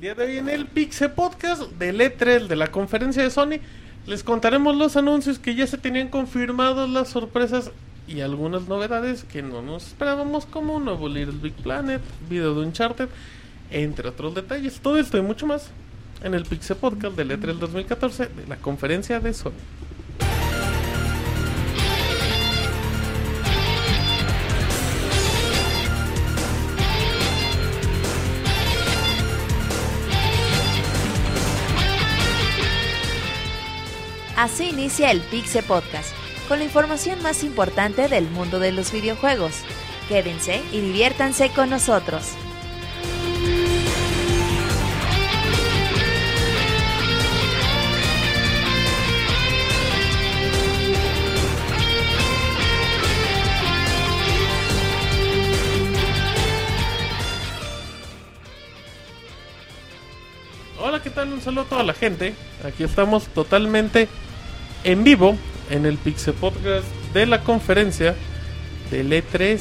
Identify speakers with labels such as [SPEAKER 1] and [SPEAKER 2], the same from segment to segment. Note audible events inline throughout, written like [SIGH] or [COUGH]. [SPEAKER 1] día de hoy en el Pixe Podcast del E3, de la conferencia de Sony, les contaremos los anuncios que ya se tenían confirmados, las sorpresas y algunas novedades que no nos esperábamos, como un nuevo Little Big Planet, video de Uncharted, entre otros detalles. Todo esto y mucho más en el Pixe Podcast del E3 2014, de la conferencia de Sony.
[SPEAKER 2] Así inicia el Pixe Podcast, con la información más importante del mundo de los videojuegos. Quédense y diviértanse con nosotros.
[SPEAKER 1] Hola, ¿qué tal? Un saludo a toda la gente. Aquí estamos totalmente en vivo en el Pixel Podcast de la conferencia del E3.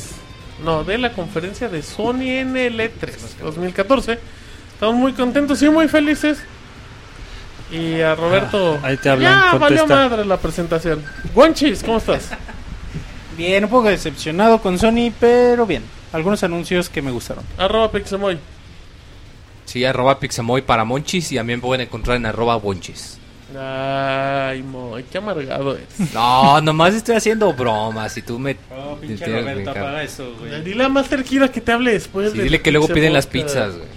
[SPEAKER 1] No, de la conferencia de Sony en el E E3 2014. Estamos muy contentos y muy felices. Y a Roberto.
[SPEAKER 3] Ah, ahí te hablan,
[SPEAKER 1] ya valió
[SPEAKER 3] contesta.
[SPEAKER 1] madre la presentación. Guanchis, ¿cómo estás?
[SPEAKER 3] [LAUGHS]
[SPEAKER 4] Bien, un poco decepcionado con Sony, pero bien. Algunos anuncios que me gustaron.
[SPEAKER 1] Arroba Pixemoy.
[SPEAKER 5] Sí, arroba pixamoy para monchis y también pueden encontrar en arroba bonchis.
[SPEAKER 1] Ay, Moy, qué amargado es.
[SPEAKER 5] No, [LAUGHS] nomás estoy haciendo bromas y tú me...
[SPEAKER 4] Oh, pinche
[SPEAKER 5] te- me
[SPEAKER 4] Roberta,
[SPEAKER 5] encanta.
[SPEAKER 4] para eso, güey.
[SPEAKER 1] Dile a Master Kira que te hable después.
[SPEAKER 5] Sí,
[SPEAKER 1] del
[SPEAKER 5] dile que luego
[SPEAKER 1] Pixel
[SPEAKER 5] piden las
[SPEAKER 1] Podcast.
[SPEAKER 5] pizzas, güey.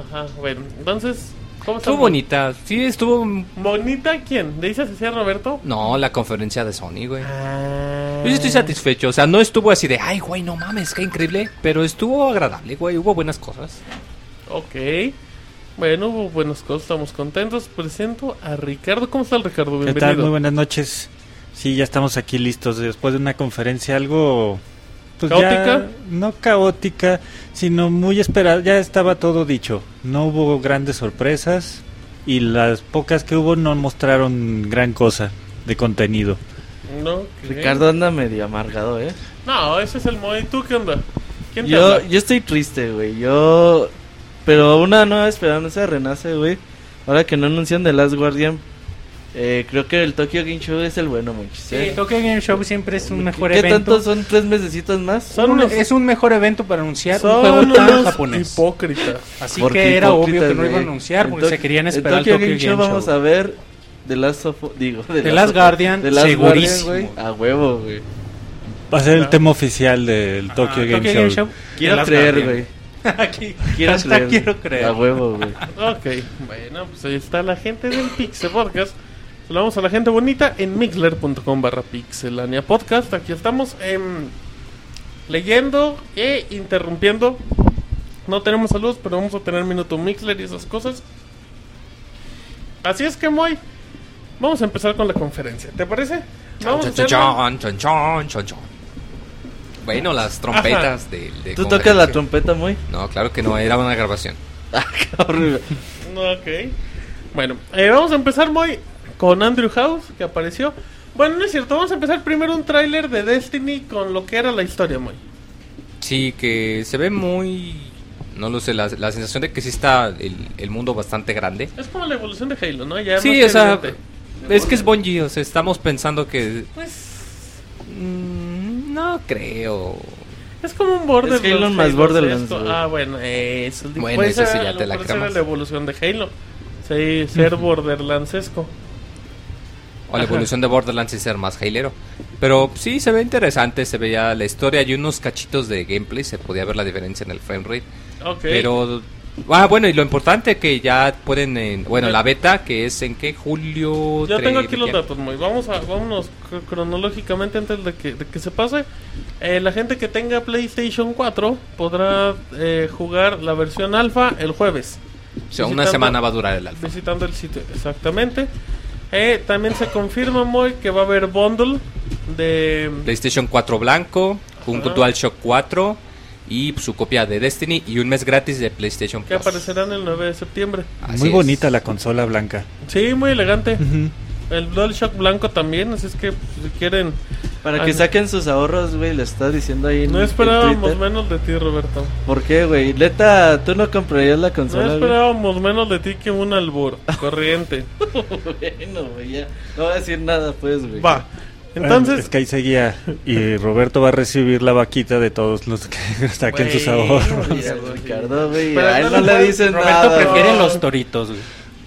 [SPEAKER 1] Ajá, bueno, entonces, ¿cómo
[SPEAKER 5] Estuvo
[SPEAKER 1] estamos?
[SPEAKER 5] bonita. Sí, estuvo...
[SPEAKER 1] ¿Bonita quién? ¿Le dices así a Roberto?
[SPEAKER 5] No, la conferencia de Sony, güey.
[SPEAKER 1] Ah.
[SPEAKER 5] Yo sí estoy satisfecho. O sea, no estuvo así de, ay, güey, no mames, qué increíble. Pero estuvo agradable, güey. Hubo buenas cosas.
[SPEAKER 1] Ok. Bueno, hubo buenas cosas, estamos contentos. Presento a Ricardo. ¿Cómo está el Ricardo? Pues,
[SPEAKER 3] ¿Qué
[SPEAKER 1] Bienvenido.
[SPEAKER 3] tal? Muy buenas noches. Sí, ya estamos aquí listos después de una conferencia algo pues, ya
[SPEAKER 1] ¿Caótica?
[SPEAKER 3] no caótica, sino muy esperada. Ya estaba todo dicho. No hubo grandes sorpresas y las pocas que hubo no mostraron gran cosa de contenido.
[SPEAKER 1] No, ok.
[SPEAKER 6] Ricardo anda medio amargado, ¿eh?
[SPEAKER 1] No, ese es el Moy. ¿Tú qué onda? ¿Quién te
[SPEAKER 6] Yo,
[SPEAKER 1] habla?
[SPEAKER 6] yo estoy triste, güey. Yo. Pero una nueva esperanza renace, güey. Ahora que no anuncian The Last Guardian, eh, creo que el Tokyo Game Show es el bueno, muchachos.
[SPEAKER 4] Sí,
[SPEAKER 6] ¿eh?
[SPEAKER 4] Tokyo Game Show siempre es un mejor
[SPEAKER 6] ¿Qué
[SPEAKER 4] evento.
[SPEAKER 6] tanto son tres mesecitos más?
[SPEAKER 1] Son
[SPEAKER 4] Un-
[SPEAKER 1] unos-
[SPEAKER 4] Es un mejor evento para anunciar un
[SPEAKER 1] Son
[SPEAKER 4] juego tan
[SPEAKER 1] unos
[SPEAKER 4] japonés.
[SPEAKER 1] hipócritas.
[SPEAKER 4] Así
[SPEAKER 6] Porque
[SPEAKER 4] que era obvio
[SPEAKER 6] hipócritas,
[SPEAKER 4] que no iba a
[SPEAKER 6] güey.
[SPEAKER 4] anunciar
[SPEAKER 6] En
[SPEAKER 4] porque se
[SPEAKER 6] Tok-
[SPEAKER 4] querían
[SPEAKER 6] en
[SPEAKER 4] esperar al
[SPEAKER 6] Tokyo
[SPEAKER 4] Tokyo Game Show.
[SPEAKER 6] vamos a ver The Last of Digo, The,
[SPEAKER 4] Last
[SPEAKER 6] of-
[SPEAKER 4] Guardian,
[SPEAKER 6] The Last
[SPEAKER 4] segurísimo.
[SPEAKER 6] Guardian, güey. A huevo, güey.
[SPEAKER 3] Va a ser
[SPEAKER 1] Ah.
[SPEAKER 3] el tema oficial del
[SPEAKER 4] Ajá,
[SPEAKER 3] Tokyo Game Show.
[SPEAKER 6] Quiero
[SPEAKER 4] The Last
[SPEAKER 6] creer,
[SPEAKER 4] Guardian.
[SPEAKER 6] güey.
[SPEAKER 4] [LAUGHS] Aquí,
[SPEAKER 6] Quiero
[SPEAKER 4] hasta
[SPEAKER 6] creer.
[SPEAKER 4] quiero creer.
[SPEAKER 6] A huevo, güey.
[SPEAKER 1] Ok, bueno, pues ahí está la gente del Pixel Podcast. Saludamos a la gente bonita en mixler.com barra pixelania podcast. Aquí estamos em, leyendo e interrumpiendo. No tenemos saludos, pero vamos a tener minuto mixler y esas cosas. Así es que, Moy, vamos a empezar con la conferencia. ¿Te parece? Vamos a
[SPEAKER 5] Chon, chon,
[SPEAKER 1] hacerlo.
[SPEAKER 5] chon, chon, chon, chon, chon. Bueno, las trompetas de, de
[SPEAKER 6] ¿Tú tocas la
[SPEAKER 5] conferencia.
[SPEAKER 4] [LAUGHS]
[SPEAKER 6] trompeta, muy?
[SPEAKER 5] No, claro que no, era una grabación.
[SPEAKER 6] Horrible.
[SPEAKER 1] Ok. Bueno, eh, vamos a empezar, Moy, con Andrew House, que apareció. Bueno, no es cierto, vamos a empezar primero un tráiler de Destiny con lo que era la historia, Moy.
[SPEAKER 5] Sí, que se ve muy... No lo sé, la, la sensación de que sí está el, el mundo bastante grande.
[SPEAKER 1] Es como la evolución de Halo, ¿no? Ya
[SPEAKER 5] Sí,
[SPEAKER 1] más
[SPEAKER 5] o sea,
[SPEAKER 1] evidente.
[SPEAKER 5] es que es Bungie, o sea, estamos pensando que...
[SPEAKER 1] Pues
[SPEAKER 5] Mm, no creo.
[SPEAKER 1] es como un Borderlands.
[SPEAKER 6] Halo más
[SPEAKER 1] Halo,
[SPEAKER 6] Borderlands,
[SPEAKER 1] esto.
[SPEAKER 6] güey.
[SPEAKER 1] Ah, bueno, eso. es
[SPEAKER 5] Bueno,
[SPEAKER 1] pues,
[SPEAKER 5] esa sí
[SPEAKER 1] ah,
[SPEAKER 5] ya
[SPEAKER 1] lo
[SPEAKER 5] te la
[SPEAKER 1] mejor
[SPEAKER 5] cremas.
[SPEAKER 1] era la evolución de Halo. Sí,
[SPEAKER 5] [LAUGHS]
[SPEAKER 1] ser borderlandsesco.
[SPEAKER 5] O la
[SPEAKER 1] Ajá.
[SPEAKER 5] evolución de Borderlands y ser más Hailero. Pero sí, se ve interesante, se veía la historia y unos cachitos de gameplay, se podía ver la diferencia en el frame rate.
[SPEAKER 1] Ok.
[SPEAKER 5] Pero... Ah, bueno, y lo importante que ya pueden... en- bueno,
[SPEAKER 1] Ya.
[SPEAKER 5] la beta, que es en qué julio...
[SPEAKER 1] Yo tengo
[SPEAKER 5] tre-
[SPEAKER 1] aquí los
[SPEAKER 5] ya-
[SPEAKER 1] datos, Moy. Vamos a, vámonos cr- cronológicamente antes de que, de que se pase. Eh, la gente que tenga PlayStation 4 podrá eh, jugar la versión alfa el jueves.
[SPEAKER 5] O sea, una
[SPEAKER 1] Visitando-
[SPEAKER 5] semana va a durar el alfa.
[SPEAKER 1] visitando el sitio, exactamente. Eh, también se confirma, Moy, que va a haber bundle de...
[SPEAKER 5] PlayStation 4 blanco, un
[SPEAKER 1] Ajá.
[SPEAKER 5] DualShock 4 y su copia de Destiny y un mes gratis de PlayStation
[SPEAKER 1] que
[SPEAKER 5] Plus.
[SPEAKER 1] aparecerán el 9 de septiembre.
[SPEAKER 5] Así
[SPEAKER 3] muy
[SPEAKER 5] es.
[SPEAKER 3] bonita la consola blanca.
[SPEAKER 1] Sí, muy elegante.
[SPEAKER 3] Ujú.
[SPEAKER 1] El DualShock blanco también, así es que pues, si quieren
[SPEAKER 6] Para
[SPEAKER 1] Ay,
[SPEAKER 6] que
[SPEAKER 1] no.
[SPEAKER 6] saquen sus ahorros, güey, lo estás diciendo ahí en,
[SPEAKER 1] No
[SPEAKER 6] en
[SPEAKER 1] esperábamos
[SPEAKER 6] Twitter.
[SPEAKER 1] menos de ti, Roberto.
[SPEAKER 6] ¿Por qué, güey? Neta, tú no comprarías la
[SPEAKER 1] No
[SPEAKER 6] consola, güey?
[SPEAKER 1] esperábamos menos de ti que un albur corriente.
[SPEAKER 6] [LAUGHS] Bueno, güey, ya. No voy a decir nada, pues, güey. [LAUGHS]
[SPEAKER 1] Va.
[SPEAKER 3] es
[SPEAKER 1] Entonces,
[SPEAKER 3] que ahí seguía. Y Roberto va a recibir la vaquita de todos los que [LAUGHS] saquen sus
[SPEAKER 1] Güey.
[SPEAKER 3] ahorros.
[SPEAKER 6] Mira, Ricardo, güey.
[SPEAKER 1] Pero
[SPEAKER 6] A él
[SPEAKER 1] no
[SPEAKER 6] no,
[SPEAKER 1] le
[SPEAKER 6] le
[SPEAKER 1] puedes-
[SPEAKER 6] dicen
[SPEAKER 4] Roberto
[SPEAKER 6] nada.
[SPEAKER 4] prefiere
[SPEAKER 1] güey.
[SPEAKER 4] los toritos, güey.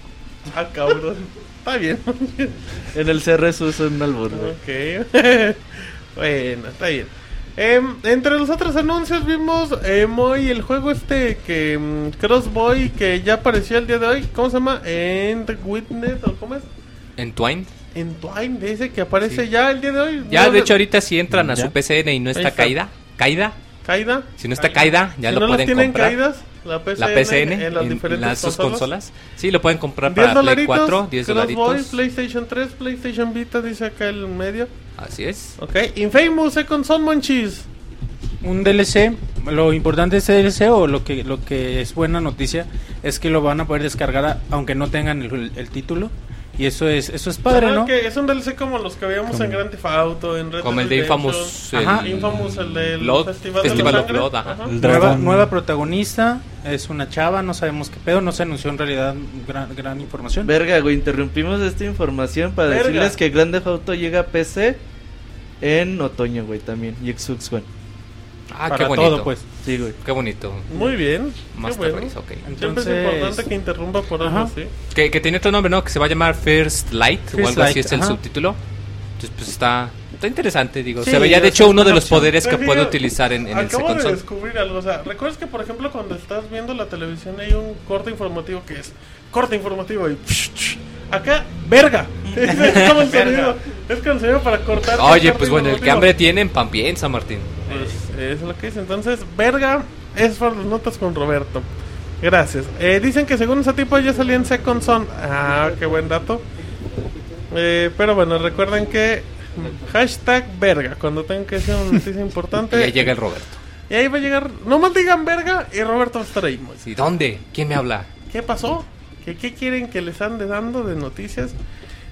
[SPEAKER 1] [LAUGHS] ah, cabrón. Está bien. [LAUGHS]
[SPEAKER 6] En el CRS usan un albur, güey.
[SPEAKER 1] Ah. ok. [LAUGHS] bueno, está bien. Em, entre los otros anuncios vimos eh, Moy, el juego este que mm, Crossboy que ya apareció el día de hoy. ¿Cómo se llama? End Witness o cómo es?
[SPEAKER 5] En Twine.
[SPEAKER 1] Entwine, dice que aparece
[SPEAKER 5] Sí.
[SPEAKER 1] ya el día de hoy.
[SPEAKER 5] Ya,
[SPEAKER 1] No,
[SPEAKER 5] de hecho, ahorita si entran a
[SPEAKER 3] Ya.
[SPEAKER 5] su PCN y no
[SPEAKER 1] Ahí
[SPEAKER 5] está
[SPEAKER 1] está.
[SPEAKER 5] caída, caída,
[SPEAKER 1] Caída.
[SPEAKER 5] si no está caída, ya
[SPEAKER 1] si
[SPEAKER 5] lo
[SPEAKER 1] no las
[SPEAKER 5] pueden
[SPEAKER 1] tienen
[SPEAKER 5] comprar.
[SPEAKER 1] caídas, la PCN,
[SPEAKER 5] la PCN en,
[SPEAKER 1] en las diferentes
[SPEAKER 5] las sus
[SPEAKER 1] consolas.
[SPEAKER 5] consolas. Sí, lo pueden comprar
[SPEAKER 1] 10
[SPEAKER 5] para Play
[SPEAKER 1] dolaritos,
[SPEAKER 5] 4, 10
[SPEAKER 1] Crossboy,
[SPEAKER 5] dolaritos.
[SPEAKER 1] PlayStation 3, PlayStation Vita, dice acá el medio.
[SPEAKER 5] Así es.
[SPEAKER 1] Ok, Infamous Second Son Monchis.
[SPEAKER 4] Un DLC, lo importante de este DLC o lo que, lo que es buena noticia es que lo van a poder descargar a- aunque no tengan el, el título. Y eso es, eso es padre,
[SPEAKER 1] Ajá,
[SPEAKER 4] ¿no?
[SPEAKER 1] que es un DLC como los que veíamos en Grand Theft Auto, en Red
[SPEAKER 5] Como
[SPEAKER 1] Dead
[SPEAKER 5] el de
[SPEAKER 1] Redemption. Ah,
[SPEAKER 5] Infamous.
[SPEAKER 4] Ajá,
[SPEAKER 5] el
[SPEAKER 1] Infamous, el del
[SPEAKER 5] Blood,
[SPEAKER 1] Festival,
[SPEAKER 5] Festival
[SPEAKER 1] de la
[SPEAKER 5] of
[SPEAKER 1] Sangre.
[SPEAKER 5] Blood, ajá.
[SPEAKER 1] Ajá.
[SPEAKER 3] El
[SPEAKER 4] Nueva,
[SPEAKER 3] dragón.
[SPEAKER 4] nueva protagonista, es una chava, no sabemos qué pedo, no se anunció en realidad gran, gran información.
[SPEAKER 6] Verga, güey, interrumpimos esta información para
[SPEAKER 1] Verga.
[SPEAKER 6] decirles que Grand Theft Auto llega a PC en otoño, güey, también. Y Xbox One.
[SPEAKER 5] Ah,
[SPEAKER 4] para
[SPEAKER 5] qué bonito.
[SPEAKER 4] todo, pues.
[SPEAKER 6] Sí, güey.
[SPEAKER 5] Qué bonito.
[SPEAKER 1] Muy bien. Qué
[SPEAKER 5] Master
[SPEAKER 1] bueno.
[SPEAKER 5] Race, ok.
[SPEAKER 1] Siempre
[SPEAKER 4] Entonces,
[SPEAKER 1] es importante que interrumpa por algo
[SPEAKER 4] Ajá.
[SPEAKER 1] así.
[SPEAKER 5] Que, que tiene otro nombre, ¿no? Que se va a llamar First Light o
[SPEAKER 4] First
[SPEAKER 5] algo así
[SPEAKER 4] Light,
[SPEAKER 5] es el
[SPEAKER 4] ajá.
[SPEAKER 5] subtítulo. Entonces, pues está, está interesante, digo.
[SPEAKER 4] Sí,
[SPEAKER 5] se veía, de
[SPEAKER 4] es
[SPEAKER 5] hecho, uno de
[SPEAKER 4] una
[SPEAKER 5] los
[SPEAKER 4] opción.
[SPEAKER 5] poderes que
[SPEAKER 1] Prefiero-
[SPEAKER 5] puede utilizar en, en el
[SPEAKER 1] Pues Acabo
[SPEAKER 5] Second
[SPEAKER 1] de
[SPEAKER 5] Son.
[SPEAKER 1] descubrir algo. O sea, ¿recuerdas que, por ejemplo, cuando estás viendo la televisión hay un corte informativo que es corte informativo y. Acá, verga. [LAUGHS] Es como el sonido. Es como el sonido para cortar.
[SPEAKER 5] Oye,
[SPEAKER 1] corte
[SPEAKER 5] pues bueno, el que
[SPEAKER 1] informativo.
[SPEAKER 5] hambre tienen, pan piensa, Martín.
[SPEAKER 1] Pues es lo que dice. Entonces, verga, es por las notas con Roberto. Gracias. Eh, dicen que según ese tipo ya salía en Second Son. Ah, qué buen dato. Eh, pero bueno, recuerden que hashtag verga. Cuando tengan que hacer una
[SPEAKER 5] [LAUGHS]
[SPEAKER 1] noticia
[SPEAKER 5] Y
[SPEAKER 1] importante.
[SPEAKER 5] ahí llega el Roberto.
[SPEAKER 1] Y ahí va a llegar. Nomás digan verga y Roberto va a estar ahí. Moy.
[SPEAKER 5] Sí, ¿Dónde? ¿Quién me habla?
[SPEAKER 1] ¿Qué pasó? ¿Qué, qué quieren que les ande dando de noticias?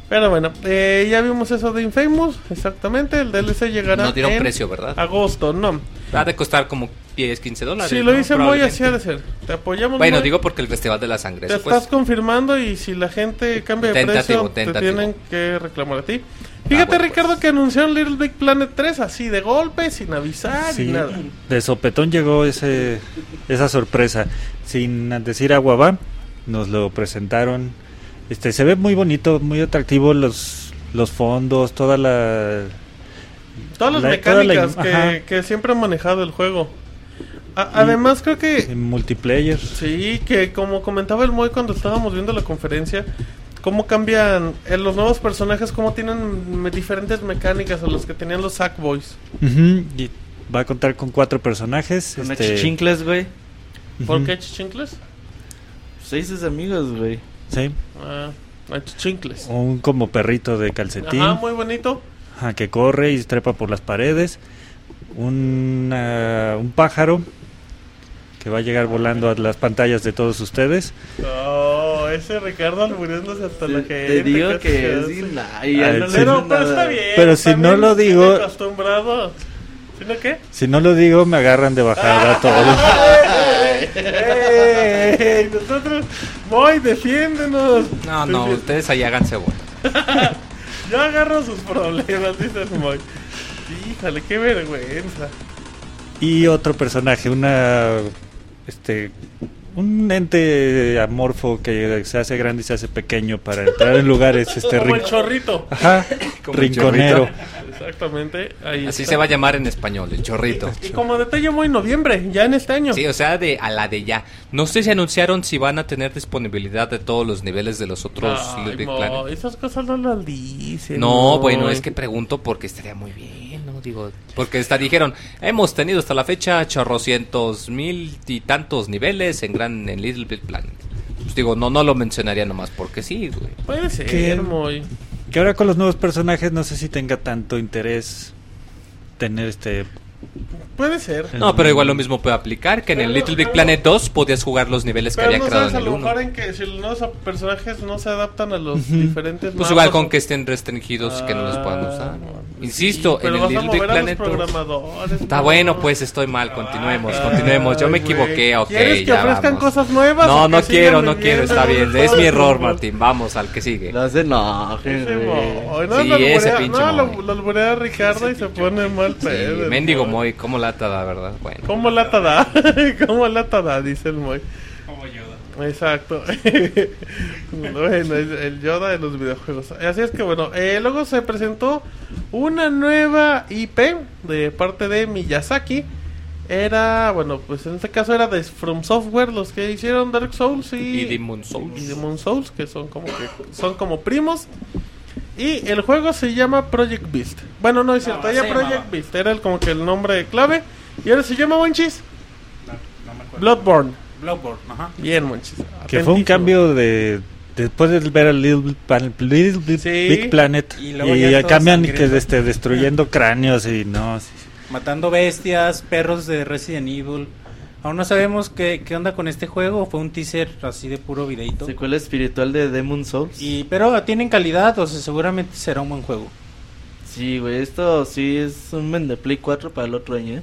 [SPEAKER 1] Pero bueno, eh, ya vimos eso de Infamous. Exactamente. El DLC llegará.
[SPEAKER 5] No dieron
[SPEAKER 1] en
[SPEAKER 5] precio, ¿verdad?
[SPEAKER 1] Agosto, no.
[SPEAKER 5] Va a de costar como 10, 15 dólares.
[SPEAKER 1] Si lo
[SPEAKER 5] ¿no?
[SPEAKER 1] hice muy
[SPEAKER 5] Probablemente.
[SPEAKER 1] así ha de ser. Te apoyamos.
[SPEAKER 5] Bueno,
[SPEAKER 1] Moy.
[SPEAKER 5] digo porque el Festival de la Sangre.
[SPEAKER 1] Te
[SPEAKER 5] eso, pues. eh,
[SPEAKER 1] estás confirmando y si la gente cambia de
[SPEAKER 5] Tentativo,
[SPEAKER 1] precio, te
[SPEAKER 5] tentativo.
[SPEAKER 1] tienen que reclamar a ti. Fíjate,
[SPEAKER 5] bueno,
[SPEAKER 1] Ricardo,
[SPEAKER 5] pues.
[SPEAKER 1] que anunciaron Little Big Planet 3 así de golpe, sin avisar
[SPEAKER 3] Sí,
[SPEAKER 1] y nada.
[SPEAKER 3] de sopetón llegó ese, esa sorpresa. Sin decir agua va, nos lo presentaron. Este, se ve muy bonito, muy atractivo los, los fondos, toda la...
[SPEAKER 1] Todas las
[SPEAKER 3] La- toda la
[SPEAKER 1] mecánicas
[SPEAKER 3] im-
[SPEAKER 1] que,
[SPEAKER 3] ajá.
[SPEAKER 1] que siempre ha manejado el juego. A-
[SPEAKER 3] Y-
[SPEAKER 1] además, creo
[SPEAKER 3] el
[SPEAKER 1] que
[SPEAKER 3] multiplayer.
[SPEAKER 1] sí, que como comentaba el Moy cuando estábamos viendo la conferencia, cómo cambian eh, los nuevos personajes, cómo tienen me- diferentes mecánicas a los que tenían los Sackboys.
[SPEAKER 3] Ujú, y va a contar con cuatro personajes.
[SPEAKER 6] Con
[SPEAKER 3] este,
[SPEAKER 6] achichincles, güey.
[SPEAKER 3] ujú,
[SPEAKER 1] ¿Por qué chichincles?
[SPEAKER 6] Seis sus amigos, güey.
[SPEAKER 3] Sí,
[SPEAKER 1] Ah, chichincles.
[SPEAKER 3] un como perrito de calcetín.
[SPEAKER 1] Ajá, muy bonito.
[SPEAKER 3] Ajá, que corre y trepa por las paredes. Una- un pájaro que va a llegar volando a las pantallas de todos ustedes.
[SPEAKER 1] No, Oh, ese Ricardo albureándose hasta la
[SPEAKER 6] Te,
[SPEAKER 1] gente.
[SPEAKER 6] te digo
[SPEAKER 1] casi
[SPEAKER 6] que
[SPEAKER 1] hace.
[SPEAKER 6] sí, nah, y ya
[SPEAKER 3] Ay,
[SPEAKER 6] no
[SPEAKER 3] sí.
[SPEAKER 1] Pero,
[SPEAKER 6] le dicen
[SPEAKER 1] pero
[SPEAKER 6] nada.
[SPEAKER 1] está bien.
[SPEAKER 3] Pero si
[SPEAKER 1] también
[SPEAKER 3] no lo
[SPEAKER 1] estoy
[SPEAKER 3] digo-
[SPEAKER 1] Acostumbrado. ¿Sino qué?
[SPEAKER 3] Si no lo digo, me agarran de bajada todo.
[SPEAKER 1] ¡Ey! ¡Ey! Eh, Nosotros, voy, defiéndenos.
[SPEAKER 5] No, no,
[SPEAKER 1] Defi-
[SPEAKER 5] ustedes ahí háganse bueno.
[SPEAKER 1] Yo agarro sus problemas, dice el Moy. Híjole, qué vergüenza.
[SPEAKER 3] Y otro personaje, una. Este. Un ente amorfo que se hace grande y se hace pequeño para entrar
[SPEAKER 1] [LAUGHS]
[SPEAKER 3] en lugares. Este
[SPEAKER 1] Como el
[SPEAKER 3] rin-
[SPEAKER 1] chorrito.
[SPEAKER 3] Ajá,
[SPEAKER 5] Como el
[SPEAKER 3] rinconero.
[SPEAKER 1] Exactamente. Ahí
[SPEAKER 5] Así
[SPEAKER 1] está.
[SPEAKER 5] se va a llamar en español, el chorrito.
[SPEAKER 1] Y como detalle, muy noviembre, ya en este año.
[SPEAKER 5] [LAUGHS] Sí, o sea, de a la de ya. No sé si anunciaron si van a tener disponibilidad de todos los niveles de los otros
[SPEAKER 1] Ay,
[SPEAKER 5] Little Big
[SPEAKER 1] Moy,
[SPEAKER 5] Planet.
[SPEAKER 1] Esas cosas no las dicen. Moy.
[SPEAKER 5] No, bueno, es que pregunto porque estaría muy bien, ¿no? Digo, porque hasta dijeron, hemos tenido hasta la fecha chorrocientos mil y tantos niveles en gran en Little Big Planet. Pues digo, no, no lo mencionaría nomás porque sí, güey.
[SPEAKER 1] Puede ser,
[SPEAKER 3] ¿Qué?
[SPEAKER 1] Moy.
[SPEAKER 3] Que ahora con los nuevos personajes, no sé si tenga tanto interés tener este.
[SPEAKER 1] Puede ser.
[SPEAKER 5] No, pero igual lo mismo puede aplicar, que en el
[SPEAKER 1] Pero no,
[SPEAKER 5] Little Big
[SPEAKER 1] pero-
[SPEAKER 5] Planet 2 podías jugar los niveles que
[SPEAKER 1] Pero
[SPEAKER 5] había
[SPEAKER 1] no
[SPEAKER 5] creado
[SPEAKER 1] sabes
[SPEAKER 5] en
[SPEAKER 1] a
[SPEAKER 5] el
[SPEAKER 1] lo
[SPEAKER 5] 1.
[SPEAKER 1] mejor en que si los nuevos personajes no se adaptan a los
[SPEAKER 3] Ujú.
[SPEAKER 1] diferentes
[SPEAKER 5] Pues igual
[SPEAKER 1] mapas
[SPEAKER 5] con
[SPEAKER 1] o-
[SPEAKER 5] que estén restringidos, que no los puedan
[SPEAKER 1] Ah,
[SPEAKER 5] usar. Insisto,
[SPEAKER 1] pero
[SPEAKER 5] en el
[SPEAKER 1] vas a
[SPEAKER 5] Little Big
[SPEAKER 1] mover a los
[SPEAKER 5] Planet.
[SPEAKER 1] programadores,
[SPEAKER 5] Está
[SPEAKER 1] no.
[SPEAKER 5] bueno, pues estoy mal. Continuemos,
[SPEAKER 1] Ay,
[SPEAKER 5] continuemos. Yo me
[SPEAKER 1] güey.
[SPEAKER 5] equivoqué, ok.
[SPEAKER 1] ¿Quieres que
[SPEAKER 5] ya
[SPEAKER 1] ofrezcan
[SPEAKER 5] vamos.
[SPEAKER 1] cosas nuevas?
[SPEAKER 5] No,
[SPEAKER 1] o
[SPEAKER 5] no
[SPEAKER 1] que
[SPEAKER 5] quiero,
[SPEAKER 1] sigan
[SPEAKER 5] no quiero,
[SPEAKER 1] vendiendo
[SPEAKER 5] está bien. Es mi error,
[SPEAKER 1] fútbol?
[SPEAKER 5] Martín. Vamos al que sigue.
[SPEAKER 6] Lo hace no,
[SPEAKER 1] Ese Moy, no,
[SPEAKER 5] Sí,
[SPEAKER 1] lo
[SPEAKER 5] ese
[SPEAKER 1] alburea-
[SPEAKER 5] pinche
[SPEAKER 1] no,
[SPEAKER 5] Moy.
[SPEAKER 1] lo, lo alburea a Ricardo y se pone mal
[SPEAKER 5] Sí,
[SPEAKER 1] pedo. el
[SPEAKER 5] mendigo
[SPEAKER 1] Moy.
[SPEAKER 5] Moy, cómo lata da, ¿verdad? Bueno.
[SPEAKER 1] ¿Cómo lata da? [LAUGHS] ¿Cómo lata da? Dice el Moy. Exacto. [LAUGHS] bueno, el, el Yoda de los videojuegos. Así es que bueno, eh, luego se presentó una nueva IP de parte de Miyazaki. Era, bueno, pues en este caso era de From Software los que hicieron Dark Souls y,
[SPEAKER 5] Y Demon Souls.
[SPEAKER 1] y Demon Souls, que son como que son como primos. Y el juego se llama Project Beast. Bueno, no es cierto,
[SPEAKER 4] se
[SPEAKER 1] ya
[SPEAKER 4] llamaba.
[SPEAKER 1] Project Beast era el, como que el nombre clave. Y ahora se llama Monchis Bloodborne.
[SPEAKER 4] Bloodborne, ajá.
[SPEAKER 1] Bien, Monchis.
[SPEAKER 3] Que fue un
[SPEAKER 1] Atentísimo.
[SPEAKER 3] cambio de. Después de ver a Little, Big Planet- Little Big-
[SPEAKER 1] Sí.
[SPEAKER 3] Big Planet.
[SPEAKER 4] Y
[SPEAKER 3] Y,
[SPEAKER 4] luego ya todo
[SPEAKER 3] cambian que
[SPEAKER 4] sangriento.
[SPEAKER 3] este, destruyendo cráneos y no. sí, sí.
[SPEAKER 4] Matando bestias, perros de Resident Evil. Aún no sabemos qué, qué onda con este juego. Fue un teaser así de puro videito.
[SPEAKER 6] Secuela espiritual de Demon Souls.
[SPEAKER 4] Y, pero tienen calidad, o sea, seguramente será un buen juego.
[SPEAKER 6] Sí, güey, esto sí es un vende Play 4 para el otro año, ¿eh?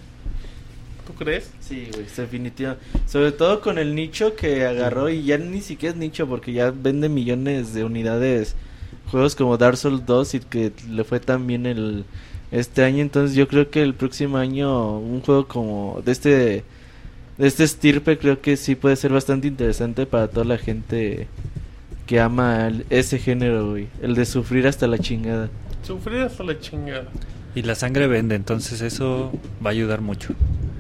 [SPEAKER 1] ¿Tú crees?
[SPEAKER 6] Sí, güey, definitiva. Sobre todo con el nicho que agarró y ya ni siquiera es nicho porque ya vende millones de unidades. Juegos como Dark Souls 2 y que le fue tan bien el este año, entonces yo creo que el próximo año un juego como de este de este estirpe creo que sí puede ser bastante interesante para toda la gente que ama el- ese género, güey, el de sufrir hasta la chingada.
[SPEAKER 1] Sufrir hasta la chingada.
[SPEAKER 3] Y la sangre vende, entonces eso va a ayudar mucho.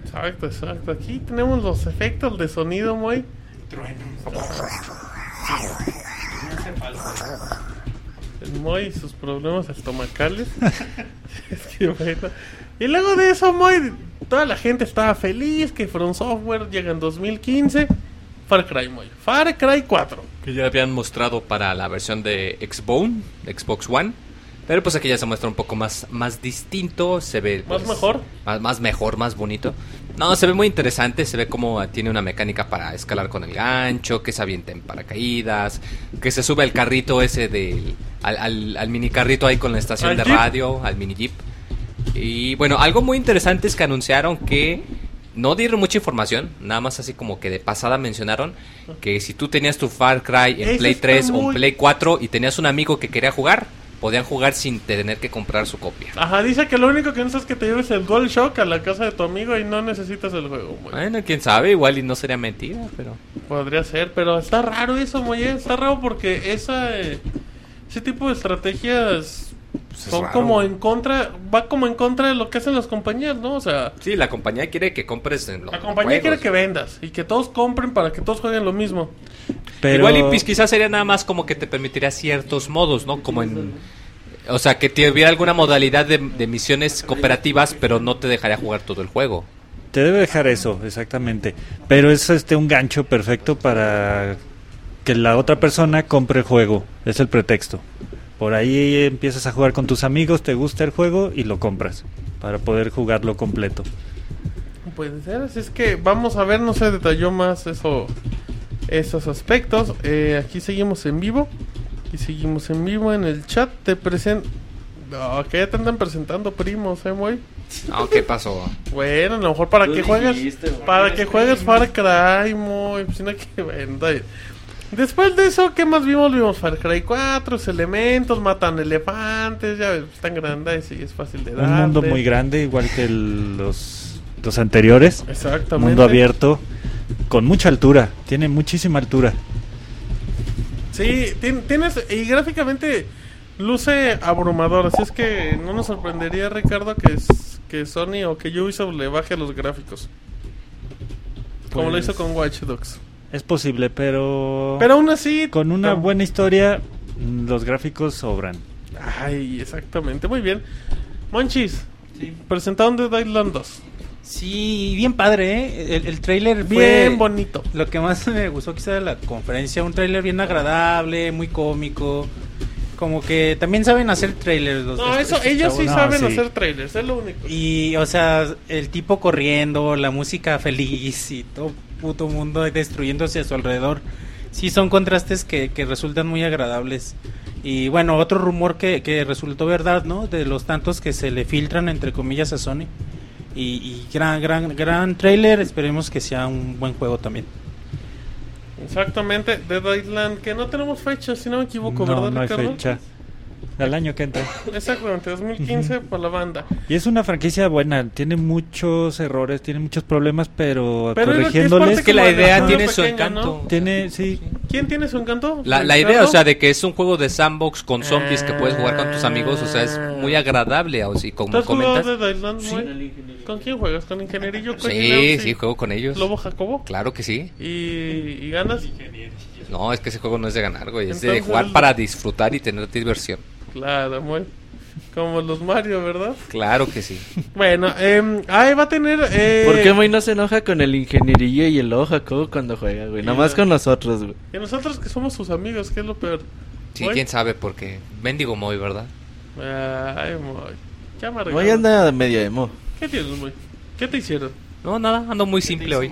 [SPEAKER 1] Exacto, exacto. Aquí tenemos los efectos de sonido, Moy. El Moy y sus problemas estomacales. [LAUGHS] es que bueno. Y luego de eso, Moy, toda la gente estaba feliz que From Software llega en 2015. Far Cry, Moy. Far Cry 4.
[SPEAKER 5] Que ya habían mostrado para la versión de Xbone, de Xbox One. Pero pues aquí ya se muestra un poco más, más distinto, se ve...
[SPEAKER 1] ¿Más
[SPEAKER 5] pues,
[SPEAKER 1] mejor?
[SPEAKER 5] Más, más mejor, más bonito. No, se ve muy interesante, se ve como tiene una mecánica para escalar con el gancho, que se avienta en paracaídas, que se sube al carrito ese del... Al, al, al mini carrito ahí con la estación
[SPEAKER 1] ¿Al
[SPEAKER 5] de
[SPEAKER 1] jeep?
[SPEAKER 5] radio, al mini jeep. Y bueno, algo muy interesante es que anunciaron que no dieron mucha información, nada más así como que de pasada mencionaron que si tú tenías tu Far Cry en
[SPEAKER 1] Eso
[SPEAKER 5] Play
[SPEAKER 1] está
[SPEAKER 5] 3 o en
[SPEAKER 1] muy-
[SPEAKER 5] Play 4 y tenías un amigo que quería jugar, podían jugar sin tener que comprar su copia.
[SPEAKER 1] Ajá, dice que lo único que necesitas es que te lleves el DualShock a la casa de tu amigo y no necesitas el juego, Moy.
[SPEAKER 5] Bueno, quién sabe, igual y no sería mentira, pero
[SPEAKER 1] Podría ser, pero está raro eso, Moye. Está raro porque esa, eh, ese tipo de estrategias
[SPEAKER 5] pues, es
[SPEAKER 1] son
[SPEAKER 5] raro.
[SPEAKER 1] como en contra, va como en contra de lo que hacen las compañías, ¿no? O sea,
[SPEAKER 5] Sí, la compañía quiere que compres en los
[SPEAKER 1] la compañía quiere
[SPEAKER 5] juegos.
[SPEAKER 1] que vendas y que todos compren para que todos jueguen lo mismo.
[SPEAKER 3] Pero
[SPEAKER 5] Igual y pues, quizás sería nada más como que te permitiría ciertos modos, ¿no? Como en... O sea, que te hubiera alguna modalidad de, de misiones cooperativas, pero no te dejaría jugar todo el juego.
[SPEAKER 3] te debe dejar eso, exactamente. Pero es este un gancho perfecto para que la otra persona compre el juego. Es el pretexto. Por ahí empiezas a jugar con tus amigos, te gusta el juego y lo compras para poder jugarlo completo.
[SPEAKER 1] Puede ser, así es que vamos a ver, no se detalló más eso, esos aspectos. Eh, aquí seguimos en vivo. Y seguimos en vivo en el chat. Te presento. No, que ya te andan presentando primos, eh, Moy.
[SPEAKER 5] Ah, ¿qué pasó?
[SPEAKER 1] Bueno, a lo mejor para
[SPEAKER 6] Tú
[SPEAKER 1] que juegues.
[SPEAKER 6] dijiste, güey.
[SPEAKER 1] para que juegues Far Cry, muy. pues, no que venda. Después de eso, ¿qué más vimos? Vimos Far Cry 4, los elementos, matan elefantes, ya ves, están grandes y es fácil de dar.
[SPEAKER 3] Un mundo muy grande, igual que el- los, los anteriores.
[SPEAKER 1] Exactamente.
[SPEAKER 3] Mundo abierto, con mucha altura, tiene muchísima altura.
[SPEAKER 1] Sí, tien- tienes. Y gráficamente luce abrumador, así es que no nos sorprendería, Ricardo, que, es, que Sony o que Ubisoft le baje los gráficos. Como lo
[SPEAKER 3] Pues-
[SPEAKER 1] hizo con Watch Dogs.
[SPEAKER 3] Es posible, pero,
[SPEAKER 1] Pero aún así.
[SPEAKER 3] con una
[SPEAKER 1] buena
[SPEAKER 3] buena historia mm, los gráficos sobran.
[SPEAKER 1] Ay, exactamente, muy bien. Monchis, presentaron The Island 2.
[SPEAKER 4] Sí, bien padre, ¿eh? El, el trailer
[SPEAKER 1] Bien
[SPEAKER 4] fue
[SPEAKER 1] bonito.
[SPEAKER 4] Lo que más me gustó quizá de la conferencia, un trailer bien agradable, muy cómico. Como que también saben hacer trailers los
[SPEAKER 1] No,
[SPEAKER 4] estos-
[SPEAKER 1] eso,
[SPEAKER 4] estos
[SPEAKER 1] ellos sí
[SPEAKER 4] chavos.
[SPEAKER 3] No,
[SPEAKER 1] saben
[SPEAKER 3] sí.
[SPEAKER 1] hacer trailers, es lo único.
[SPEAKER 4] Y, o sea, el tipo corriendo, la música feliz y todo puto mundo destruyéndose a su alrededor. Sí, son contrastes que, que resultan muy agradables. Y bueno, otro rumor que, que resultó verdad, ¿no? De los tantos que se le filtran, entre comillas, a Sony. Y, y gran, gran, gran trailer. Esperemos que sea un buen juego también.
[SPEAKER 1] Exactamente, Dead Island, que no tenemos fecha, si no me equivoco,
[SPEAKER 3] No,
[SPEAKER 1] ¿verdad,
[SPEAKER 3] no hay
[SPEAKER 1] Ricardo?
[SPEAKER 3] fecha. Al año que entra.
[SPEAKER 1] Exactamente, 2015 para la banda.
[SPEAKER 3] Y es una franquicia buena, tiene muchos errores, tiene muchos problemas, pero,
[SPEAKER 1] Pero es lo que es
[SPEAKER 3] corrigiéndoles
[SPEAKER 1] parte
[SPEAKER 5] Es que la
[SPEAKER 1] Como el
[SPEAKER 5] idea
[SPEAKER 1] hermano
[SPEAKER 5] tiene su
[SPEAKER 1] pequeño,
[SPEAKER 5] encanto.
[SPEAKER 1] ¿no?
[SPEAKER 5] O sea,
[SPEAKER 3] tiene sí,
[SPEAKER 1] ¿Quién tiene su encanto?
[SPEAKER 5] La, la idea, o sea, de que es un juego de sandbox con zombies que puedes jugar con tus amigos, o sea, es muy
[SPEAKER 1] Ah.
[SPEAKER 5] agradable. O si
[SPEAKER 1] ¿Tú
[SPEAKER 5] como
[SPEAKER 1] has jugado
[SPEAKER 5] comentas.
[SPEAKER 1] Dead Island, güey?
[SPEAKER 6] ingeniero.
[SPEAKER 1] ¿Con quién juegas? ¿Con Ingenierillo? ¿Con
[SPEAKER 5] Sí,
[SPEAKER 1] Gilead?
[SPEAKER 5] sí, juego con ellos.
[SPEAKER 1] ¿Lobo Jacobo?
[SPEAKER 5] Claro que sí.
[SPEAKER 1] ¿Y, y ganas?
[SPEAKER 5] No, es que ese juego no es de ganar, güey. Es de
[SPEAKER 1] Entonces,
[SPEAKER 5] jugar
[SPEAKER 1] el-
[SPEAKER 5] para disfrutar y tener diversión.
[SPEAKER 1] Claro, muy. Como los Mario, ¿verdad?
[SPEAKER 5] Claro que sí.
[SPEAKER 1] Bueno, eh, ahí va a tener... Eh,
[SPEAKER 6] ¿Por qué May no se enoja con el ingenierillo y el ojo Jacobo cuando juega, güey? Nada más
[SPEAKER 1] Y-
[SPEAKER 6] con nosotros, güey.
[SPEAKER 1] Y nosotros que somos sus amigos, ¿qué es lo peor?
[SPEAKER 5] Sí,
[SPEAKER 1] Moy.
[SPEAKER 5] quién sabe por qué. Mendigo Moy, ¿verdad?
[SPEAKER 1] Ay, Moy. Qué amargado.
[SPEAKER 6] Hoy anda medio emo.
[SPEAKER 1] ¿Qué tienes, Moy? ¿Qué te hicieron?
[SPEAKER 5] No, nada, ando muy simple hoy.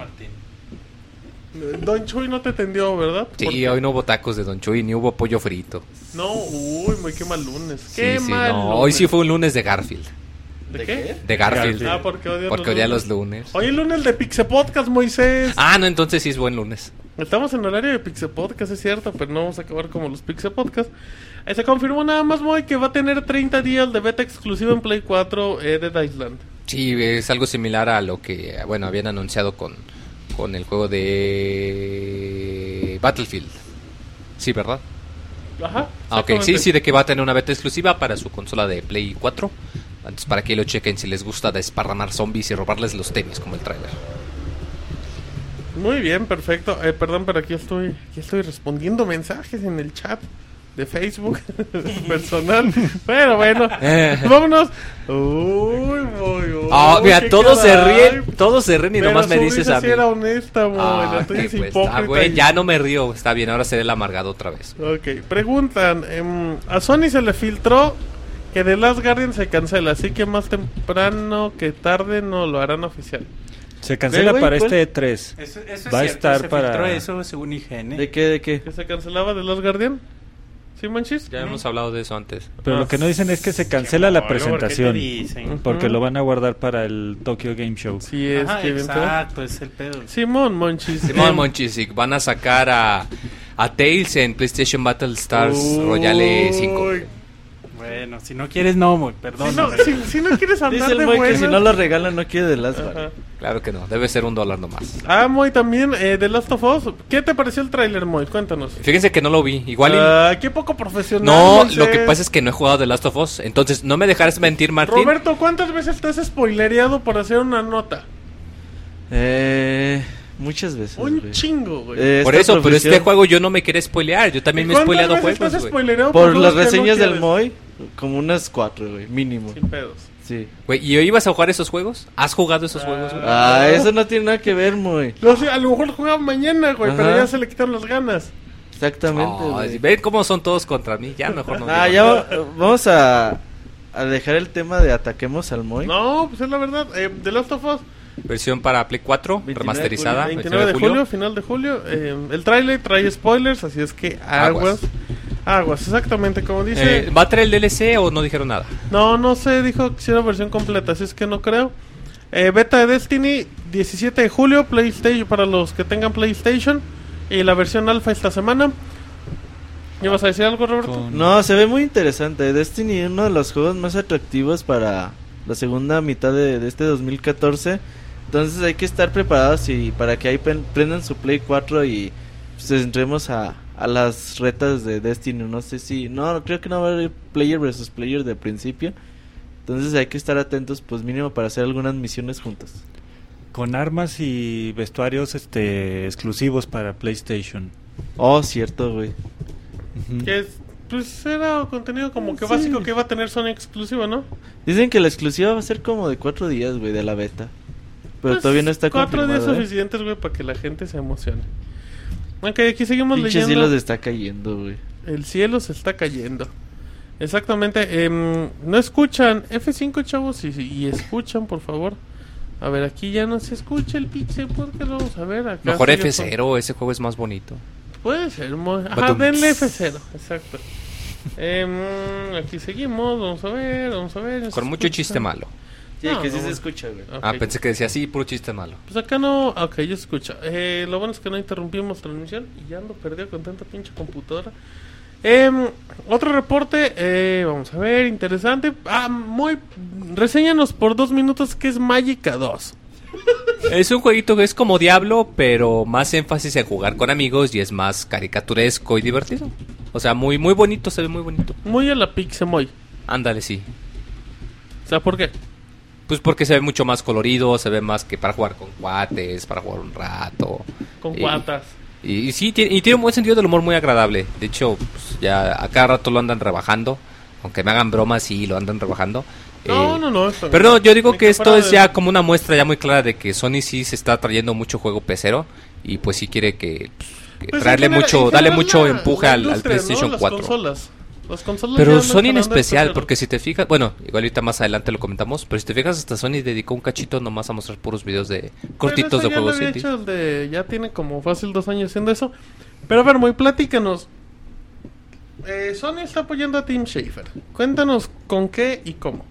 [SPEAKER 1] Don Chuy no te tendió, ¿verdad? ¿Por
[SPEAKER 5] Sí,
[SPEAKER 1] qué?
[SPEAKER 5] hoy no hubo tacos de Don Chuy ni hubo pollo frito.
[SPEAKER 1] No, uy, muy qué mal lunes.
[SPEAKER 5] Sí,
[SPEAKER 1] Qué
[SPEAKER 5] sí,
[SPEAKER 1] mal
[SPEAKER 5] no.
[SPEAKER 1] lunes.
[SPEAKER 5] Hoy sí fue un lunes de Garfield.
[SPEAKER 1] ¿De qué?
[SPEAKER 5] De Garfield.
[SPEAKER 1] Ah, porque odia
[SPEAKER 5] Porque odia los lunes.
[SPEAKER 1] Hoy es lunes de Pixe Podcast, Moisés.
[SPEAKER 5] Ah, no, entonces sí es buen lunes.
[SPEAKER 1] Estamos en horario de Pixe Podcast, es cierto, pero no vamos a acabar como los Pixe Podcast. Eh, se confirmó nada más, Moy, que va a tener 30 días de beta exclusiva en Play 4 eh, Dead Island.
[SPEAKER 5] Sí, es algo similar a lo que, bueno, habían anunciado con, con el juego de Battlefield. Sí, ¿verdad?
[SPEAKER 1] Ajá.
[SPEAKER 5] Ah, ok, sí,
[SPEAKER 1] exactamente.
[SPEAKER 5] sí, de que va a tener una beta exclusiva para su consola de Play 4. Antes para que lo chequen si les gusta desparramar zombies y robarles los tenis como el trailer.
[SPEAKER 1] Muy bien, perfecto. Eh, perdón, pero aquí estoy, aquí estoy respondiendo mensajes en el chat de Facebook [LAUGHS] personal. Pero
[SPEAKER 5] [LAUGHS]
[SPEAKER 1] bueno, vámonos. Uy, voy, uy,
[SPEAKER 5] Ah, mira,
[SPEAKER 1] Oh, qué
[SPEAKER 5] todos se
[SPEAKER 1] caray.
[SPEAKER 5] ríen, todos se ríen y
[SPEAKER 1] Pero
[SPEAKER 5] nomás me
[SPEAKER 1] su
[SPEAKER 5] dices
[SPEAKER 1] risa
[SPEAKER 5] a
[SPEAKER 1] sí
[SPEAKER 5] mí.
[SPEAKER 1] era honesta, mo,
[SPEAKER 5] Ah,
[SPEAKER 1] la tuya
[SPEAKER 5] ¿qué
[SPEAKER 1] es
[SPEAKER 5] cuesta?
[SPEAKER 1] hipócrita
[SPEAKER 5] güey,
[SPEAKER 1] y-
[SPEAKER 5] ya no me río. Está bien, ahora seré el amargado otra vez.
[SPEAKER 1] Ok, preguntan, em, a Sony se le filtró que The Last Guardian se cancela, así que más temprano que tarde no lo harán oficial.
[SPEAKER 3] se cancela
[SPEAKER 6] güey,
[SPEAKER 3] para
[SPEAKER 6] ¿cuál?
[SPEAKER 3] este 3
[SPEAKER 4] Eso, eso
[SPEAKER 3] Va a
[SPEAKER 4] es cierto,
[SPEAKER 3] estar
[SPEAKER 4] se
[SPEAKER 3] para-
[SPEAKER 4] filtró eso según IGN.
[SPEAKER 6] ¿De qué, de qué?
[SPEAKER 1] ¿Que se cancelaba The Last Guardian? ¿Sí, Manchis?
[SPEAKER 5] Ya hemos hablado de eso antes.
[SPEAKER 3] Pero lo que no dicen es que se cancela la presentación
[SPEAKER 1] Ujú.
[SPEAKER 3] porque lo van a guardar para el Tokyo Game Show.
[SPEAKER 1] Sí, es
[SPEAKER 4] Ajá,
[SPEAKER 1] que
[SPEAKER 4] exacto, es el pedo.
[SPEAKER 1] Simón Monchis.
[SPEAKER 5] Simón
[SPEAKER 1] Em,
[SPEAKER 5] Monchisic, van a sacar a, a Tails en PlayStation Battle Stars Royale 5.
[SPEAKER 1] Uy,
[SPEAKER 4] Bueno, si no quieres, no, muy, perdón.
[SPEAKER 1] Si no,
[SPEAKER 4] hombre. Ah,
[SPEAKER 1] si, si no quieres andar
[SPEAKER 6] Dice el
[SPEAKER 1] de
[SPEAKER 6] güey que
[SPEAKER 1] buenas...
[SPEAKER 6] si no lo regalan no quiere de las
[SPEAKER 1] Ajá.
[SPEAKER 5] Claro que no, debe ser un dólar nomás.
[SPEAKER 1] Ah, Moy, también, eh, The Last of Us. ¿Qué te pareció el tráiler, Moy? Cuéntanos.
[SPEAKER 5] Fíjense que no lo vi. Igual y-
[SPEAKER 1] Ah, qué poco profesional.
[SPEAKER 5] No,
[SPEAKER 1] Moisés.
[SPEAKER 5] lo que pasa es que no he jugado The Last of Us. Entonces, no me dejarás mentir, Martín.
[SPEAKER 1] Roberto, ¿cuántas veces te has spoilereado por hacer una nota?
[SPEAKER 6] Eh, muchas veces,
[SPEAKER 1] Un
[SPEAKER 6] güey.
[SPEAKER 1] chingo, güey.
[SPEAKER 6] Eh,
[SPEAKER 5] Por eso,
[SPEAKER 6] esta
[SPEAKER 5] pero
[SPEAKER 6] profesión-
[SPEAKER 5] este juego yo no me quería spoilear. Yo también me he
[SPEAKER 1] ¿Cuántas
[SPEAKER 5] spoileado
[SPEAKER 1] veces te
[SPEAKER 5] juegos,
[SPEAKER 1] has
[SPEAKER 5] güey.
[SPEAKER 1] spoileado
[SPEAKER 6] Por
[SPEAKER 1] juegos
[SPEAKER 6] las
[SPEAKER 1] que no
[SPEAKER 6] reseñas del
[SPEAKER 1] quieres?
[SPEAKER 6] Moy, como unas cuatro, güey, mínimo.
[SPEAKER 1] Sin pedos.
[SPEAKER 6] Sí.
[SPEAKER 5] Güey, ¿Y ibas a jugar esos juegos? ¿Has jugado esos juegos, güey?
[SPEAKER 6] Ah, eso no tiene nada que ver, Moy.
[SPEAKER 1] No sé, a lo mejor jugaba mañana, güey, pero
[SPEAKER 6] Ajá.
[SPEAKER 1] ya se le quitaron las ganas.
[SPEAKER 6] Exactamente,
[SPEAKER 5] No,
[SPEAKER 6] güey.
[SPEAKER 5] ¿Ven cómo son todos contra mí? Ya mejor no.
[SPEAKER 6] Ah,
[SPEAKER 5] digo
[SPEAKER 6] ya
[SPEAKER 5] nada.
[SPEAKER 6] va- vamos a, a dejar el tema de ataquemos al Moy.
[SPEAKER 1] No, pues es la verdad. Eh, The Last of Us,
[SPEAKER 5] Versión para Play 4,
[SPEAKER 6] 29 de
[SPEAKER 5] remasterizada.
[SPEAKER 1] 29 de julio, final de julio. eh, el tráiler trae spoilers, así es que aguas.
[SPEAKER 5] Aguas.
[SPEAKER 1] Aguas, exactamente como dice.
[SPEAKER 5] Eh, ¿Va a traer el DLC o no dijeron nada?
[SPEAKER 1] No, no sé, dijo que hiciera versión completa, así es que no creo. Eh, beta de Destiny, 17 de julio, PlayStation para los que tengan PlayStation. Y la versión alfa esta semana. ¿Y vas a decir algo, Roberto?
[SPEAKER 3] Con-
[SPEAKER 6] No, se ve muy interesante. Destiny es uno de los juegos más atractivos para la segunda mitad de, de este 2014. Entonces hay que estar preparados y para que ahí pen- prendan su Play 4 y pues, entremos a, a las retas de Destiny. No sé si... No, creo que no va a haber player versus player de principio. Entonces hay que estar atentos pues mínimo para hacer algunas misiones juntas.
[SPEAKER 3] Con armas y vestuarios este exclusivos para PlayStation.
[SPEAKER 6] Oh, cierto, güey.
[SPEAKER 3] Ujú.
[SPEAKER 1] Que es- pues era contenido como que básico que iba a tener Sony exclusivo, ¿no?
[SPEAKER 6] Dicen que la exclusiva va a ser como de cuatro días, güey, de la beta. Pero
[SPEAKER 1] Pues,
[SPEAKER 6] todavía no está
[SPEAKER 1] Cuatro días
[SPEAKER 6] confirmado, ¿eh?
[SPEAKER 1] suficientes, güey, para que la gente se emocione. Ok, aquí seguimos
[SPEAKER 6] Pinche
[SPEAKER 1] leyendo.
[SPEAKER 6] cielo se está cayendo, güey.
[SPEAKER 1] El cielo se está cayendo. Exactamente. em, no escuchan. F5, chavos, y, y escuchan, por favor. A ver, aquí ya no se escucha el pixel porque lo vamos a ver acá.
[SPEAKER 5] Mejor
[SPEAKER 1] sigue
[SPEAKER 5] F0, ese juego es más bonito.
[SPEAKER 1] con- Puede ser. mo- Ajá,
[SPEAKER 5] Batum.
[SPEAKER 1] denle F0. Exacto. Em, aquí seguimos, vamos a ver, vamos a ver.
[SPEAKER 5] Con mucho chiste
[SPEAKER 1] más
[SPEAKER 5] malo.
[SPEAKER 6] Sí,
[SPEAKER 1] No,
[SPEAKER 6] que sí
[SPEAKER 1] no.
[SPEAKER 6] se escucha, güey.
[SPEAKER 5] Ah, pensé que decía sí, puro chiste malo.
[SPEAKER 1] Pues acá no, ok, ya se escucha. Eh, lo bueno es que no interrumpimos transmisión y ya ando perdido con tanta pinche computadora. Em, otro reporte, eh, vamos a ver, interesante. Ah, muy. Reséñanos por dos minutos que es Magica 2.
[SPEAKER 5] Es un jueguito que es como Diablo, pero más énfasis en jugar con amigos y es más caricaturesco y divertido. O sea, muy, muy bonito, se ve muy bonito.
[SPEAKER 1] Muy a la Pixemoy.
[SPEAKER 5] Ándale, sí.
[SPEAKER 1] O sea, ¿por qué?
[SPEAKER 5] Pues porque se ve mucho más colorido, se ve más que para jugar con cuates, para jugar un rato.
[SPEAKER 1] Con
[SPEAKER 5] Y-
[SPEAKER 1] cuatas.
[SPEAKER 5] Y, y sí, tiene, y tiene un buen sentido del humor muy agradable. De hecho, pues, ya a cada rato lo andan rebajando. Aunque me hagan bromas, sí, lo andan rebajando.
[SPEAKER 1] No,
[SPEAKER 5] Eh,
[SPEAKER 1] no, no. Esto,
[SPEAKER 5] Pero no, yo digo
[SPEAKER 1] ni
[SPEAKER 5] que esto
[SPEAKER 1] fuera
[SPEAKER 5] es
[SPEAKER 1] de-
[SPEAKER 5] ya como una muestra ya muy clara de que Sony sí se está trayendo mucho juego pecero y pues sí quiere que, pues, que
[SPEAKER 1] Pues en
[SPEAKER 5] traerle
[SPEAKER 1] general-
[SPEAKER 5] mucho,
[SPEAKER 1] en
[SPEAKER 5] darle
[SPEAKER 1] general
[SPEAKER 5] mucho
[SPEAKER 1] la-
[SPEAKER 5] empuje
[SPEAKER 1] la
[SPEAKER 5] al, al
[SPEAKER 1] industria, ¿no?
[SPEAKER 5] PlayStation
[SPEAKER 1] Las
[SPEAKER 5] 4.
[SPEAKER 1] consolas. Las consolas ya
[SPEAKER 5] Pero
[SPEAKER 1] andan
[SPEAKER 5] Sony en
[SPEAKER 1] jalando
[SPEAKER 5] especial,
[SPEAKER 1] este
[SPEAKER 5] porque si te fijas, bueno, igual ahorita más adelante lo comentamos, pero si te fijas hasta Sony dedicó un cachito nomás a mostrar puros videos de cortitos
[SPEAKER 1] Pero eso
[SPEAKER 5] de
[SPEAKER 1] ya lo
[SPEAKER 5] juegos
[SPEAKER 1] había
[SPEAKER 5] indie.
[SPEAKER 1] hecho el de- ya tiene como fácil dos años haciendo eso. Pero a ver, muy platícanos. Eh, Sony está apoyando a Tim Schafer. Cuéntanos con qué y cómo.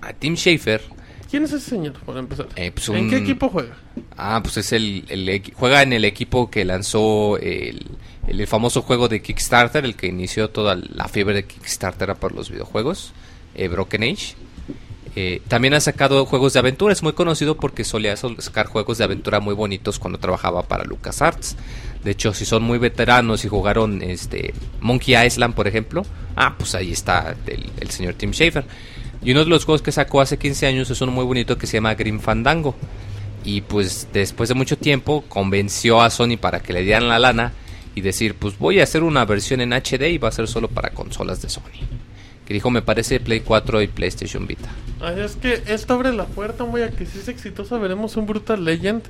[SPEAKER 5] A Tim Schafer,
[SPEAKER 1] ¿Quién es ese señor, por empezar?
[SPEAKER 5] eh, pues
[SPEAKER 1] ¿En
[SPEAKER 5] un-
[SPEAKER 1] qué equipo juega?
[SPEAKER 5] Ah, pues es el, el equi- juega en el equipo que lanzó el, el- el famoso juego de Kickstarter, el que inició toda la fiebre de Kickstarter por los videojuegos, eh, Broken Age. Eh, también ha sacado juegos de aventura, es muy conocido porque solía sol- sacar juegos de aventura muy bonitos cuando trabajaba para LucasArts. De hecho, si son muy veteranos y jugaron este Monkey Island, por ejemplo, ah, pues ahí está el, el señor Tim Schafer. Y uno de los juegos que sacó hace 15 años es uno muy bonito que se llama Green Fandango y pues después de mucho tiempo convenció a Sony para que le dieran la lana y decir, pues voy a hacer una versión en HD y va a ser solo para consolas de Sony. Que dijo, me parece Play 4 y PlayStation
[SPEAKER 1] [LAUGHS]
[SPEAKER 5] Vita.
[SPEAKER 1] Ay, es que esto abre la puerta, muy a que si es exitosa veremos un Brutal Legend.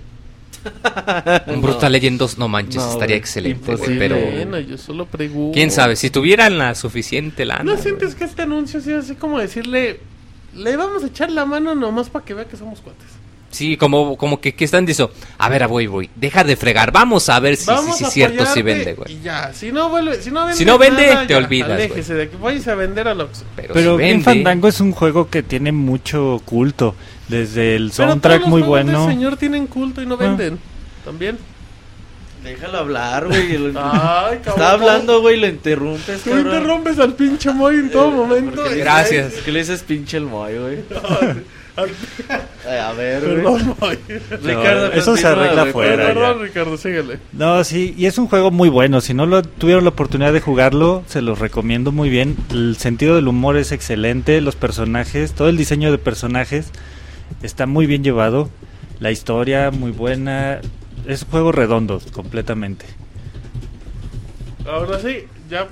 [SPEAKER 5] Un Brutal Legend 2, no manches,
[SPEAKER 6] No,
[SPEAKER 5] estaría
[SPEAKER 6] güey,
[SPEAKER 5] excelente, güey,
[SPEAKER 6] imposible.
[SPEAKER 5] Pues pero
[SPEAKER 1] Bueno, yo solo pregunto.
[SPEAKER 5] quién sabe, si tuvieran la suficiente lana.
[SPEAKER 1] ¿No
[SPEAKER 5] güey.
[SPEAKER 1] sientes que este anuncio ha sido así como decirle... Le vamos a echar la mano nomás para que vea que somos cuates.
[SPEAKER 5] Sí, como, como que, que están diciendo, a ver, a voy, voy, deja de fregar, vamos a ver si sí,
[SPEAKER 1] Vamos
[SPEAKER 5] sí,
[SPEAKER 1] a
[SPEAKER 5] cierto, si
[SPEAKER 1] apoyarte
[SPEAKER 5] vende, güey.
[SPEAKER 1] Y ya, si no vuelve, si no vende,
[SPEAKER 5] Si no vende,
[SPEAKER 1] nada,
[SPEAKER 5] te
[SPEAKER 1] ya,
[SPEAKER 5] olvidas, güey.
[SPEAKER 1] Aléjese de aquí, vayas a vender al Oxxo.
[SPEAKER 5] Pero,
[SPEAKER 3] Pero
[SPEAKER 5] si
[SPEAKER 3] Green
[SPEAKER 5] vende,
[SPEAKER 3] Fandango es un juego que tiene mucho culto. Desde el
[SPEAKER 1] Pero todos
[SPEAKER 3] soundtrack
[SPEAKER 1] los
[SPEAKER 3] muy
[SPEAKER 1] juegos de
[SPEAKER 3] bueno.
[SPEAKER 1] ese señor tienen culto y no venden. También.
[SPEAKER 6] Déjalo hablar, güey. el-
[SPEAKER 1] Ay, cabrón.
[SPEAKER 6] Está hablando, güey, lo interrumpes,
[SPEAKER 1] Tú
[SPEAKER 6] cabrón.
[SPEAKER 1] interrumpes al pinche Moy en todo momento.
[SPEAKER 5] le- Gracias.
[SPEAKER 6] ¿Qué le dices pinche el moy, güey? Ay, a ver, güey.
[SPEAKER 1] Perdón, Moy.
[SPEAKER 6] Ricardo,
[SPEAKER 3] No, eso se
[SPEAKER 6] continúa,
[SPEAKER 3] arregla
[SPEAKER 6] güey,
[SPEAKER 3] fuera,
[SPEAKER 6] perdón.
[SPEAKER 1] Perdón, Ricardo, síguele.
[SPEAKER 3] No, sí, y es un juego muy bueno. Si no lo tuvieron la oportunidad de jugarlo, se los recomiendo muy bien. El sentido del humor es excelente, los personajes, todo el diseño de personajes está muy bien llevado. La historia muy buena. Es un juego redondo, completamente.
[SPEAKER 1] Ahora sí, ya.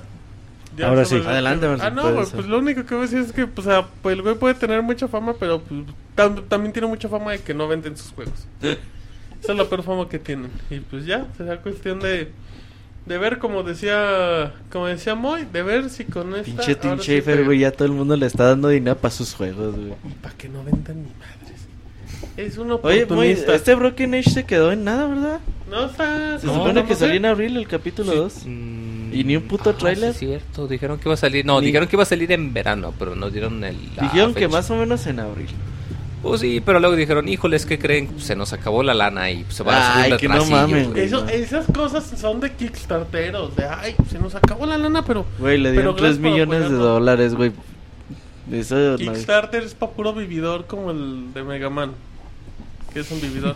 [SPEAKER 1] ya
[SPEAKER 3] Ahora
[SPEAKER 1] sobre
[SPEAKER 3] sí.
[SPEAKER 1] el-
[SPEAKER 6] Adelante,
[SPEAKER 1] Ah,
[SPEAKER 6] Marcelo,
[SPEAKER 1] no,
[SPEAKER 6] puedes
[SPEAKER 1] güey,
[SPEAKER 6] hacer.
[SPEAKER 1] pues lo único que voy a decir es que, pues, ah, pues, el güey puede tener mucha fama, pero pues, tam- también tiene mucha fama de que no venden sus
[SPEAKER 6] [LAUGHS]
[SPEAKER 1] juegos. Esa es la peor fama que tienen. Y pues ya, será cuestión de, de ver, como decía como decía Moy, de ver si con esta...
[SPEAKER 6] Pinche Tim
[SPEAKER 1] ahora sí
[SPEAKER 6] Schafer,
[SPEAKER 1] pega.
[SPEAKER 6] güey, ya todo el mundo le está dando dinero para sus juegos, güey.
[SPEAKER 1] Para que no vendan ni madres. Es un
[SPEAKER 6] Oye, Moy,
[SPEAKER 1] oportunista.
[SPEAKER 6] este Broken Age se quedó en nada, ¿verdad?
[SPEAKER 1] No está...
[SPEAKER 6] Se
[SPEAKER 5] No,
[SPEAKER 6] supone
[SPEAKER 5] no
[SPEAKER 6] que
[SPEAKER 1] sé.
[SPEAKER 6] salió en abril el capítulo 2.
[SPEAKER 5] Mm,
[SPEAKER 6] ¿Y ni un puto
[SPEAKER 5] ah,
[SPEAKER 6] tráiler?
[SPEAKER 5] sí es cierto, dijeron que iba a salir. No,
[SPEAKER 6] Ni-
[SPEAKER 5] dijeron que iba a salir en verano, pero no dieron el. la
[SPEAKER 6] Dijeron que
[SPEAKER 5] fecha.
[SPEAKER 6] más o menos en abril.
[SPEAKER 5] Pues sí, pero luego dijeron, híjoles, ¿qué creen? Se nos acabó la lana y se va a hacer
[SPEAKER 6] Ay,
[SPEAKER 5] un
[SPEAKER 6] que no
[SPEAKER 5] retrasillo,
[SPEAKER 6] mamen,
[SPEAKER 5] güey.
[SPEAKER 1] Eso- esas cosas son de kickstarteros, de ay, se nos acabó la lana, pero
[SPEAKER 6] Güey, le
[SPEAKER 1] Pero
[SPEAKER 6] dieron 3
[SPEAKER 1] gracias por
[SPEAKER 6] millones de
[SPEAKER 1] apoyarnos.
[SPEAKER 6] dólares, güey. Eso no-
[SPEAKER 1] Kickstarter es para puro vividor como el de Mega Man. Que es un vividor.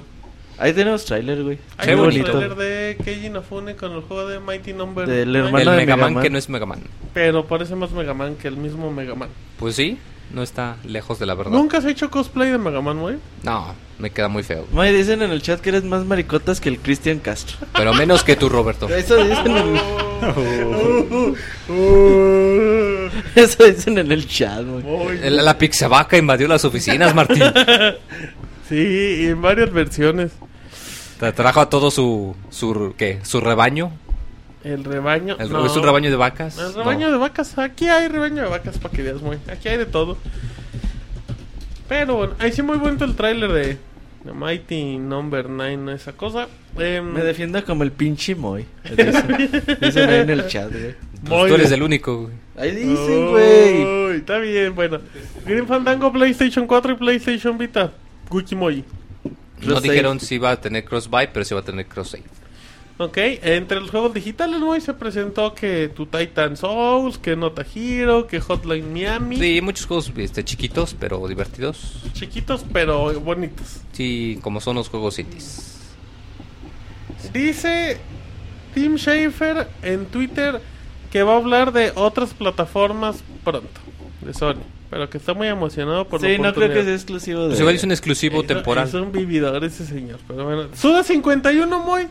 [SPEAKER 6] Ahí tenemos trailer, güey.
[SPEAKER 1] Hay
[SPEAKER 5] Qué
[SPEAKER 1] un
[SPEAKER 5] bonito.
[SPEAKER 1] trailer de Keiji Inafune con el juego de Mighty Number.
[SPEAKER 6] Del
[SPEAKER 1] Nine,
[SPEAKER 6] hermano
[SPEAKER 5] El
[SPEAKER 6] de
[SPEAKER 5] Mega
[SPEAKER 6] Mega
[SPEAKER 5] Man,
[SPEAKER 6] Man.
[SPEAKER 5] que no es Mega Man.
[SPEAKER 1] Pero parece más Mega Man que el mismo Mega Man.
[SPEAKER 5] Pues sí, no está lejos de la verdad.
[SPEAKER 1] ¿Nunca has hecho cosplay de Mega Man,
[SPEAKER 5] [LAUGHS]
[SPEAKER 1] güey? [LAUGHS]
[SPEAKER 5] No, me queda muy feo.
[SPEAKER 6] May, dicen en el chat que eres más maricotas que el Cristian Castro.
[SPEAKER 5] Pero menos que tú, Roberto.
[SPEAKER 6] Eso dicen en, [LAUGHS] eso dicen en el chat, güey.
[SPEAKER 5] La, la pixabaca invadió las oficinas,
[SPEAKER 6] [LAUGHS]
[SPEAKER 5] Martín.
[SPEAKER 1] Sí, y en varias versiones.
[SPEAKER 5] Te trajo a todo su, su, ¿qué? ¿Su rebaño?
[SPEAKER 1] El rebaño.
[SPEAKER 5] El-
[SPEAKER 1] no.
[SPEAKER 5] ¿Es un rebaño de vacas?
[SPEAKER 1] El rebaño
[SPEAKER 5] No.
[SPEAKER 1] de vacas, aquí hay rebaño de vacas para que veas muy. Aquí hay de todo. Pero bueno, ahí sí muy bonito el tráiler de, de Mighty Number 9, esa cosa. Em,
[SPEAKER 6] Me defiendo como el pinche Moy. Dicen, dicen ahí en el chat, güey.
[SPEAKER 5] Pues tú eres el único, güey.
[SPEAKER 6] Ahí
[SPEAKER 1] Oh.
[SPEAKER 6] dicen, güey.
[SPEAKER 1] Uy, está bien, bueno. Green Fandango, PlayStation 4 y PlayStation Vita. Moy.
[SPEAKER 5] No
[SPEAKER 6] Cross-save.
[SPEAKER 5] dijeron si va a tener cross-buy, pero si va a tener cross-save.
[SPEAKER 1] Ok, entre los juegos digitales, Moy se presentó que tu Titan Souls, que Nota Hero, que Hotline Miami.
[SPEAKER 5] Sí, muchos juegos este, chiquitos, pero divertidos.
[SPEAKER 1] Chiquitos pero bonitos.
[SPEAKER 5] Sí, como son los juegos indies.
[SPEAKER 1] Dice Tim Schafer en Twitter que va a hablar de otras plataformas pronto, de Sony, pero que está muy emocionado por la
[SPEAKER 6] Sí, no creo que
[SPEAKER 1] oportunidad.
[SPEAKER 6] sea exclusivo de.
[SPEAKER 5] Pues igual es un exclusivo
[SPEAKER 1] Eso-
[SPEAKER 5] temporal.
[SPEAKER 1] Eh, Es un vividor ese señor, pero bueno. Suda 51 muy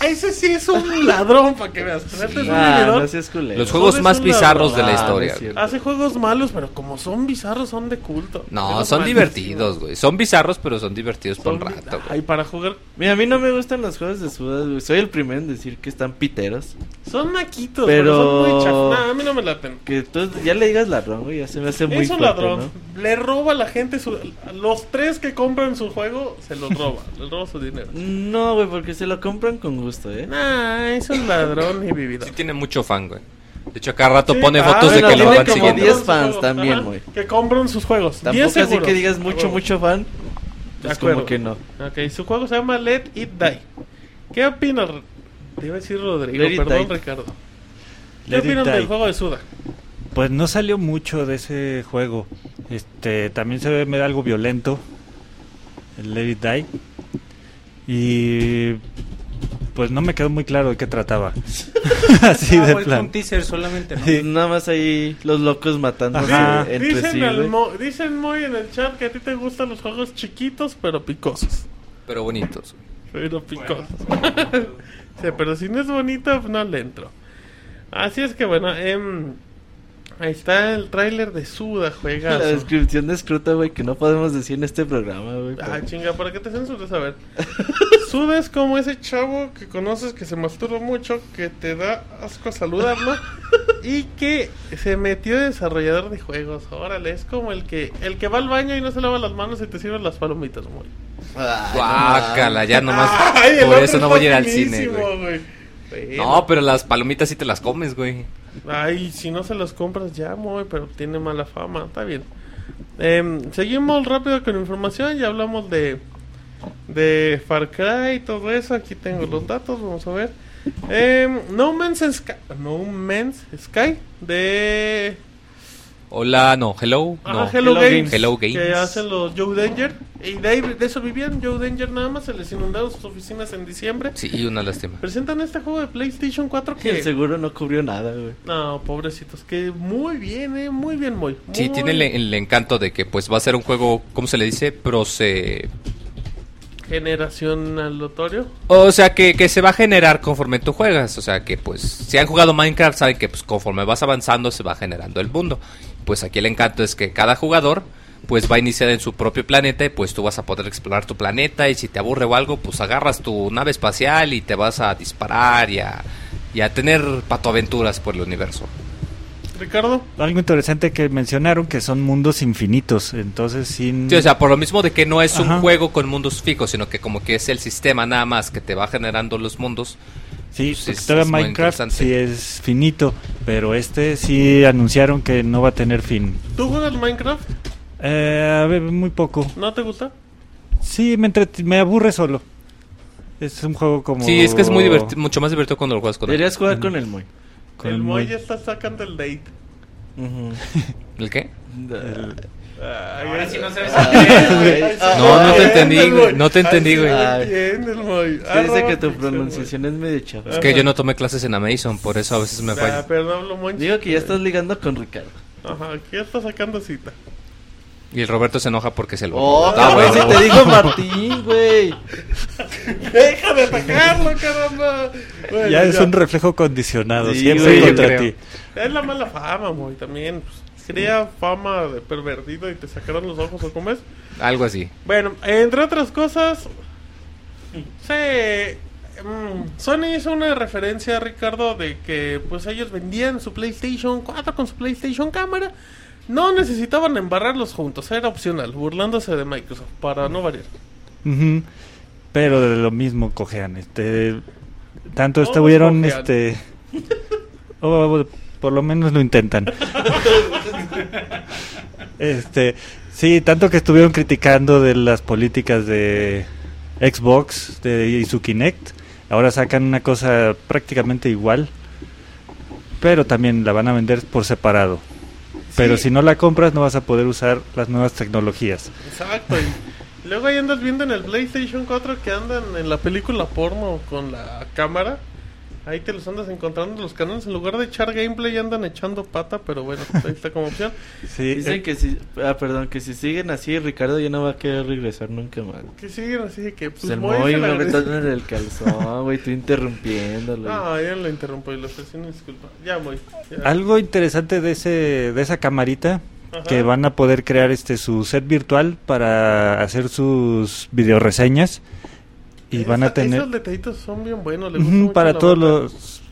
[SPEAKER 1] ese sí es un ladrón para que veas. Este es un
[SPEAKER 6] Nah,
[SPEAKER 1] vividor.
[SPEAKER 6] Ah, no seas culero.
[SPEAKER 5] Los juegos
[SPEAKER 1] Joder,
[SPEAKER 5] más
[SPEAKER 1] es una
[SPEAKER 5] bizarros de la
[SPEAKER 6] broma,
[SPEAKER 5] historia.
[SPEAKER 6] es
[SPEAKER 5] güey.
[SPEAKER 6] cierto.
[SPEAKER 1] Hace juegos malos, pero como son bizarros son de culto.
[SPEAKER 5] No,
[SPEAKER 1] Pero
[SPEAKER 5] son
[SPEAKER 1] malísimos.
[SPEAKER 5] divertidos, güey. Son bizarros, pero son divertidos por
[SPEAKER 1] Son
[SPEAKER 5] un rato,
[SPEAKER 1] bi-
[SPEAKER 5] güey.
[SPEAKER 1] Ay, para jugar
[SPEAKER 6] Mira, a mí no me gustan los juegos de sudas, güey. Soy el primero en decir que están piteros.
[SPEAKER 1] son maquitos, pero,
[SPEAKER 6] Pero-
[SPEAKER 1] son muy chafos. Nah, a mí no me laten.
[SPEAKER 6] Que tú ya le digas ladrón, güey, ya se me hace muy
[SPEAKER 1] es un
[SPEAKER 6] fuerte,
[SPEAKER 1] ladrón.
[SPEAKER 6] ¿no?
[SPEAKER 1] Le roba a la gente su... Los tres que compran su juego, se los
[SPEAKER 6] [LAUGHS]
[SPEAKER 1] roba. les roba su dinero.
[SPEAKER 6] No, güey, porque se lo compran con gusto, ¿eh?
[SPEAKER 1] Nah, es un ladrón y vividor.
[SPEAKER 5] Sí tiene mucho fan, güey. De hecho, cada rato pone
[SPEAKER 1] Sí,
[SPEAKER 5] fotos
[SPEAKER 1] ah,
[SPEAKER 5] de
[SPEAKER 6] bueno,
[SPEAKER 5] que lo
[SPEAKER 6] tiene
[SPEAKER 5] van
[SPEAKER 6] como
[SPEAKER 5] siguiendo.
[SPEAKER 6] 10 fans también, güey.
[SPEAKER 1] Que compran sus juegos. 10
[SPEAKER 6] Tampoco así
[SPEAKER 1] seguros.
[SPEAKER 6] que digas
[SPEAKER 1] Ah,
[SPEAKER 6] mucho,
[SPEAKER 1] bueno.
[SPEAKER 6] mucho fan.
[SPEAKER 1] De
[SPEAKER 6] Es como
[SPEAKER 1] acuerdo.
[SPEAKER 6] que no.
[SPEAKER 1] Ok, su juego se llama Let It Die. ¿Qué opinas? Ro- Te iba a decir Rodrigo,
[SPEAKER 6] Let It
[SPEAKER 1] perdón,
[SPEAKER 6] Die.
[SPEAKER 1] Ricardo. ¿Qué
[SPEAKER 3] Let it
[SPEAKER 1] opinas del
[SPEAKER 3] die.
[SPEAKER 1] juego de Suda?
[SPEAKER 3] Pues no salió mucho de ese juego. Este, también se ve me da algo violento. El Let It Die. Y pues no me quedó muy claro de qué trataba. [LAUGHS] Así
[SPEAKER 4] Ah, güey,
[SPEAKER 3] de
[SPEAKER 4] fue
[SPEAKER 3] plan.
[SPEAKER 4] un teaser solamente, ¿no?
[SPEAKER 3] Sí.
[SPEAKER 6] Pues Nada más ahí los locos matándose
[SPEAKER 3] Ajá.
[SPEAKER 6] entre
[SPEAKER 1] Dicen,
[SPEAKER 6] sí,
[SPEAKER 1] al
[SPEAKER 6] güey.
[SPEAKER 1] Mo- dicen muy en el chat que a ti te gustan los juegos chiquitos pero picosos.
[SPEAKER 5] Pero bonitos. güey.
[SPEAKER 1] Pero picosos. [LAUGHS] Sí, pero si no es bonito, pues no le entro. Así es que bueno, em, ahí está el tráiler de Suda,
[SPEAKER 6] La
[SPEAKER 1] juegas.
[SPEAKER 6] descripción de escruta, güey, que no podemos decir en este programa, güey. pero-
[SPEAKER 1] Ah, chinga, ¿para qué te censuras? A
[SPEAKER 5] [LAUGHS]
[SPEAKER 1] ver. Suda es como ese chavo que conoces que se masturba mucho, que te da asco
[SPEAKER 5] [LAUGHS]
[SPEAKER 1] saludarlo y que se metió de desarrollador de juegos. Órale, es como el que el que va al baño y no se lava las manos y te sirve las palomitas, güey.
[SPEAKER 6] Ay,
[SPEAKER 5] Guácala, ya nomás.
[SPEAKER 1] Ay, el
[SPEAKER 5] por
[SPEAKER 1] otro
[SPEAKER 5] eso
[SPEAKER 1] está
[SPEAKER 5] no voy a ir al cine,
[SPEAKER 1] finísimo,
[SPEAKER 5] güey.
[SPEAKER 1] güey.
[SPEAKER 5] No, pero las palomitas sí te las comes, güey.
[SPEAKER 1] Ay, si no se los compras ya, muy, pero tiene mala fama. Está bien. Em, seguimos rápido con información. Ya hablamos de, de Far Cry y todo eso. Aquí tengo los datos. Vamos a ver. Em, no Man's Sky. No Man's Sky. De.
[SPEAKER 5] Hola, no, hello.
[SPEAKER 1] Ajá,
[SPEAKER 5] no.
[SPEAKER 1] Ah, Hello,
[SPEAKER 6] Hello
[SPEAKER 1] Games,
[SPEAKER 6] Games.
[SPEAKER 5] Hello
[SPEAKER 1] Que
[SPEAKER 5] Games.
[SPEAKER 1] hacen los Joe Danger. Y de, ahí- de eso vivían. Joe Danger nada más. Se les inundaron sus oficinas en diciembre.
[SPEAKER 5] Sí, una lástima.
[SPEAKER 1] Presentan este juego de PlayStation 4
[SPEAKER 6] Y el
[SPEAKER 1] que.
[SPEAKER 6] seguro no cubrió nada, güey.
[SPEAKER 1] No, pobrecitos. Que muy bien, eh. Muy bien, muy.
[SPEAKER 5] Sí,
[SPEAKER 1] muy
[SPEAKER 5] tiene el, el encanto de que pues va a ser un juego, ¿cómo se le dice? Proce...
[SPEAKER 1] Generación al notorio.
[SPEAKER 5] O sea, que, que se va a generar conforme tú juegas. O sea, que pues si han jugado Minecraft saben que pues conforme vas avanzando se va generando el mundo. Pues aquí el encanto es que cada jugador pues va a iniciar en su propio planeta y pues tú vas a poder explorar tu planeta y si te aburre o algo pues agarras tu nave espacial y te vas a disparar y a, y a tener patoaventuras por el universo.
[SPEAKER 1] Ricardo.
[SPEAKER 3] Algo interesante que mencionaron que son mundos infinitos, entonces sin
[SPEAKER 5] Sí, o sea, por lo mismo de que no es
[SPEAKER 3] Ajá.
[SPEAKER 5] un juego con mundos fijos, sino que como que es el sistema nada más que te va generando los mundos.
[SPEAKER 3] Sí,
[SPEAKER 5] pues,
[SPEAKER 3] porque
[SPEAKER 5] es-
[SPEAKER 3] todavía
[SPEAKER 5] es muy
[SPEAKER 3] Minecraft sí
[SPEAKER 5] interesante.
[SPEAKER 3] es finito, pero este sí anunciaron que no va a tener fin.
[SPEAKER 1] ¿Tú juegas Minecraft?
[SPEAKER 3] Eh, a ver, muy poco.
[SPEAKER 1] ¿No te gusta?
[SPEAKER 3] Sí, me, entreti- me aburre solo. Es un juego como
[SPEAKER 5] Sí, es que es muy diverti- mucho más divertido cuando lo juegas con él.
[SPEAKER 6] Deberías jugar con el Moy.
[SPEAKER 3] con
[SPEAKER 1] el
[SPEAKER 3] el
[SPEAKER 1] Moy
[SPEAKER 3] muy-
[SPEAKER 1] ya está sacando el date.
[SPEAKER 6] [LAUGHS] Ujú.
[SPEAKER 5] ¿El qué?
[SPEAKER 1] Ay, ay, ay,
[SPEAKER 6] Ay,
[SPEAKER 1] ay,
[SPEAKER 5] No,
[SPEAKER 1] ay,
[SPEAKER 5] no te
[SPEAKER 1] ay,
[SPEAKER 5] entendí,
[SPEAKER 1] ay,
[SPEAKER 5] güey,
[SPEAKER 1] ay,
[SPEAKER 5] no te
[SPEAKER 1] ay,
[SPEAKER 5] entendí,
[SPEAKER 1] ay,
[SPEAKER 5] güey.
[SPEAKER 1] ay, entiendo el Moy. Ah,
[SPEAKER 6] Se dice
[SPEAKER 1] Arroba
[SPEAKER 6] que tu
[SPEAKER 1] Pixel,
[SPEAKER 6] pronunciación es medio chava.
[SPEAKER 5] Es que yo no tomé clases en Amazon, por eso a veces me
[SPEAKER 1] güey. Ah,
[SPEAKER 5] falla.
[SPEAKER 1] pero no hablo mucho.
[SPEAKER 6] Digo que ya estás ligando con Ricardo.
[SPEAKER 1] Ajá, aquí ya está sacando cita. [LAUGHS]
[SPEAKER 5] Y el Roberto se enoja porque se lo...
[SPEAKER 6] Oh,
[SPEAKER 5] Ah,
[SPEAKER 6] cabrón,
[SPEAKER 5] bueno.
[SPEAKER 6] si te digo Martín, güey.
[SPEAKER 1] ¡Deja de atacarlo, caramba! Bueno,
[SPEAKER 3] Ya es un reflejo condicionado,
[SPEAKER 6] Sí,
[SPEAKER 3] siempre
[SPEAKER 6] güey, yo
[SPEAKER 3] contra
[SPEAKER 5] creo.
[SPEAKER 3] ti.
[SPEAKER 1] Es la mala fama, Moy, también. Pues, crea fama de pervertido y te sacaron los ojos, ¿o cómo es?
[SPEAKER 5] Algo así.
[SPEAKER 1] Bueno, entre otras cosas, se, mm, Sony hizo una referencia, Ricardo, de que pues ellos vendían su PlayStation 4 con su PlayStation cámara. No necesitaban embarrarlos juntos, era opcional, burlándose de Microsoft, para no variar.
[SPEAKER 3] Ujú. Pero de lo mismo cojean, este tanto
[SPEAKER 1] Todos
[SPEAKER 3] estuvieron
[SPEAKER 1] cojean.
[SPEAKER 3] este o por lo menos lo intentan. este, sí, tanto que estuvieron criticando de las políticas de Xbox de, y su Kinect, ahora sacan una cosa prácticamente igual, pero también la van a vender por separado. Pero
[SPEAKER 1] Sí.
[SPEAKER 3] si no la compras no vas a poder usar las nuevas tecnologías.
[SPEAKER 1] Exacto. y luego ahí andas viendo en el PlayStation 4 que andan en la película porno con la cámara. Ahí te los andas encontrando en los canales. En lugar de echar gameplay, andan echando pata. Pero bueno, pues, ahí está como opción.
[SPEAKER 3] Sí,
[SPEAKER 6] Dicen
[SPEAKER 3] eh,
[SPEAKER 6] que si, ah, perdón, que si siguen así, Ricardo ya no va a querer regresar nunca más.
[SPEAKER 1] Que siguen así de que. Pues,
[SPEAKER 6] Pues el
[SPEAKER 1] Moy se
[SPEAKER 6] Moy
[SPEAKER 1] la
[SPEAKER 6] me
[SPEAKER 1] agradece.
[SPEAKER 6] meto en el calzón, güey, tú interrumpiéndolo.
[SPEAKER 1] No, yo Ah, lo interrumpo y lo estoy haciendo disculpa. Ya voy. ya.
[SPEAKER 3] algo interesante de ese de esa camarita
[SPEAKER 1] Ajá.
[SPEAKER 3] que van a poder crear este su set virtual para hacer sus videoreseñas y van a
[SPEAKER 1] Esa-
[SPEAKER 3] tener
[SPEAKER 1] Esos detallitos son bien buenos. le
[SPEAKER 3] Ujú,
[SPEAKER 1] gusta mucho
[SPEAKER 3] para
[SPEAKER 1] la
[SPEAKER 3] todos
[SPEAKER 1] banda.
[SPEAKER 3] los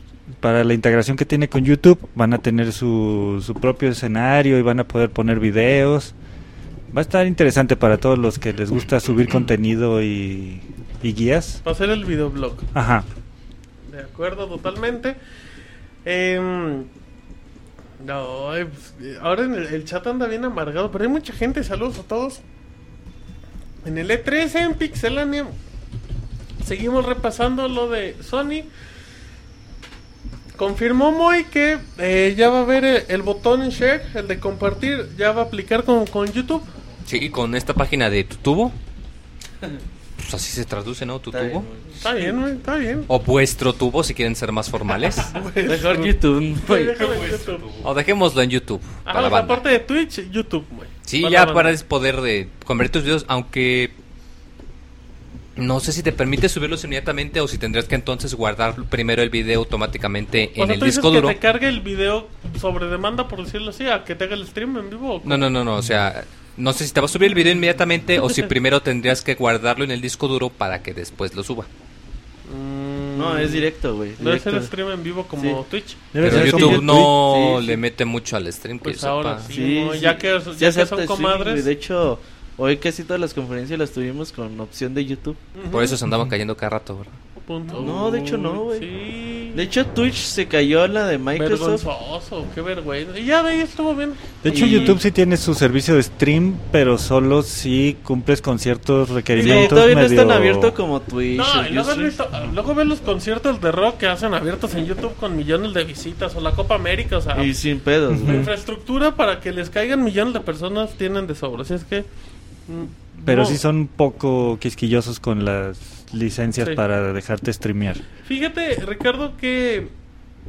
[SPEAKER 3] para la integración que tiene con YouTube van a tener su, su propio escenario y van a poder poner videos va a estar interesante para todos los que les gusta subir contenido y, y guías
[SPEAKER 1] Para hacer el videoblog.
[SPEAKER 3] ajá
[SPEAKER 1] De acuerdo, totalmente. Em, no, eh, pues, eh, ahora en el, el chat anda bien amargado, pero hay mucha gente. Saludos a todos. En el E3 en Pixelania seguimos repasando lo de Sony. Confirmó Moy que eh, ya va a haber el, el botón share, el de compartir, ya va a aplicar con, con YouTube.
[SPEAKER 5] Sí, con esta página de Tutubo. Pues así se traduce, ¿no? Tutubo.
[SPEAKER 1] Está bien, güey, está bien.
[SPEAKER 5] O vuestro tubo, si quieren ser más formales.
[SPEAKER 6] Mejor YouTube,
[SPEAKER 1] Sí,
[SPEAKER 6] güey.
[SPEAKER 1] déjalo en YouTube.
[SPEAKER 5] o dejémoslo en YouTube.
[SPEAKER 1] Ajá,
[SPEAKER 5] para la
[SPEAKER 1] o sea,
[SPEAKER 5] banda.
[SPEAKER 1] aparte de Twitch, YouTube, güey.
[SPEAKER 5] Sí,
[SPEAKER 1] Para la
[SPEAKER 5] ya
[SPEAKER 1] banda.
[SPEAKER 5] para poder de convertir tus videos, aunque no sé si te permite subirlos inmediatamente o si tendrías que entonces guardar primero el video automáticamente
[SPEAKER 1] O
[SPEAKER 5] en
[SPEAKER 1] sea,
[SPEAKER 5] el
[SPEAKER 1] tú dices
[SPEAKER 5] disco
[SPEAKER 1] que
[SPEAKER 5] duro.
[SPEAKER 1] te cargue el video sobre demanda, por decirlo así, a que te haga el stream en vivo. ¿o cómo?
[SPEAKER 5] No, no, no, no, o sea, no sé si te va a subir el video inmediatamente o si primero tendrías que guardarlo en el disco duro para que después lo suba.
[SPEAKER 1] [LAUGHS]
[SPEAKER 6] No, es directo, güey.
[SPEAKER 1] No es Mm, el
[SPEAKER 6] directo.
[SPEAKER 1] stream en vivo como
[SPEAKER 6] Sí.
[SPEAKER 1] Twitch.
[SPEAKER 3] Debe
[SPEAKER 5] Pero
[SPEAKER 3] ser
[SPEAKER 5] YouTube
[SPEAKER 3] como-
[SPEAKER 5] no
[SPEAKER 6] sí, sí.
[SPEAKER 5] le mete mucho al stream, que
[SPEAKER 1] Pues
[SPEAKER 5] yo
[SPEAKER 1] ahora
[SPEAKER 5] sepa.
[SPEAKER 1] sí. no, ya que- ya que
[SPEAKER 6] acepta
[SPEAKER 1] son
[SPEAKER 6] el streaming,
[SPEAKER 1] comadres.
[SPEAKER 6] güey. De hecho, hoy casi todas las conferencias las tuvimos con opción de YouTube.
[SPEAKER 5] Por eso se andaban cayendo cada rato, ¿verdad?
[SPEAKER 1] Punto.
[SPEAKER 6] No, de hecho no, güey.
[SPEAKER 1] Sí.
[SPEAKER 6] De hecho, Twitch se cayó la de Microsoft.
[SPEAKER 1] Vergonzoso, qué vergüenza. Y ya de ahí estuvo bien.
[SPEAKER 3] de hecho
[SPEAKER 1] Y-
[SPEAKER 3] YouTube sí tiene su servicio de stream pero solo si cumples con ciertos
[SPEAKER 6] Sí,
[SPEAKER 3] requerimientos
[SPEAKER 6] todavía no es tan
[SPEAKER 3] medio-
[SPEAKER 6] abierto como Twitch.
[SPEAKER 1] No,
[SPEAKER 6] el
[SPEAKER 1] y luego, has
[SPEAKER 6] Ustream.
[SPEAKER 1] visto- luego ves los conciertos de rock que hacen abiertos en YouTube con millones de visitas o la Copa América, o sea,
[SPEAKER 6] Y sin pedos,
[SPEAKER 1] la
[SPEAKER 6] güey.
[SPEAKER 1] infraestructura para que les caigan millones de personas tienen de sobra. Así es que. mm,
[SPEAKER 3] pero
[SPEAKER 1] no.
[SPEAKER 3] sí son un poco quisquillosos con las licencias
[SPEAKER 1] Sí.
[SPEAKER 3] para dejarte streamear
[SPEAKER 1] Fíjate, Ricardo, que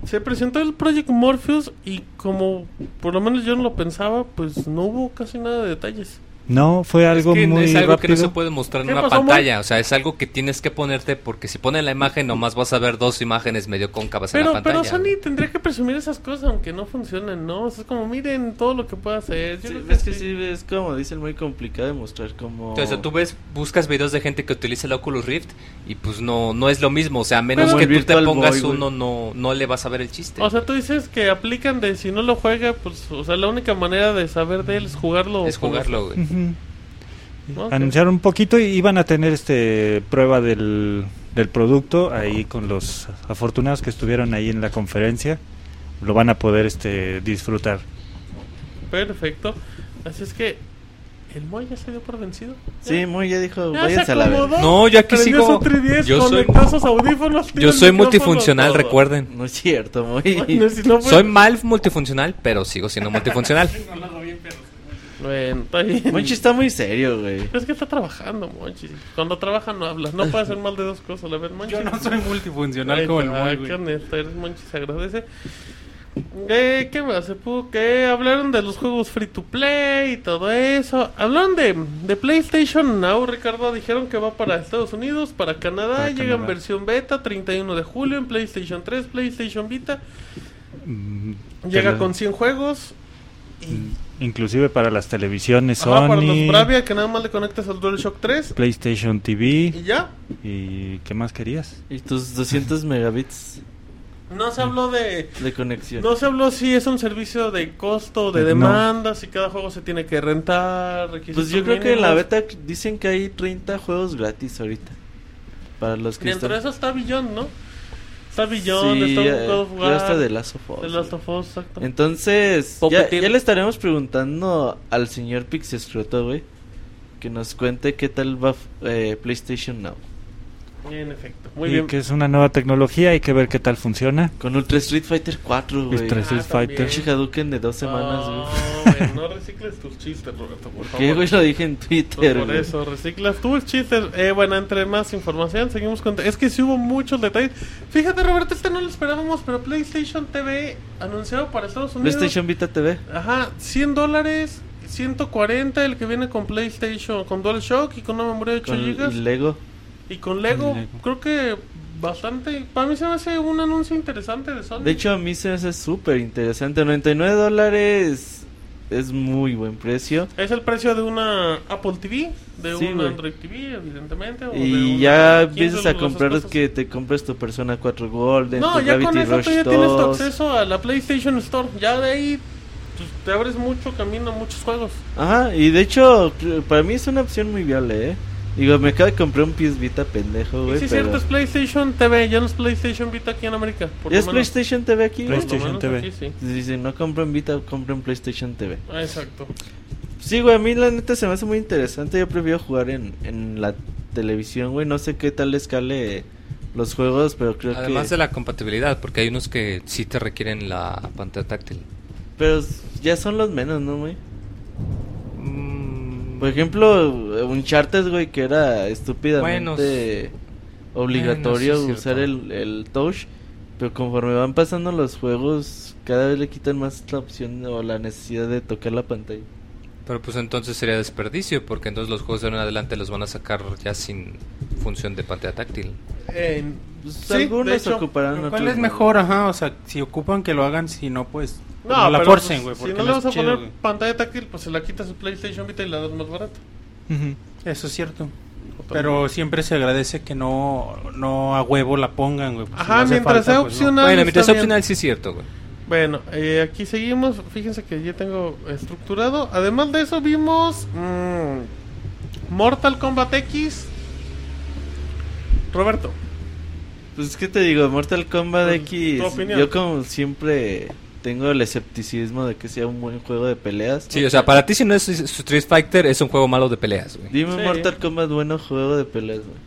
[SPEAKER 1] se presentó el Project Morpheus y como por lo menos yo no lo pensaba, pues no hubo casi nada de detalles.
[SPEAKER 3] no fue algo
[SPEAKER 5] es que
[SPEAKER 3] muy
[SPEAKER 5] es algo
[SPEAKER 3] rápido
[SPEAKER 5] que no se puede mostrar en
[SPEAKER 1] ¿Qué
[SPEAKER 5] una
[SPEAKER 1] pasó, Moy?
[SPEAKER 5] pantalla, o sea, es algo que tienes que ponerte porque si ponen la imagen nomás vas a ver dos imágenes medio cóncavas en
[SPEAKER 1] Pero,
[SPEAKER 5] la pantalla.
[SPEAKER 1] pero Sony tendría que presumir esas cosas aunque no funcionen, ¿no? O sea, es como miren todo lo que puede hacer. Yo
[SPEAKER 6] Sí,
[SPEAKER 1] creo que
[SPEAKER 6] es que
[SPEAKER 1] sí.
[SPEAKER 6] sí, es como dicen, muy complicado de mostrar como...
[SPEAKER 5] Entonces, o sea, tú ves, buscas videos de gente que utiliza el Oculus Rift y pues no no es lo mismo, o sea, a menos
[SPEAKER 6] Como
[SPEAKER 5] que
[SPEAKER 6] el
[SPEAKER 5] tú te
[SPEAKER 6] Virtual
[SPEAKER 5] pongas
[SPEAKER 6] Boy, güey.
[SPEAKER 5] uno no no le vas a ver el chiste.
[SPEAKER 1] O sea, tú dices que aplican de si no lo juega, pues, o sea, la única manera de saber de él es jugarlo.
[SPEAKER 5] es jugarlo, güey.
[SPEAKER 3] Ujú.
[SPEAKER 1] ¿no?
[SPEAKER 3] Anunciaron un poquito y iban a tener este prueba del, del producto ahí con los afortunados que estuvieron ahí en la conferencia. Lo van a poder este disfrutar.
[SPEAKER 1] Perfecto. Así es que el Moy ya se dio por vencido.
[SPEAKER 6] Sí, muy ya dijo,
[SPEAKER 1] Ya se
[SPEAKER 6] váyanse a la verga. [LAUGHS]
[SPEAKER 1] acomodó,
[SPEAKER 5] No, yo aquí
[SPEAKER 1] prendió
[SPEAKER 5] sigo-
[SPEAKER 1] su 3DS,
[SPEAKER 5] yo soy-
[SPEAKER 1] conectó sus audífonos, tiró
[SPEAKER 5] Yo
[SPEAKER 1] el
[SPEAKER 5] soy
[SPEAKER 1] micrófono,
[SPEAKER 5] multifuncional,
[SPEAKER 1] todo.
[SPEAKER 5] recuerden.
[SPEAKER 6] No es cierto, muy...
[SPEAKER 1] [LAUGHS] Ay, no, si no fue-
[SPEAKER 5] Soy mal multifuncional, pero sigo
[SPEAKER 1] [LAUGHS]
[SPEAKER 5] siendo multifuncional.
[SPEAKER 1] Bueno, está bien.
[SPEAKER 6] [LAUGHS] Monchi está muy serio, güey.
[SPEAKER 1] Es que está trabajando, Monchi. Cuando trabaja no habla. No puede hacer mal de dos cosas. La verdad, Monchi.
[SPEAKER 4] Yo no soy multifuncional
[SPEAKER 1] Ay,
[SPEAKER 4] como el
[SPEAKER 1] ah,
[SPEAKER 4] Moy,
[SPEAKER 1] qué
[SPEAKER 4] güey.
[SPEAKER 1] honesto eres, Monchi. Se agradece. Eh, ¿Qué más? Se pudo que hablaron de los juegos free to play y todo eso. Hablaron de, de PlayStation Now, Ricardo. Dijeron que va para Estados Unidos, para Canadá.
[SPEAKER 3] Para
[SPEAKER 1] Llega en
[SPEAKER 3] Canadá.
[SPEAKER 1] versión beta 31 de julio en PlayStation 3, PlayStation Vita.
[SPEAKER 3] Mm,
[SPEAKER 1] Llega
[SPEAKER 3] tele-
[SPEAKER 1] con 100 juegos.
[SPEAKER 3] inclusive para las televisiones
[SPEAKER 1] Ajá, para los
[SPEAKER 3] Sony,
[SPEAKER 1] Bravia que nada más le conectas al DualShock 3
[SPEAKER 3] PlayStation
[SPEAKER 1] y
[SPEAKER 3] TV
[SPEAKER 1] ya.
[SPEAKER 3] y ¿qué más querías?
[SPEAKER 6] Y tus 200 megabits
[SPEAKER 1] No se habló de
[SPEAKER 6] de conexión.
[SPEAKER 1] no se habló si es un servicio de costo, de
[SPEAKER 3] No.
[SPEAKER 1] demanda, si cada juego se tiene que rentar, requisitos
[SPEAKER 6] pues yo creo que en la
[SPEAKER 1] mínimos.
[SPEAKER 6] beta dicen que hay 30 juegos gratis ahorita. Para los que
[SPEAKER 1] Dentro de
[SPEAKER 6] están...
[SPEAKER 1] eso está Billón, ¿no? Está Beyond, está
[SPEAKER 6] eh,
[SPEAKER 1] God of War,
[SPEAKER 6] ya está de Last of Us.
[SPEAKER 1] The Last of Us, exacto.
[SPEAKER 6] Entonces, ya,
[SPEAKER 5] Puppeteer.
[SPEAKER 6] ya le estaremos preguntando al señor Pixescroto, güey, que nos cuente qué tal va eh, PlayStation Now.
[SPEAKER 1] En efecto, muy
[SPEAKER 3] y
[SPEAKER 1] bien.
[SPEAKER 3] que es una nueva tecnología, hay que ver qué tal funciona.
[SPEAKER 6] Con Ultra Street Fighter 4, güey.
[SPEAKER 3] Ultra
[SPEAKER 1] Ah,
[SPEAKER 3] Street Fighter.
[SPEAKER 1] también.
[SPEAKER 6] Pinche Hadouken de dos semanas,
[SPEAKER 1] no,
[SPEAKER 6] [LAUGHS] güey.
[SPEAKER 1] güey, no recicles tus chistes, Roberto, por favor.
[SPEAKER 6] [LAUGHS]
[SPEAKER 1] Pues
[SPEAKER 6] ¿Qué, güey? Lo dije en Twitter,
[SPEAKER 1] Por
[SPEAKER 6] güey.
[SPEAKER 1] eso, reciclas tus chistes. Eh, bueno, entre más información, seguimos con... Es que sí hubo muchos detalles. Fíjate, Roberto, este no lo esperábamos, pero PlayStation TV anunciado para Estados Unidos.
[SPEAKER 6] PlayStation Vita TV.
[SPEAKER 1] Ajá, 100 dólares, 140 el que viene con PlayStation, con DualShock y con una memoria de 8
[SPEAKER 6] Con
[SPEAKER 1] GB.
[SPEAKER 6] y Lego.
[SPEAKER 1] Y con Lego,
[SPEAKER 3] Lego.
[SPEAKER 1] creo que bastante... Para mí se me hace un anuncio interesante de Sony.
[SPEAKER 6] De hecho, a mí se me hace súper interesante. 99 dólares es muy buen precio.
[SPEAKER 1] Es el precio de una Apple TV, de
[SPEAKER 6] Sí,
[SPEAKER 1] un
[SPEAKER 6] güey.
[SPEAKER 1] Android TV, evidentemente. o de
[SPEAKER 6] Y
[SPEAKER 1] una
[SPEAKER 6] ya
[SPEAKER 1] Kindle,
[SPEAKER 6] empiezas a
[SPEAKER 1] las dos
[SPEAKER 6] comprar
[SPEAKER 1] cosas.
[SPEAKER 6] que te compres tu Persona 4 Golden,
[SPEAKER 1] No,
[SPEAKER 6] tu
[SPEAKER 1] ya con
[SPEAKER 6] Gravity
[SPEAKER 1] eso
[SPEAKER 6] Rush
[SPEAKER 1] tú ya tienes tu
[SPEAKER 6] 2.
[SPEAKER 1] acceso a la PlayStation Store. Ya de ahí pues, te abres mucho camino a muchos juegos.
[SPEAKER 6] Ajá, y de hecho, para mí es una opción muy viable, ¿eh? Digo, me acabo de comprar un PS Vita pendejo,
[SPEAKER 1] y
[SPEAKER 6] güey.
[SPEAKER 1] sí, es
[SPEAKER 6] pero-
[SPEAKER 1] cierto, es PlayStation TV, ya no es PlayStation Vita aquí en América. Por
[SPEAKER 6] ¿Ya
[SPEAKER 1] lo
[SPEAKER 6] es
[SPEAKER 1] menos.
[SPEAKER 6] PlayStation TV aquí?
[SPEAKER 1] Por lo
[SPEAKER 6] güey?
[SPEAKER 3] PlayStation
[SPEAKER 1] menos
[SPEAKER 3] TV.
[SPEAKER 1] aquí sí.
[SPEAKER 6] Sí, sí, no compren Vita, compren PlayStation TV.
[SPEAKER 1] Ah, exacto.
[SPEAKER 6] Sí, güey, a mí la neta se me hace muy interesante. Yo prefiero jugar en, en la televisión, güey. No sé qué tal escale los juegos, pero creo
[SPEAKER 5] Además
[SPEAKER 6] que...
[SPEAKER 5] de la compatibilidad, porque hay unos que sí te requieren la pantalla táctil.
[SPEAKER 6] Pero ya son los menos, ¿no, güey?
[SPEAKER 5] Mm,
[SPEAKER 6] Por
[SPEAKER 1] Pues
[SPEAKER 6] ejemplo, Uncharted, güey, que era estúpidamente obligatorio
[SPEAKER 5] Bueno, sí,
[SPEAKER 6] usar
[SPEAKER 5] cierto.
[SPEAKER 6] el, el touch, pero conforme van pasando los juegos, cada vez le quitan más la opción o la necesidad de tocar la pantalla.
[SPEAKER 5] Pero pues entonces sería desperdicio, porque entonces los juegos de ahora en adelante los van a sacar ya sin función de pantalla táctil.
[SPEAKER 1] Eh,
[SPEAKER 6] Pues,
[SPEAKER 1] sí, de
[SPEAKER 6] algunos
[SPEAKER 1] hecho.
[SPEAKER 6] ocuparán
[SPEAKER 4] Pero
[SPEAKER 6] otros
[SPEAKER 4] ¿Cuál es
[SPEAKER 6] no.
[SPEAKER 4] mejor? Ajá, o sea, si ocupan que lo hagan, si no, pues.
[SPEAKER 1] No,
[SPEAKER 4] No, la
[SPEAKER 1] pero,
[SPEAKER 4] forcen,
[SPEAKER 1] pues,
[SPEAKER 4] güey.
[SPEAKER 1] Si
[SPEAKER 4] porque
[SPEAKER 1] no le vas
[SPEAKER 4] es
[SPEAKER 1] a
[SPEAKER 4] chido,
[SPEAKER 1] poner
[SPEAKER 4] güey.
[SPEAKER 1] pantalla táctil, pues se la quitas su PlayStation Vita y la das más barata.
[SPEAKER 3] Ujú.
[SPEAKER 4] Eso es cierto. Pero siempre se agradece que no, no a huevo la pongan, güey. pues, si
[SPEAKER 1] Ajá,
[SPEAKER 4] no hace
[SPEAKER 1] mientras
[SPEAKER 4] falta,
[SPEAKER 1] sea
[SPEAKER 4] pues, no.
[SPEAKER 1] opcional.
[SPEAKER 5] bueno,
[SPEAKER 1] está
[SPEAKER 5] mientras
[SPEAKER 1] bien.
[SPEAKER 5] opcional sí es cierto, güey.
[SPEAKER 1] Bueno, eh, aquí seguimos. Fíjense que ya tengo estructurado. Además de eso, vimos mm, Mortal Kombat X. Roberto,
[SPEAKER 6] Pues, ¿qué te digo? Mortal Kombat
[SPEAKER 1] Pues,
[SPEAKER 6] X,
[SPEAKER 1] tu opinión.
[SPEAKER 6] yo como siempre tengo el escepticismo de que sea un buen juego de peleas.
[SPEAKER 5] Sí, o sea, para ti si no es es Street Fighter, es un juego malo de peleas, güey.
[SPEAKER 6] Dime
[SPEAKER 1] Sí.
[SPEAKER 6] Mortal Kombat bueno juego de peleas, güey.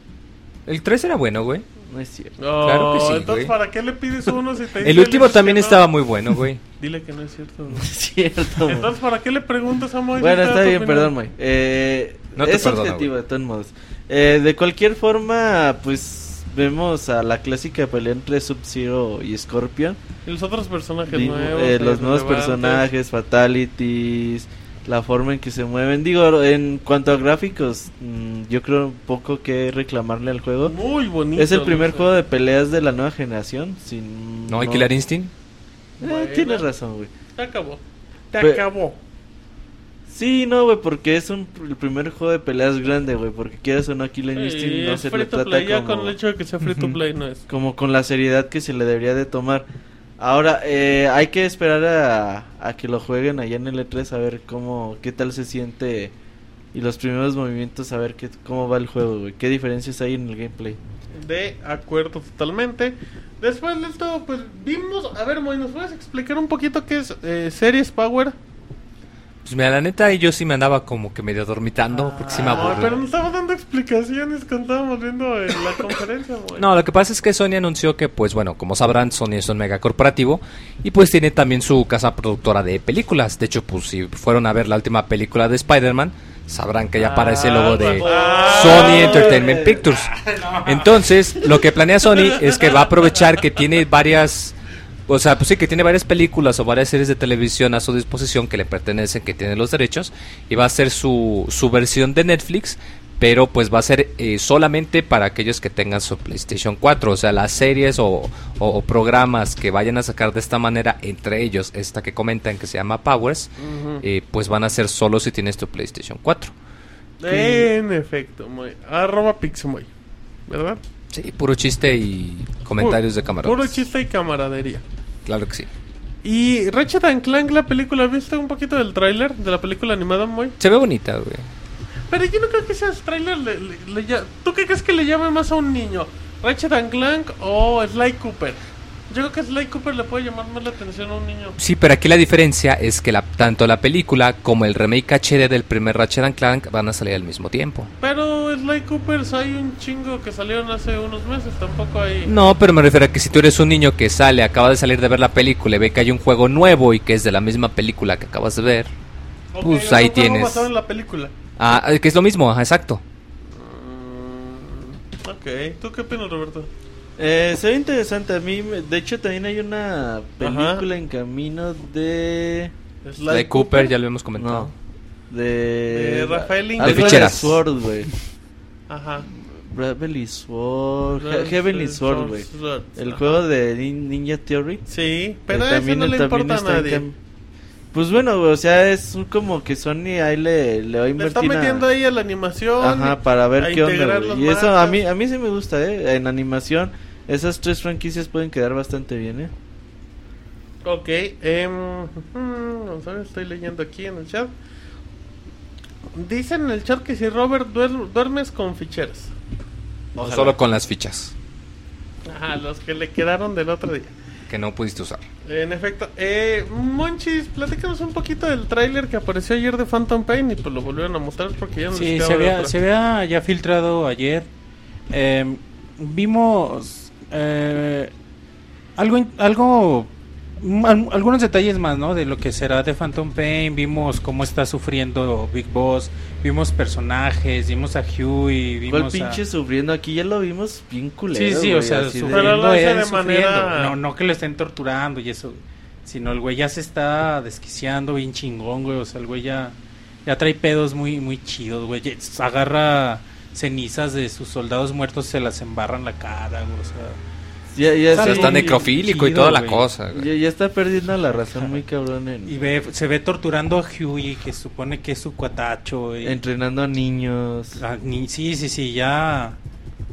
[SPEAKER 5] El 3 era bueno, güey.
[SPEAKER 6] No es cierto. [LAUGHS]
[SPEAKER 5] Claro que sí,
[SPEAKER 1] Oh, entonces,
[SPEAKER 5] güey.
[SPEAKER 1] ¿para qué le pides uno si te dice
[SPEAKER 5] El último
[SPEAKER 1] Luis que
[SPEAKER 5] también
[SPEAKER 1] no?
[SPEAKER 5] estaba muy bueno,
[SPEAKER 1] [LAUGHS]
[SPEAKER 5] güey.
[SPEAKER 1] Dile que no es cierto. güey.
[SPEAKER 6] [LAUGHS] No es cierto, güey.
[SPEAKER 1] Entonces, ¿para qué le preguntas a Moisés?
[SPEAKER 6] Bueno, está bien, perdón, Mike. Eh,
[SPEAKER 5] No te
[SPEAKER 6] es
[SPEAKER 5] perdono,
[SPEAKER 6] objetivo,
[SPEAKER 5] güey.
[SPEAKER 6] de todos modos. Eh, de cualquier forma, pues vemos a la clásica pelea entre Sub-Zero y Scorpion.
[SPEAKER 1] Y los otros personajes
[SPEAKER 6] Digo,
[SPEAKER 1] nuevos.
[SPEAKER 6] eh,
[SPEAKER 1] eh,
[SPEAKER 6] los nuevos
[SPEAKER 1] relevantes.
[SPEAKER 6] personajes, fatalities, la forma en que se mueven. Digo, en cuanto a gráficos, mm, yo creo poco que reclamarle al juego.
[SPEAKER 1] Muy bonito.
[SPEAKER 6] Es el primer
[SPEAKER 1] ¿no?
[SPEAKER 6] juego de peleas de la nueva generación. Sin,
[SPEAKER 5] No, hay Killer Instinct.
[SPEAKER 6] Eh,
[SPEAKER 1] Bueno.
[SPEAKER 6] Tienes razón, güey.
[SPEAKER 1] Te acabó. Te
[SPEAKER 6] Pe-
[SPEAKER 1] acabó.
[SPEAKER 6] Sí, no, güey, porque es un, el primer juego de peleas grande, güey. Porque quieras o no, Killing Instinct
[SPEAKER 1] Eh,
[SPEAKER 6] no
[SPEAKER 1] es
[SPEAKER 6] se
[SPEAKER 1] free
[SPEAKER 6] le
[SPEAKER 1] to
[SPEAKER 6] trata
[SPEAKER 1] play. Ya
[SPEAKER 6] como,
[SPEAKER 1] con el hecho de que sea free to
[SPEAKER 3] Ujú.
[SPEAKER 1] play, no es.
[SPEAKER 6] como con la seriedad que se le debería de tomar. Ahora, eh, hay que esperar a, a que lo jueguen allá en el E3 a ver cómo, qué tal se siente y los primeros movimientos a ver qué, cómo va el juego, güey. Qué diferencias hay en el gameplay.
[SPEAKER 1] De acuerdo totalmente. Después de esto, pues vimos... A ver, Moy, ¿nos puedes explicar un poquito qué es eh, Series Power?
[SPEAKER 5] Pues mira, la neta, yo sí me andaba como que medio dormitando, porque sí me
[SPEAKER 1] Ah, pero
[SPEAKER 5] aburrí.
[SPEAKER 1] nos estabas dando explicaciones cuando estábamos viendo eh, la conferencia, Moy.
[SPEAKER 5] No, lo que pasa es que Sony anunció que, pues bueno, como sabrán, Sony es un megacorporativo y pues tiene también su casa productora de películas. De hecho, pues si fueron a ver la última película de Spider-Man, sabrán que ya aparece el logo de
[SPEAKER 1] Ah,
[SPEAKER 5] Sony Entertainment Pictures. Entonces, lo que planea Sony es que va a aprovechar que tiene varias... O sea, pues sí, que tiene varias películas o varias series de televisión a su disposición que le pertenecen, que tiene los derechos, y va a ser su, su versión de Netflix, pero pues va a ser eh, solamente para aquellos que tengan su PlayStation 4. O sea, las series o, o- o programas que vayan a sacar de esta manera, entre ellos esta que comentan que se llama Powers,
[SPEAKER 1] Ujú.
[SPEAKER 5] eh, pues van a ser solo si tienes tu PlayStation 4. Eh,
[SPEAKER 1] En efecto, Moy. Arroba Pixemoy. ¿Verdad?
[SPEAKER 5] Sí, puro chiste y comentarios de cámara.
[SPEAKER 1] Puro chiste y camaradería.
[SPEAKER 5] Claro que sí.
[SPEAKER 1] Y Ratchet and Clank, la película, ¿viste un poquito del tráiler de la película animada, Moy?
[SPEAKER 5] Se ve bonita, güey.
[SPEAKER 1] Pero yo no creo que ese tráiler le, le- le ya- ¿Tú qué crees que le llame más a un niño? Ratchet and Clank o Sly Cooper. Yo creo que Sly Cooper le puede llamar más la atención a un niño.
[SPEAKER 5] Sí, pero aquí la diferencia es que la, tanto la película como el remake HD del primer Ratchet and Clank van a salir al mismo tiempo.
[SPEAKER 1] Pero Sly Coopers hay un chingo que salieron hace unos meses, tampoco hay...
[SPEAKER 5] No, pero me refiero a que si tú eres un niño que sale, acaba de salir de ver la película y ve que hay un juego nuevo y que es de la misma película que acabas de ver,
[SPEAKER 1] Ok,
[SPEAKER 5] pues
[SPEAKER 1] otro
[SPEAKER 5] ahí
[SPEAKER 1] juego
[SPEAKER 5] tienes.
[SPEAKER 1] basado en la película.
[SPEAKER 5] ah, que es lo mismo, ajá, exacto.
[SPEAKER 1] Mm, ok, ¿tú qué opinas, Roberto?
[SPEAKER 6] Eh, se ve interesante a mí. me- De hecho, también hay una película en camino de.
[SPEAKER 5] La de Cooper ya lo hemos comentado.
[SPEAKER 6] No. De.
[SPEAKER 1] De Rafael
[SPEAKER 6] algo
[SPEAKER 1] Inclán.
[SPEAKER 5] De ficheras.
[SPEAKER 6] Sword, güey.
[SPEAKER 1] Ajá.
[SPEAKER 6] Heavenly Sword. He- Heavenly Sword, güey.
[SPEAKER 1] Sword,
[SPEAKER 6] El
[SPEAKER 1] ajá.
[SPEAKER 6] juego de Nin- Ninja Theory.
[SPEAKER 1] Sí,
[SPEAKER 6] que
[SPEAKER 1] pero a ese no le
[SPEAKER 6] también
[SPEAKER 1] importa a
[SPEAKER 6] está en
[SPEAKER 1] nadie.
[SPEAKER 6] cam- Pues bueno, güey, o sea, es un como que Sony ahí le, le va a
[SPEAKER 1] Le está
[SPEAKER 6] invertir. a-
[SPEAKER 1] metiendo ahí a la animación.
[SPEAKER 6] Ajá, para
[SPEAKER 1] a
[SPEAKER 6] ver qué onda.
[SPEAKER 1] integrar
[SPEAKER 6] güey.
[SPEAKER 1] las
[SPEAKER 6] Y eso a
[SPEAKER 1] marcas.
[SPEAKER 6] mí, a mí sí me gusta, ¿eh? En animación, esas tres franquicias pueden quedar bastante bien, ¿eh?
[SPEAKER 1] Ok, em, mm, vamos a ver, estoy leyendo aquí en el chat. Dicen en el chat que si Robert duer- duermes con ficheras. Ojalá.
[SPEAKER 5] Solo con las fichas
[SPEAKER 1] Ajá, los que le quedaron del otro día.
[SPEAKER 5] que no pudiste usar.
[SPEAKER 1] En efecto, eh, Monchis, platícanos un poquito del tráiler que apareció ayer de Phantom Pain y pues lo volvieron a mostrar porque ya no les
[SPEAKER 4] Sí,
[SPEAKER 1] quedaba
[SPEAKER 4] se
[SPEAKER 1] de
[SPEAKER 4] había,
[SPEAKER 1] otra.
[SPEAKER 4] se había ya filtrado ayer. Eh, vimos eh, algo, in- algo, mm, al- algunos detalles más, ¿no? De lo que será de Phantom Pain. Vimos cómo está sufriendo Big Boss. Vimos personajes. Vimos a Huey. Vimos
[SPEAKER 6] ¿Cuál pinche
[SPEAKER 4] a...
[SPEAKER 6] sufriendo? Aquí ya lo vimos bien culero.
[SPEAKER 4] Sí, sí, o
[SPEAKER 6] güey,
[SPEAKER 4] sea,
[SPEAKER 6] así de-
[SPEAKER 4] sufriendo,
[SPEAKER 1] Pero lo hace
[SPEAKER 4] él,
[SPEAKER 1] de
[SPEAKER 4] sufriendo.
[SPEAKER 1] manera-
[SPEAKER 4] No, no que lo estén torturando y eso, sino el güey ya se está desquiciando bien chingón, güey, o sea, el güey ya, ya trae pedos muy, muy chidos, güey, ya se agarra cenizas de sus soldados muertos, se las embarran la cara, güey, o sea,
[SPEAKER 6] Ya, ya
[SPEAKER 5] O sea,
[SPEAKER 6] sí,
[SPEAKER 5] está
[SPEAKER 4] muy
[SPEAKER 5] necrofílico y
[SPEAKER 4] chido,
[SPEAKER 5] toda la
[SPEAKER 4] güey.
[SPEAKER 5] cosa. güey.
[SPEAKER 6] ya- ya está perdiendo la razón muy cabrón en-
[SPEAKER 4] y ve, se ve torturando a Huey, que supone que es su cuatacho, y-
[SPEAKER 6] entrenando a niños.
[SPEAKER 4] Ah, ni- sí, sí, sí, ya,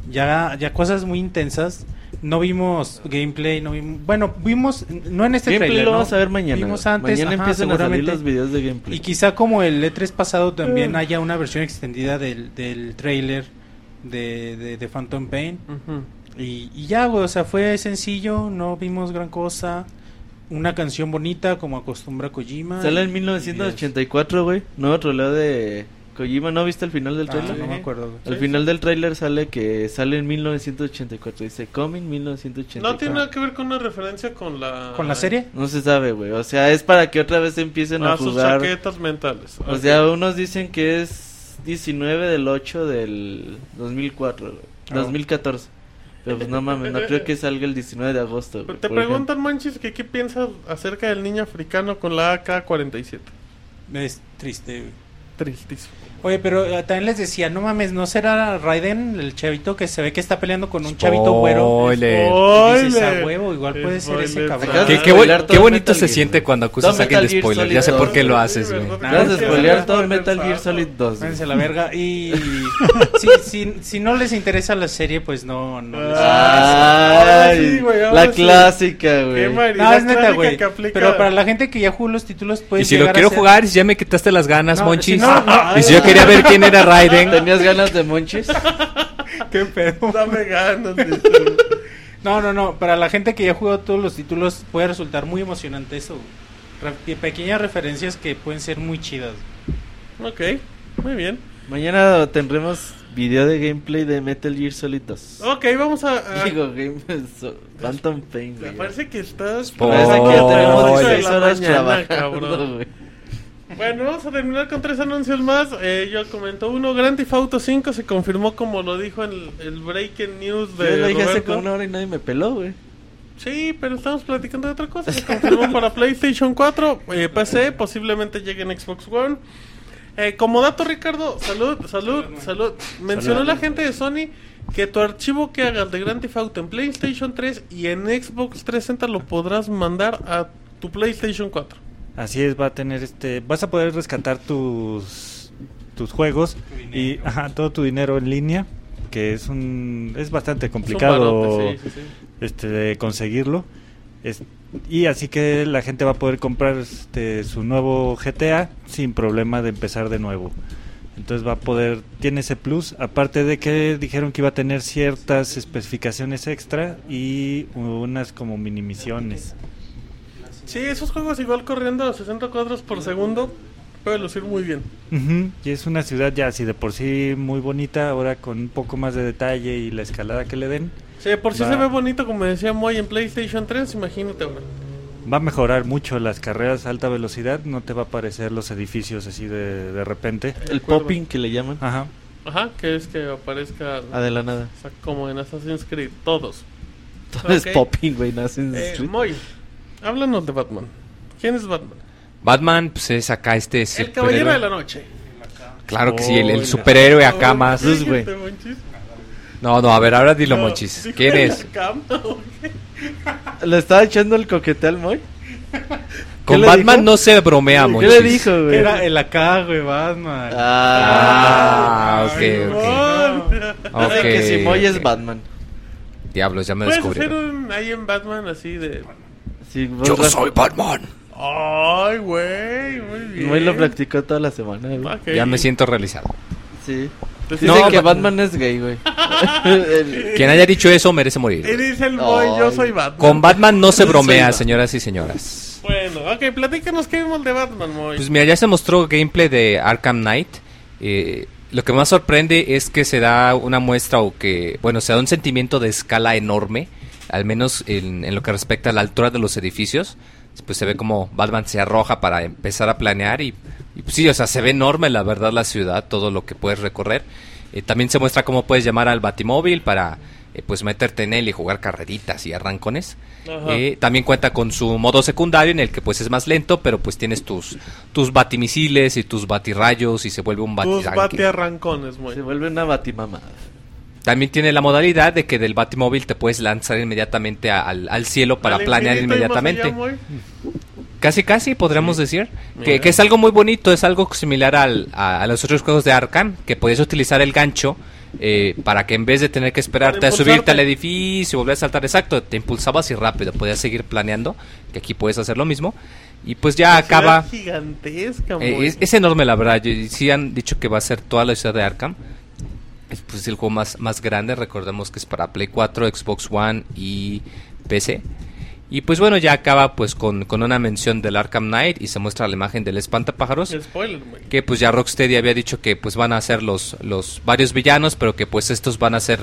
[SPEAKER 4] ya, ya cosas muy intensas. No vimos gameplay, no vimos, bueno, vimos, no en este
[SPEAKER 6] gameplay
[SPEAKER 4] trailer,
[SPEAKER 6] lo
[SPEAKER 4] ¿no?
[SPEAKER 6] vamos a ver mañana.
[SPEAKER 4] Vimos
[SPEAKER 6] güey.
[SPEAKER 4] antes,
[SPEAKER 6] mañana
[SPEAKER 4] ajá,
[SPEAKER 6] empiezan a salir
[SPEAKER 4] seguramente.
[SPEAKER 6] los videos de gameplay.
[SPEAKER 4] Y quizá como el E3 pasado también haya una versión extendida del, del trailer de, de, de Phantom Pain.
[SPEAKER 1] Ujú.
[SPEAKER 4] Y, y ya, güey, o sea, fue sencillo, no vimos gran cosa. Una canción bonita, como acostumbra Kojima.
[SPEAKER 6] Sale
[SPEAKER 4] y-
[SPEAKER 6] en 1984, güey. Nuevo troleo de Kojima. ¿No viste el final
[SPEAKER 4] y
[SPEAKER 6] del
[SPEAKER 4] es-
[SPEAKER 6] trailer?
[SPEAKER 4] Ah, no me acuerdo, güey.
[SPEAKER 6] Al
[SPEAKER 1] Sí,
[SPEAKER 6] final del tráiler sale que sale en 1984. Dice Coming 1984.
[SPEAKER 1] No tiene nada que ver con una referencia con la...
[SPEAKER 4] ¿Con la serie?
[SPEAKER 6] No se sabe, güey. O sea, es para que otra vez empiecen a,
[SPEAKER 1] A sus
[SPEAKER 6] jugar. Pues
[SPEAKER 1] chaquetas mentales.
[SPEAKER 6] O sea, unos dicen que es 19 del 8 del 2004, güey.
[SPEAKER 4] Ah.
[SPEAKER 6] 2014. Pero pues no mames, no creo que salga el 19 de agosto. güey,
[SPEAKER 1] Te
[SPEAKER 6] por ejemplo.
[SPEAKER 1] preguntan, Monchis, que qué piensas acerca del niño africano con la AK-47.
[SPEAKER 4] Es triste, güey.
[SPEAKER 1] Tristísimo.
[SPEAKER 4] Oye, pero eh, también les decía, no mames, ¿no será Raiden el chavito que se ve que está peleando con un chavito güero?
[SPEAKER 5] Spoiler.
[SPEAKER 4] Y dices,
[SPEAKER 1] Spoiler.
[SPEAKER 4] "A huevo, igual puede ser ese
[SPEAKER 1] Spoiler.
[SPEAKER 4] cabrón".
[SPEAKER 6] Acabas de
[SPEAKER 5] Qué, qué
[SPEAKER 6] spoilear
[SPEAKER 5] buen-
[SPEAKER 6] todo
[SPEAKER 5] qué bonito
[SPEAKER 6] Metal
[SPEAKER 5] se
[SPEAKER 6] Gear,
[SPEAKER 5] siente
[SPEAKER 6] güey.
[SPEAKER 5] cuando acusas
[SPEAKER 6] Todo
[SPEAKER 5] a alguien de
[SPEAKER 6] Metal Gear
[SPEAKER 5] spoiler.
[SPEAKER 6] Solid
[SPEAKER 5] Ya sé por qué lo
[SPEAKER 6] dos.
[SPEAKER 5] haces, güey.
[SPEAKER 4] Nah,
[SPEAKER 6] Vas a
[SPEAKER 4] es que
[SPEAKER 6] spoilear
[SPEAKER 4] no
[SPEAKER 6] todo Metal Gear Solid 2. güey.
[SPEAKER 4] Váyanse a la verga.
[SPEAKER 5] [LAUGHS]
[SPEAKER 4] Y si, si, si no les interesa la serie, pues no. no les-
[SPEAKER 1] Ah, Ahora sí,
[SPEAKER 6] Ay,
[SPEAKER 1] güey, ahora
[SPEAKER 6] la
[SPEAKER 1] sí.
[SPEAKER 6] clásica,
[SPEAKER 1] Qué
[SPEAKER 6] güey.
[SPEAKER 1] maridad
[SPEAKER 4] No, es neta,
[SPEAKER 1] clásica
[SPEAKER 4] güey.
[SPEAKER 1] que aplica-
[SPEAKER 4] Pero para la gente que ya jugó los títulos, pues.
[SPEAKER 5] Y si lo quiero jugar, ya me quitaste las ganas,
[SPEAKER 4] No,
[SPEAKER 5] Monchis.
[SPEAKER 4] si no, [LAUGHS] no.
[SPEAKER 5] y si yo quería ver quién era
[SPEAKER 6] [LAUGHS]
[SPEAKER 5] Raiden.
[SPEAKER 6] ¿Tenías ganas de monches?
[SPEAKER 4] ¿Qué pedo?
[SPEAKER 1] Dame ganas. de-
[SPEAKER 4] No, no, no. Para la gente que ya jugó todos los títulos, puede resultar muy emocionante eso. güey. Re- pequeñas referencias que pueden ser muy chidas.
[SPEAKER 1] ok, muy bien.
[SPEAKER 6] Mañana tendremos video de gameplay de Metal Gear Solid 2.
[SPEAKER 1] Ok, vamos a... a-
[SPEAKER 6] Digo, Game so- Phantom Pain, güey.
[SPEAKER 1] Ah. Parece que estás... pues,
[SPEAKER 6] Parece que ya tenemos
[SPEAKER 5] Spoiler.
[SPEAKER 6] 16 horas
[SPEAKER 1] mañana,
[SPEAKER 6] [LAUGHS] trabajando, güey.
[SPEAKER 1] Bueno, vamos a terminar con tres anuncios más. Eh, yo comento uno, Grand Theft Auto 5 se confirmó como lo dijo el, el Breaking News
[SPEAKER 6] Yo
[SPEAKER 1] de
[SPEAKER 6] lo dije hace
[SPEAKER 1] Roberto.
[SPEAKER 6] como una hora y nadie me peló, güey.
[SPEAKER 1] Sí, pero estamos platicando de otra cosa. Se confirmó para PlayStation 4, eh, PC, posiblemente llegue en Xbox One. Eh, como dato, Ricardo, salud, salud, salud. Mencionó la gente de Sony que tu archivo que hagas de Grand Theft Auto en PlayStation 3 y en Xbox 360 lo podrás mandar a tu PlayStation 4.
[SPEAKER 3] Así es, va a tener este, vas a poder rescatar tus tus juegos y ajá, todo tu dinero en línea, que es un es bastante complicado
[SPEAKER 1] Es un barote, sí, sí, sí.
[SPEAKER 3] este de conseguirlo. Es- y así que la gente va a poder comprar este, su nuevo GTA sin problema de empezar de nuevo. Entonces va a poder, tiene ese plus, aparte de que dijeron que iba a tener ciertas especificaciones extra y unas como mini misiones.
[SPEAKER 1] Sí, esos juegos igual corriendo a 60 cuadros por segundo puede lucir muy bien.
[SPEAKER 3] Ujú, Y es una ciudad ya así de por sí muy bonita, ahora con un poco más de detalle y la escalada que le den,
[SPEAKER 1] Sí, por si
[SPEAKER 3] Va.
[SPEAKER 1] se ve bonito, como decía Moy en PlayStation 3, imagínate ahora.
[SPEAKER 3] va a mejorar mucho las carreras a alta velocidad, no te va a aparecer los edificios así de, de repente.
[SPEAKER 1] De
[SPEAKER 6] El
[SPEAKER 1] acuerdo. Ah.
[SPEAKER 6] popping que le llaman.
[SPEAKER 3] Ajá.
[SPEAKER 1] Ajá, que es que aparezca
[SPEAKER 6] Ah, de la nada.
[SPEAKER 1] o sea, como en Assassin's Creed, todos.
[SPEAKER 6] Todo
[SPEAKER 1] Ok.
[SPEAKER 6] es popping, güey. no hacen
[SPEAKER 1] Eh,
[SPEAKER 6] street.
[SPEAKER 1] Moy, háblanos de Batman. ¿Quién es Batman?
[SPEAKER 5] Batman, pues es acá este
[SPEAKER 1] El
[SPEAKER 5] superhéroe.
[SPEAKER 1] Caballero de la Noche.
[SPEAKER 5] Claro que sí, el, el
[SPEAKER 3] Hola.
[SPEAKER 5] superhéroe acá
[SPEAKER 1] Oye,
[SPEAKER 5] más.
[SPEAKER 1] fíjate,
[SPEAKER 6] güey.
[SPEAKER 1] Monchis.
[SPEAKER 5] No, no, a ver, ahora dilo,
[SPEAKER 1] No,
[SPEAKER 5] Monchis.
[SPEAKER 1] sí,
[SPEAKER 5] ¿Quién
[SPEAKER 1] en
[SPEAKER 5] es?
[SPEAKER 1] la cama, ok.
[SPEAKER 6] ¿Le estaba echando el coquete al Moy?
[SPEAKER 5] Con
[SPEAKER 6] le
[SPEAKER 5] Batman
[SPEAKER 6] dijo?
[SPEAKER 5] no se bromea,
[SPEAKER 6] ¿Qué
[SPEAKER 5] Monchis.
[SPEAKER 6] le dijo, güey?
[SPEAKER 4] Era el acá, güey, Batman.
[SPEAKER 5] Ah, ok,
[SPEAKER 4] Ay,
[SPEAKER 5] ok.
[SPEAKER 1] Mon.
[SPEAKER 5] Ok,
[SPEAKER 6] Dice que si Moy es
[SPEAKER 5] ok.
[SPEAKER 6] Batman.
[SPEAKER 5] Diablos, ya me
[SPEAKER 1] Puedes hacer
[SPEAKER 5] descubrieron.
[SPEAKER 1] un I am Batman así de.
[SPEAKER 6] Si vos
[SPEAKER 5] Yo
[SPEAKER 6] lo-
[SPEAKER 5] soy Batman.
[SPEAKER 1] Ay, güey, muy bien.
[SPEAKER 6] Moy lo practicó toda la semana, güey.
[SPEAKER 1] Ok.
[SPEAKER 5] Ya me siento realizado.
[SPEAKER 6] Sí.
[SPEAKER 1] Entonces,
[SPEAKER 6] Dicen
[SPEAKER 5] Pues No,
[SPEAKER 6] que
[SPEAKER 5] Bat-
[SPEAKER 6] Batman es
[SPEAKER 5] [LAUGHS]
[SPEAKER 6] gay, güey. El-
[SPEAKER 5] Quien haya dicho eso merece
[SPEAKER 1] Él
[SPEAKER 5] morir.
[SPEAKER 1] dice el boy,
[SPEAKER 6] Ay.
[SPEAKER 1] yo soy Batman.
[SPEAKER 5] Con Batman no se
[SPEAKER 6] Yo soy
[SPEAKER 5] bromea,
[SPEAKER 6] Batman.
[SPEAKER 5] señoras y señoras.
[SPEAKER 1] Bueno, ok, platícanos qué vimos de Batman, Moy.
[SPEAKER 5] Pues mira, ya se mostró gameplay de Arkham Knight. Eh, lo que más sorprende es que se da una muestra o que, bueno, se da un sentimiento de escala enorme, al menos en, en lo que respecta a la altura de los edificios. Pues se ve como Batman se arroja para empezar a planear y, y pues sí, o sea, se ve enorme la verdad la ciudad, todo lo que puedes recorrer. Eh, también se muestra cómo puedes llamar al Batimóvil para eh, pues meterte en él y jugar carreritas y arrancones.
[SPEAKER 1] Ajá.
[SPEAKER 5] Eh, también cuenta con su modo secundario en el que pues es más lento, pero pues tienes tus tus batimisiles y tus batirrayos y se vuelve un
[SPEAKER 1] Tus
[SPEAKER 5] batitanque.
[SPEAKER 1] batearrancones, Moy.
[SPEAKER 6] Se vuelve una batimamada.
[SPEAKER 5] También tiene la modalidad de que del batimóvil te puedes lanzar inmediatamente a- al, al cielo para
[SPEAKER 1] Al
[SPEAKER 5] planear
[SPEAKER 1] infinito y más
[SPEAKER 5] inmediatamente.
[SPEAKER 1] allá, Moy.
[SPEAKER 5] Casi, casi, podríamos decir. Que,
[SPEAKER 1] Mira.
[SPEAKER 5] que es algo muy bonito, es algo similar al, a, a los otros juegos de Arkham, que podías utilizar el gancho eh, para que en vez de tener que esperarte
[SPEAKER 1] Para
[SPEAKER 5] a subirte al
[SPEAKER 1] impulsarte.
[SPEAKER 5] edificio, volver a saltar, exacto, te impulsabas y rápido, podías seguir planeando, que aquí puedes hacer lo mismo. Y pues ya
[SPEAKER 1] Una
[SPEAKER 5] acaba...
[SPEAKER 1] ciudad gigantesca,
[SPEAKER 5] Eh,
[SPEAKER 1] Moy.
[SPEAKER 5] es, es enorme, la verdad. Yo- sí han dicho que va a ser toda la ciudad de Arkham. Es pues, el juego más, más grande. Recordemos que es para Play 4, Xbox One y PC. Y pues bueno, ya acaba pues con, con una mención del Arkham Knight y se muestra la imagen del espantapájaros.
[SPEAKER 1] Spoiler, Moy.
[SPEAKER 5] Que pues ya Rocksteady había dicho que pues van a ser los, los varios villanos, pero que pues estos van a ser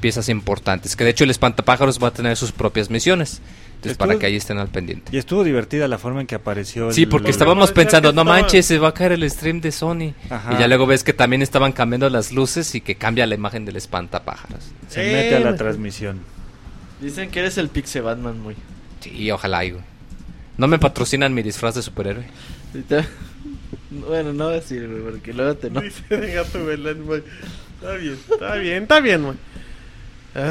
[SPEAKER 5] piezas importantes. Que de hecho el espantapájaros va a tener sus propias misiones. Entonces para
[SPEAKER 3] Estuvo-
[SPEAKER 5] que ahí estén al pendiente.
[SPEAKER 3] Y estuvo divertida la forma en que apareció.
[SPEAKER 5] Sí,
[SPEAKER 3] el-
[SPEAKER 5] porque
[SPEAKER 3] el-
[SPEAKER 5] estábamos
[SPEAKER 1] Parecía que
[SPEAKER 5] pensando, no
[SPEAKER 1] estaba-
[SPEAKER 5] manches, se va a caer el stream de Sony.
[SPEAKER 3] Ajá.
[SPEAKER 5] Y ya luego ves que también estaban cambiando las luces y que cambia la imagen del espantapájaros.
[SPEAKER 3] Se mete a
[SPEAKER 1] Eh,
[SPEAKER 3] la transmisión.
[SPEAKER 6] Dicen que eres el pixe Batman, Moy.
[SPEAKER 5] Sí, ojalá, y, güey. No me patrocinan mi disfraz de superhéroe.
[SPEAKER 6] Y te- [LAUGHS] Bueno, no voy a decir, güey, porque luego te no.
[SPEAKER 1] Dice de gato Belén, Moy. Está bien, está bien, está bien, Moy. Ay,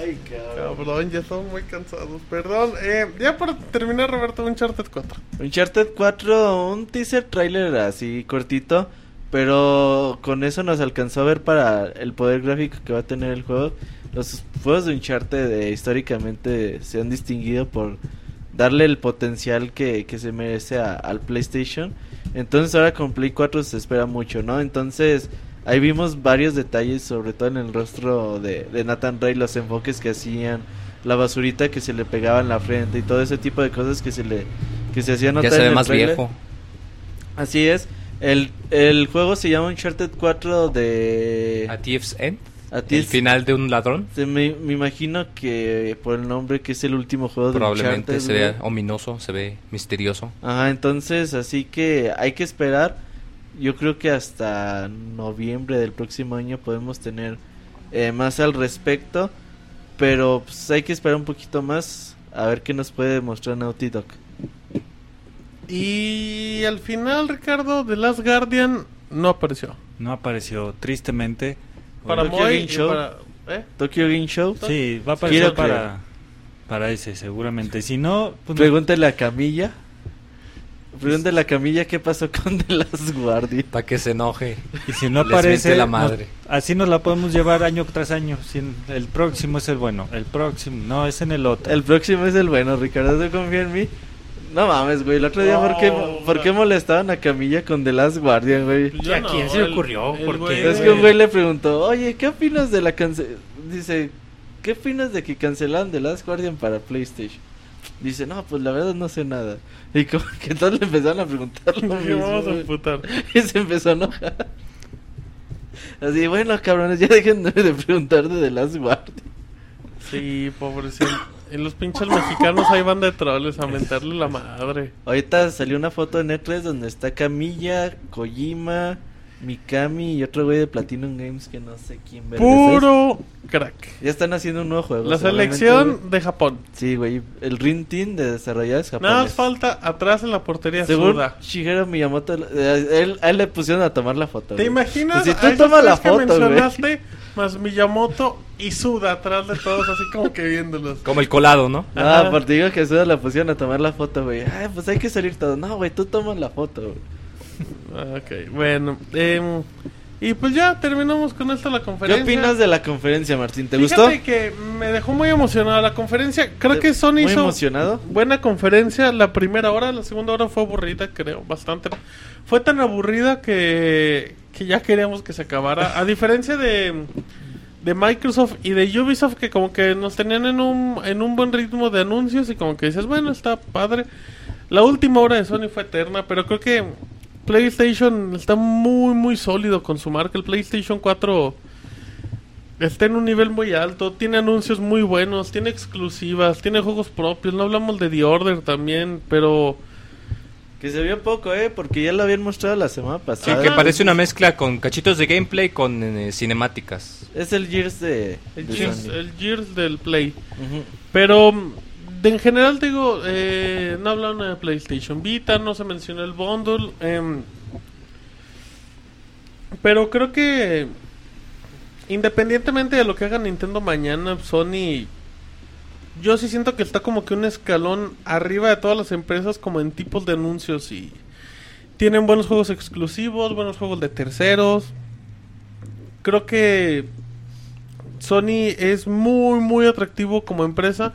[SPEAKER 6] Ay, cabrón.
[SPEAKER 1] cabrón, ya estamos muy cansados. Perdón, eh, ya para terminar, Roberto, Uncharted 4.
[SPEAKER 6] Uncharted 4, un teaser trailer así cortito, pero con eso nos alcanzó a ver para el poder gráfico que va a tener el juego. Los juegos de Uncharted eh, históricamente se han distinguido por darle el potencial que, que se merece a- al PlayStation. Entonces ahora con Play 4 se espera mucho, ¿no? Entonces ahí vimos varios detalles, sobre todo en el rostro de, de Nathan Ray, los enfoques que hacían, la basurita que se le pegaba en la frente y todo ese tipo de cosas que se le que se hacían
[SPEAKER 5] ya
[SPEAKER 6] notar
[SPEAKER 5] se
[SPEAKER 6] en
[SPEAKER 5] ve
[SPEAKER 6] el
[SPEAKER 5] más
[SPEAKER 6] tráiler.
[SPEAKER 5] viejo.
[SPEAKER 6] Así es. El, el juego se llama Uncharted 4 de...
[SPEAKER 5] A Thief's End.
[SPEAKER 6] a ti
[SPEAKER 5] El
[SPEAKER 6] es-
[SPEAKER 5] final de un ladrón.
[SPEAKER 6] se me, me imagino que por el nombre que es el último juego de
[SPEAKER 5] Probablemente
[SPEAKER 6] Uncharted,
[SPEAKER 5] se ve
[SPEAKER 6] güey.
[SPEAKER 5] ominoso, se ve misterioso.
[SPEAKER 6] Ajá, entonces así que hay que esperar. Yo creo que hasta noviembre del próximo año podemos tener eh, más al respecto. Pero pues, hay que esperar un poquito más a ver qué nos puede mostrar Naughty Dog.
[SPEAKER 1] Y al final, Ricardo, The Last Guardian no apareció.
[SPEAKER 3] No apareció, tristemente.
[SPEAKER 1] Para
[SPEAKER 6] Tokyo
[SPEAKER 1] Moy
[SPEAKER 6] Game
[SPEAKER 1] y
[SPEAKER 6] Show.
[SPEAKER 1] para... ¿eh?
[SPEAKER 6] Tokyo Game Show.
[SPEAKER 3] Sí, va a
[SPEAKER 6] Quiero
[SPEAKER 3] aparecer
[SPEAKER 6] creer.
[SPEAKER 3] para, para ese, seguramente. Si no, pues, no-
[SPEAKER 6] Pregúntale a Camilla. Pregúntale a Camilla qué pasó con [LAUGHS] The Last Guardian.
[SPEAKER 5] Para que se enoje.
[SPEAKER 3] y si no
[SPEAKER 5] les miente
[SPEAKER 3] aparece,
[SPEAKER 5] la
[SPEAKER 3] nos-
[SPEAKER 5] madre.
[SPEAKER 3] así nos la podemos llevar año tras año. sin- el próximo es el bueno, el próximo, no, es en el otro.
[SPEAKER 6] El próximo es el bueno, Ricardo, ¿tú confía en mí? No mames, güey. El otro día, ¿por, qué,
[SPEAKER 1] No,
[SPEAKER 6] por qué
[SPEAKER 1] no.
[SPEAKER 6] molestaban a Camilla con The Last Guardian, güey?
[SPEAKER 1] Yo
[SPEAKER 4] ¿A quién se le
[SPEAKER 1] el-
[SPEAKER 4] ocurrió?
[SPEAKER 1] el
[SPEAKER 4] ¿Por
[SPEAKER 1] güey
[SPEAKER 4] qué?
[SPEAKER 6] Es que un güey le preguntó, oye, ¿qué opinas de la cancelación? Dice, ¿qué opinas de que cancelaron The Last Guardian para PlayStation? Dice, no, pues la verdad no sé nada. Y como que todos le empezaron a preguntar
[SPEAKER 1] [LAUGHS]
[SPEAKER 6] lo
[SPEAKER 1] Nos vamos a
[SPEAKER 6] mismo. güey.
[SPEAKER 1] emputar.
[SPEAKER 6] [LAUGHS] Y se empezó a enojar. Así, bueno, cabrones, ya dejen de preguntar de The Last Guardian.
[SPEAKER 1] Sí, pobrecito. En los pinches mexicanos hay banda de troles a mentarle la madre.
[SPEAKER 6] Ahorita salió una foto en E3 donde está Camilla, Kojima, Mikami y otro güey de Platinum Games que no sé quién verga es.
[SPEAKER 1] Puro crack.
[SPEAKER 6] Ya están haciendo un nuevo juego.
[SPEAKER 1] La
[SPEAKER 6] seguramente, güey.
[SPEAKER 1] selección de Japón.
[SPEAKER 6] Sí, güey. El Rin Team de desarrolladores japoneses.
[SPEAKER 1] Nada más falta atrás en la portería
[SPEAKER 6] Según
[SPEAKER 1] zurda.
[SPEAKER 6] Shigeru Miyamoto, eh, él, a él le pusieron a tomar la foto.
[SPEAKER 1] ¿Te
[SPEAKER 6] güey.
[SPEAKER 1] imaginas?
[SPEAKER 6] Pues si
[SPEAKER 1] a
[SPEAKER 6] tú
[SPEAKER 1] esos
[SPEAKER 6] tomas la
[SPEAKER 1] tres que
[SPEAKER 6] foto, güey.
[SPEAKER 1] mencionaste, más Miyamoto y Suda atrás de todos, así como que viéndolos.
[SPEAKER 5] Como el colado, ¿no?
[SPEAKER 6] Ah,
[SPEAKER 1] Ajá.
[SPEAKER 6] porque digo que eso la pusieron a tomar la foto, güey. Ay, pues hay que salir todo. No, güey, tú tomas la foto, güey.
[SPEAKER 1] Ok, bueno. em, y pues ya terminamos con esto la
[SPEAKER 6] ¿Qué
[SPEAKER 1] conferencia.
[SPEAKER 6] opinas de la conferencia, Martín? ¿Te
[SPEAKER 1] Fíjate
[SPEAKER 6] gustó?
[SPEAKER 1] que me dejó muy emocionado la conferencia. Creo que Sony
[SPEAKER 6] Muy
[SPEAKER 1] hizo
[SPEAKER 6] emocionado.
[SPEAKER 1] buena conferencia. La primera hora, la segunda hora fue aburrida, creo, bastante. Fue tan aburrida que, que ya queríamos que se acabara. A diferencia de, de Microsoft y de Ubisoft, que como que nos tenían en un, en un buen ritmo de anuncios y como que dices, bueno, está padre. La última hora de Sony fue eterna, pero creo que PlayStation está muy, muy sólido con su marca. El PlayStation 4 está en un nivel muy alto, tiene anuncios muy buenos, tiene exclusivas, tiene juegos propios. No hablamos de The Order también, pero
[SPEAKER 6] Que se vio poco, eh, porque ya lo habían mostrado la semana
[SPEAKER 5] Sí,
[SPEAKER 6] pasada.
[SPEAKER 5] que parece una mezcla con cachitos de gameplay con eh, cinemáticas.
[SPEAKER 6] Es el Gears de,
[SPEAKER 1] el,
[SPEAKER 6] de
[SPEAKER 1] Gears,
[SPEAKER 6] Sony.
[SPEAKER 1] el Gears del Play.
[SPEAKER 6] Ujú.
[SPEAKER 1] Pero mm, de- en general digo, eh, no hablaron de PlayStation Vita, no se mencionó el bundle. em, pero creo que independientemente de lo que haga Nintendo mañana, Sony, yo sí siento que está como que un escalón arriba de todas las empresas como en tipos de anuncios y tienen buenos juegos exclusivos, buenos juegos de terceros. Creo que Sony es muy, muy atractivo como empresa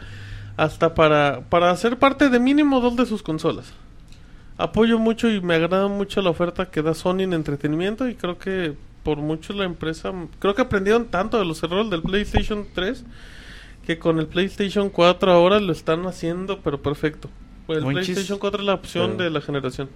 [SPEAKER 1] hasta para, para ser parte de mínimo dos de sus consolas. Apoyo mucho y me agrada mucho la oferta que da Sony en entretenimiento y creo que por mucho la empresa, creo que aprendieron tanto de los errores del PlayStation 3 que con el PlayStation 4 ahora lo están haciendo pero perfecto. Pues el
[SPEAKER 6] Monchis,
[SPEAKER 1] PlayStation 4 es la opción
[SPEAKER 6] pero-
[SPEAKER 1] de la generación.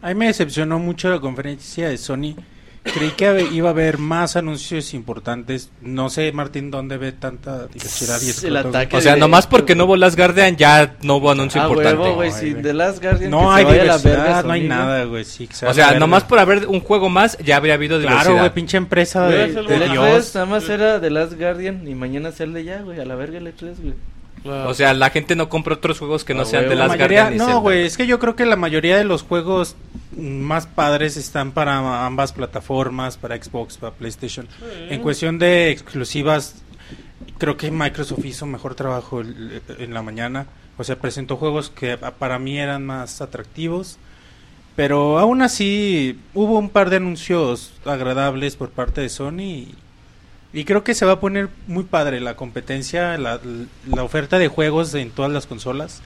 [SPEAKER 4] A mí me decepcionó mucho la conferencia de Sony. Creí que habe- iba a haber más anuncios importantes. No sé, Martín, dónde ve tanta diversidad y
[SPEAKER 6] El
[SPEAKER 4] escroto, güey?
[SPEAKER 6] ataque.
[SPEAKER 5] O sea, nomás porque no hubo Last Guardian ya no hubo anuncio
[SPEAKER 6] Ah,
[SPEAKER 5] importante.
[SPEAKER 6] huevo, güey,
[SPEAKER 4] Ay,
[SPEAKER 6] si
[SPEAKER 4] güey.
[SPEAKER 6] The Last Guardian que
[SPEAKER 4] No
[SPEAKER 6] se
[SPEAKER 4] hay
[SPEAKER 6] vaya a la
[SPEAKER 4] diversidad,
[SPEAKER 6] verga,
[SPEAKER 4] no hay
[SPEAKER 6] Sony,
[SPEAKER 4] nada, güey. Sí, que se
[SPEAKER 5] o
[SPEAKER 4] vaya a
[SPEAKER 5] sea,
[SPEAKER 4] la
[SPEAKER 5] nomás
[SPEAKER 4] verga.
[SPEAKER 5] por haber un juego más ya habría habido diversidad.
[SPEAKER 4] Claro, güey, pinche empresa
[SPEAKER 1] Voy a
[SPEAKER 4] de,
[SPEAKER 1] hacer
[SPEAKER 4] de
[SPEAKER 1] una-
[SPEAKER 6] El
[SPEAKER 4] Dios.
[SPEAKER 6] E3 nada más era The Last Guardian y mañana sale ya, güey, a la verga el E3, güey.
[SPEAKER 1] Claro.
[SPEAKER 5] O sea, la gente no compra otros juegos que no
[SPEAKER 6] Ah,
[SPEAKER 5] sean
[SPEAKER 6] huevo.
[SPEAKER 5] de
[SPEAKER 4] La
[SPEAKER 5] Last
[SPEAKER 4] mayoría,
[SPEAKER 5] Guardian. y Zelda.
[SPEAKER 4] no, güey, es que yo creo que la mayoría de los juegos más padres están para ambas plataformas, para Xbox, para PlayStation. En cuestión de exclusivas, creo que Microsoft hizo mejor trabajo el- en la mañana. O sea, presentó juegos que pa- para mí eran más atractivos. Pero aún así, hubo un par de anuncios agradables por parte de Sony. y- y creo que se va a poner muy padre la competencia, la, la oferta de juegos en todas las consolas.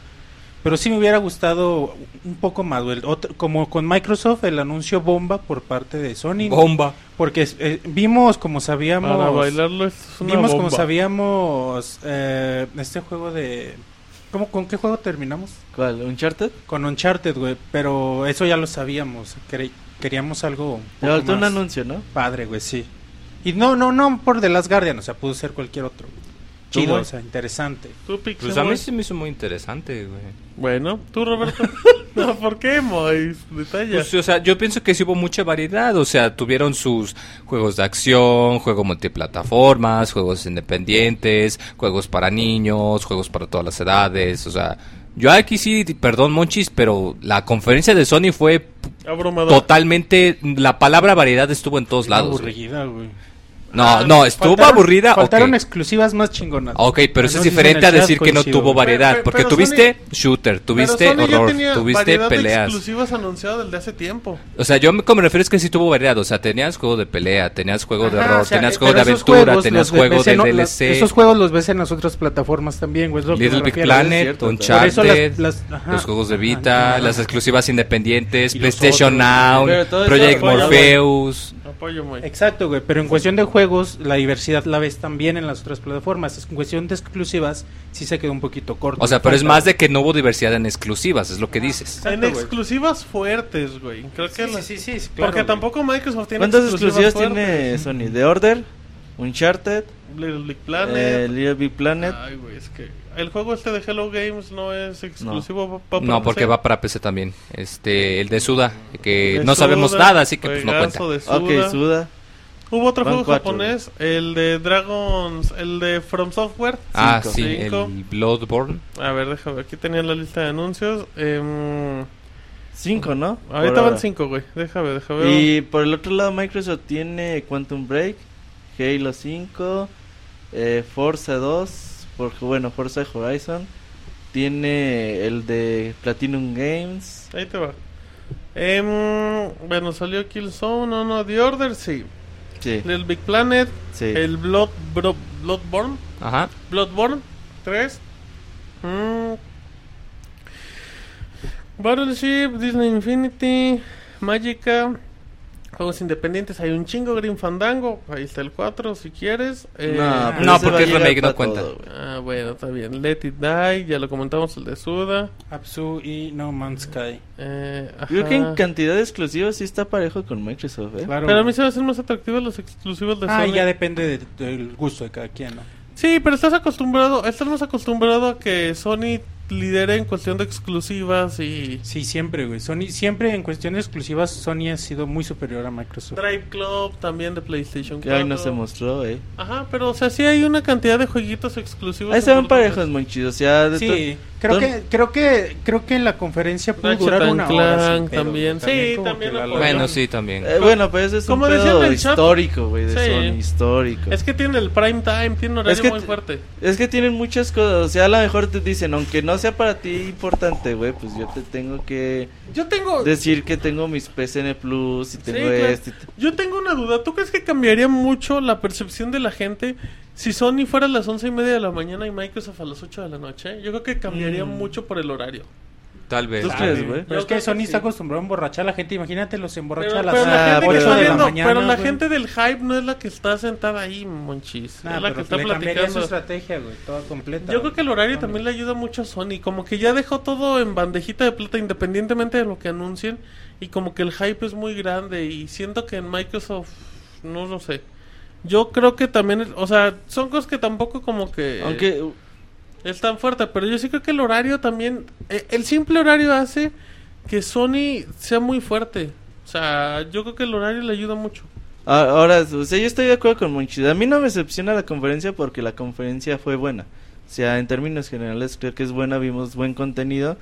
[SPEAKER 4] Pero sí me hubiera gustado un poco más, güey. Otro- como con Microsoft, el anuncio bomba por parte de Sony.
[SPEAKER 5] Bomba.
[SPEAKER 4] Porque eh, vimos, como sabíamos,
[SPEAKER 1] para bailarlo es una
[SPEAKER 4] vimos como
[SPEAKER 1] bomba.
[SPEAKER 4] sabíamos eh, este juego de... ¿cómo, ¿Con qué juego terminamos?
[SPEAKER 6] ¿Cuál? ¿Uncharted?
[SPEAKER 4] Con Uncharted, güey. Pero eso ya lo sabíamos. Cre- queríamos algo... un
[SPEAKER 6] Le
[SPEAKER 4] poco
[SPEAKER 6] faltó un
[SPEAKER 4] más.
[SPEAKER 6] anuncio, ¿no?
[SPEAKER 4] Padre, güey, sí. Y no, no, no por The Last Guardian, o sea, pudo ser cualquier otro.
[SPEAKER 6] Tú,
[SPEAKER 4] Chido,
[SPEAKER 6] güey.
[SPEAKER 4] o sea, interesante.
[SPEAKER 1] Tú, Pixel
[SPEAKER 5] Pues a mí
[SPEAKER 1] Boy.
[SPEAKER 5] se me hizo muy interesante, güey.
[SPEAKER 1] Bueno, tú,
[SPEAKER 4] [LAUGHS]
[SPEAKER 1] Roberto. no, ¿por qué, Mois? Detalla.
[SPEAKER 5] Pues, o sea, yo pienso que sí hubo mucha variedad. O sea, tuvieron sus juegos de acción, juegos multiplataformas, juegos independientes, juegos para niños, juegos para todas las edades. O sea, yo aquí sí, perdón, Monchis, pero la conferencia de Sony fue
[SPEAKER 1] Abrumador.
[SPEAKER 5] totalmente. La palabra variedad estuvo en todos
[SPEAKER 4] Era
[SPEAKER 5] lados. güey.
[SPEAKER 4] Aburrida, güey.
[SPEAKER 5] No, no, estuvo
[SPEAKER 4] Faltaron-
[SPEAKER 5] aburrida.
[SPEAKER 4] Faltaron
[SPEAKER 5] ok.
[SPEAKER 4] exclusivas más chingonas.
[SPEAKER 5] Ok,
[SPEAKER 4] No
[SPEAKER 5] pero eso es
[SPEAKER 4] sé si en
[SPEAKER 5] diferente
[SPEAKER 4] el
[SPEAKER 5] a
[SPEAKER 4] chat
[SPEAKER 5] decir que no
[SPEAKER 4] coincido,
[SPEAKER 5] tuvo
[SPEAKER 4] güey.
[SPEAKER 5] variedad.
[SPEAKER 1] Pero-
[SPEAKER 5] porque
[SPEAKER 1] pero
[SPEAKER 5] tuviste shooter, tuviste
[SPEAKER 1] Pero Sony ya
[SPEAKER 5] horror,
[SPEAKER 1] tenía
[SPEAKER 5] tuviste
[SPEAKER 1] variedad de
[SPEAKER 5] peleas.
[SPEAKER 1] exclusivas anunciadas desde hace tiempo.
[SPEAKER 5] O sea, yo me como me refiero es que sí tuvo variedad. O sea, tenías juego de pelea, tenías juego
[SPEAKER 4] Ah,
[SPEAKER 5] de
[SPEAKER 1] Ajá,
[SPEAKER 5] horror,
[SPEAKER 1] o sea,
[SPEAKER 5] tenías
[SPEAKER 1] eh,
[SPEAKER 5] juego de
[SPEAKER 4] Pero esos
[SPEAKER 5] aventura,
[SPEAKER 4] juegos
[SPEAKER 5] tenías
[SPEAKER 4] los
[SPEAKER 5] juego
[SPEAKER 4] ves
[SPEAKER 5] de
[SPEAKER 4] en o- los-
[SPEAKER 5] DLC.
[SPEAKER 4] Esos juegos los ves en las otras plataformas también, güey. es lo que
[SPEAKER 5] Little
[SPEAKER 4] me
[SPEAKER 5] Big
[SPEAKER 4] refiero.
[SPEAKER 5] Planet,
[SPEAKER 6] cierto,
[SPEAKER 5] Uncharted,
[SPEAKER 4] Por eso las- las- ajá.
[SPEAKER 5] los juegos de
[SPEAKER 4] Ajá,
[SPEAKER 5] Vita,
[SPEAKER 4] ajá.
[SPEAKER 5] las exclusivas independientes,
[SPEAKER 3] Y los
[SPEAKER 5] PlayStation
[SPEAKER 3] otros.
[SPEAKER 5] Now,
[SPEAKER 6] Pero todo eso
[SPEAKER 5] Project
[SPEAKER 1] apoya, güey.
[SPEAKER 5] Morpheus.
[SPEAKER 1] Apoyo muy.
[SPEAKER 4] Exacto, güey. Pero en cuestión de juegos, la diversidad la ves también en las otras plataformas. En cuestión de exclusivas, sí se quedó un poquito corto.
[SPEAKER 5] O sea, pero es
[SPEAKER 4] Falta-
[SPEAKER 5] más de que no hubo diversidad en exclusivas, es lo que dices.
[SPEAKER 1] En
[SPEAKER 4] Exacto, güey.
[SPEAKER 1] exclusivas fuertes, güey. Creo que
[SPEAKER 4] Sí,
[SPEAKER 1] la-
[SPEAKER 4] sí, sí, sí, claro,
[SPEAKER 1] Porque
[SPEAKER 4] güey.
[SPEAKER 1] tampoco Microsoft tiene
[SPEAKER 6] ¿Cuántas exclusivas
[SPEAKER 1] fuertes.
[SPEAKER 6] tiene Sony? The Order, Uncharted,
[SPEAKER 1] Little Big Planet.
[SPEAKER 6] eh, Little Big Planet.
[SPEAKER 1] Ay, güey, es que el juego este de Hello Games no es exclusivo pa- pa-
[SPEAKER 5] No, porque
[SPEAKER 1] PC.
[SPEAKER 5] va para PC también. Este, el de Suda, que
[SPEAKER 1] De
[SPEAKER 5] no sabemos
[SPEAKER 1] Suda,
[SPEAKER 5] nada, así que pues, no cuenta.
[SPEAKER 1] juegazo de Suda.
[SPEAKER 6] Ok, Suda.
[SPEAKER 1] Hubo otro
[SPEAKER 6] Van
[SPEAKER 1] juego
[SPEAKER 6] cuatro,
[SPEAKER 1] japonés, el de Dragons, el de From Software.
[SPEAKER 5] Ah,
[SPEAKER 6] Cinco.
[SPEAKER 5] sí,
[SPEAKER 1] Cinco.
[SPEAKER 5] el Bloodborne.
[SPEAKER 1] A ver, déjame, ver, aquí tenía la lista de anuncios. Em,
[SPEAKER 6] Cinco, ¿no? Por
[SPEAKER 1] ahorita
[SPEAKER 6] ahora.
[SPEAKER 1] van cinco, güey. Déjame, déjame ver.
[SPEAKER 6] Y por el otro lado, Microsoft tiene Quantum Break, Halo 5, eh, Forza 2, porque bueno, Forza Horizon. Tiene el de Platinum Games.
[SPEAKER 1] Ahí te va. Em, bueno, salió Killzone, no, no, The Order, sí.
[SPEAKER 6] Sí,
[SPEAKER 1] El Big Planet,
[SPEAKER 6] sí.
[SPEAKER 1] el Blood, Bro- Bloodborne,
[SPEAKER 5] Ajá.
[SPEAKER 1] Bloodborne 3. Mm. Battleship, Disney Infinity, Magica. Juegos independientes, hay un chingo Green Fandango. Ahí está el 4, si quieres. Eh,
[SPEAKER 6] pero
[SPEAKER 5] No,
[SPEAKER 6] ese
[SPEAKER 5] porque
[SPEAKER 6] va a
[SPEAKER 5] es
[SPEAKER 6] llegar
[SPEAKER 5] remake,
[SPEAKER 6] pa'
[SPEAKER 5] no cuenta.
[SPEAKER 6] todo, güey.
[SPEAKER 1] Ah, bueno, está bien. Let It Die, ya lo comentamos, el de Suda.
[SPEAKER 4] Absu y No Man's Sky.
[SPEAKER 1] Eh,
[SPEAKER 6] Creo que en
[SPEAKER 1] ajá.
[SPEAKER 6] cantidad de exclusivos sí está parejo con Microsoft, ¿eh?
[SPEAKER 4] Claro.
[SPEAKER 1] Pero a
[SPEAKER 4] güey.
[SPEAKER 1] mí se me hacen más atractivos los exclusivos de
[SPEAKER 3] Pues
[SPEAKER 4] Ah,
[SPEAKER 1] Sony.
[SPEAKER 4] ya depende de- del gusto de cada quien, ¿no?
[SPEAKER 1] Sí, pero estás acostumbrado, estás más acostumbrado a que Sony lidere en cuestión de exclusivas y
[SPEAKER 4] Sí, siempre, güey. Sony, siempre en cuestiones exclusivas, Sony ha sido muy superior a Microsoft.
[SPEAKER 1] Drive Club también de PlayStation
[SPEAKER 6] Que hoy
[SPEAKER 1] 4.
[SPEAKER 6] no se mostró, ¿eh?
[SPEAKER 1] Ajá, pero o sea, sí hay una cantidad de jueguitos exclusivos.
[SPEAKER 6] Ahí se van
[SPEAKER 1] importantes.
[SPEAKER 6] parejos, muy chidos. O sea, de
[SPEAKER 4] Sí,
[SPEAKER 6] to-
[SPEAKER 4] creo
[SPEAKER 6] ton-
[SPEAKER 4] que, creo que, creo que en la conferencia pudo
[SPEAKER 1] Ratchet
[SPEAKER 4] durar
[SPEAKER 1] and
[SPEAKER 4] una hora. sin
[SPEAKER 1] Clank
[SPEAKER 4] pedo,
[SPEAKER 1] también.
[SPEAKER 4] güey.
[SPEAKER 1] Sí,
[SPEAKER 4] como
[SPEAKER 1] también
[SPEAKER 4] que
[SPEAKER 1] lo
[SPEAKER 4] la-
[SPEAKER 5] Bueno, sí, también.
[SPEAKER 6] Eh, bueno, pues ese es
[SPEAKER 1] Como
[SPEAKER 6] un
[SPEAKER 1] decían
[SPEAKER 6] pedo
[SPEAKER 1] en el chat-
[SPEAKER 6] histórico, güey, de
[SPEAKER 1] Sí.
[SPEAKER 6] Sony, histórico.
[SPEAKER 1] Es que tiene el prime time, tiene un horario
[SPEAKER 6] Es que
[SPEAKER 1] muy
[SPEAKER 6] te-
[SPEAKER 1] fuerte.
[SPEAKER 6] Es que tienen muchas cosas, o sea, a lo mejor te dicen, aunque no sea para ti importante, güey, pues yo te tengo que
[SPEAKER 1] Yo tengo
[SPEAKER 6] decir que tengo mis PSN Plus y tengo
[SPEAKER 1] claro.
[SPEAKER 6] este. y te-
[SPEAKER 1] Yo tengo una duda. ¿Tú crees que cambiaría mucho la percepción de la gente si Sony fuera a las once y media de la mañana y Microsoft a las 8 de la noche? Yo creo que cambiaría mucho por el horario.
[SPEAKER 5] Tal vez.
[SPEAKER 6] ¿Tú crees, güey?
[SPEAKER 4] Mm. Pues Pero es
[SPEAKER 1] Yo creo
[SPEAKER 4] que
[SPEAKER 1] que
[SPEAKER 4] Sony
[SPEAKER 1] sí.
[SPEAKER 4] está acostumbrado a emborrachar a la gente. Imagínate, los
[SPEAKER 1] Pero,
[SPEAKER 4] emborracha a
[SPEAKER 1] pero
[SPEAKER 6] ah,
[SPEAKER 1] la,
[SPEAKER 4] las
[SPEAKER 1] gente, que
[SPEAKER 6] ocho
[SPEAKER 1] está
[SPEAKER 4] ocho de la
[SPEAKER 1] viendo-
[SPEAKER 4] mañana.
[SPEAKER 1] pero la
[SPEAKER 4] güey.
[SPEAKER 1] gente del hype no es la que está sentada ahí, monchis.
[SPEAKER 4] Nah,
[SPEAKER 1] es la
[SPEAKER 4] pero
[SPEAKER 1] que está
[SPEAKER 4] le cambiaría su
[SPEAKER 1] platicando.
[SPEAKER 4] estrategia, güey, toda completa.
[SPEAKER 1] Yo creo que el horario
[SPEAKER 4] Claro.
[SPEAKER 1] también le ayuda mucho a Sony. Como que ya dejó todo en bandejita de plata independientemente de lo que anuncien. Y como que el hype es muy grande. Y siento que en Microsoft, no lo sé. Yo creo que también, o sea, son cosas que tampoco como que
[SPEAKER 6] Aunque uh,
[SPEAKER 1] es tan fuerte. Pero yo sí creo que el horario también, eh, el simple horario hace que Sony sea muy fuerte. O sea, yo creo que el horario le ayuda mucho.
[SPEAKER 6] a- ahora, o sea, yo estoy de acuerdo con Monchida. A mí no me decepciona la conferencia porque la conferencia fue buena. O sea, en términos generales creo que es buena, vimos buen contenido.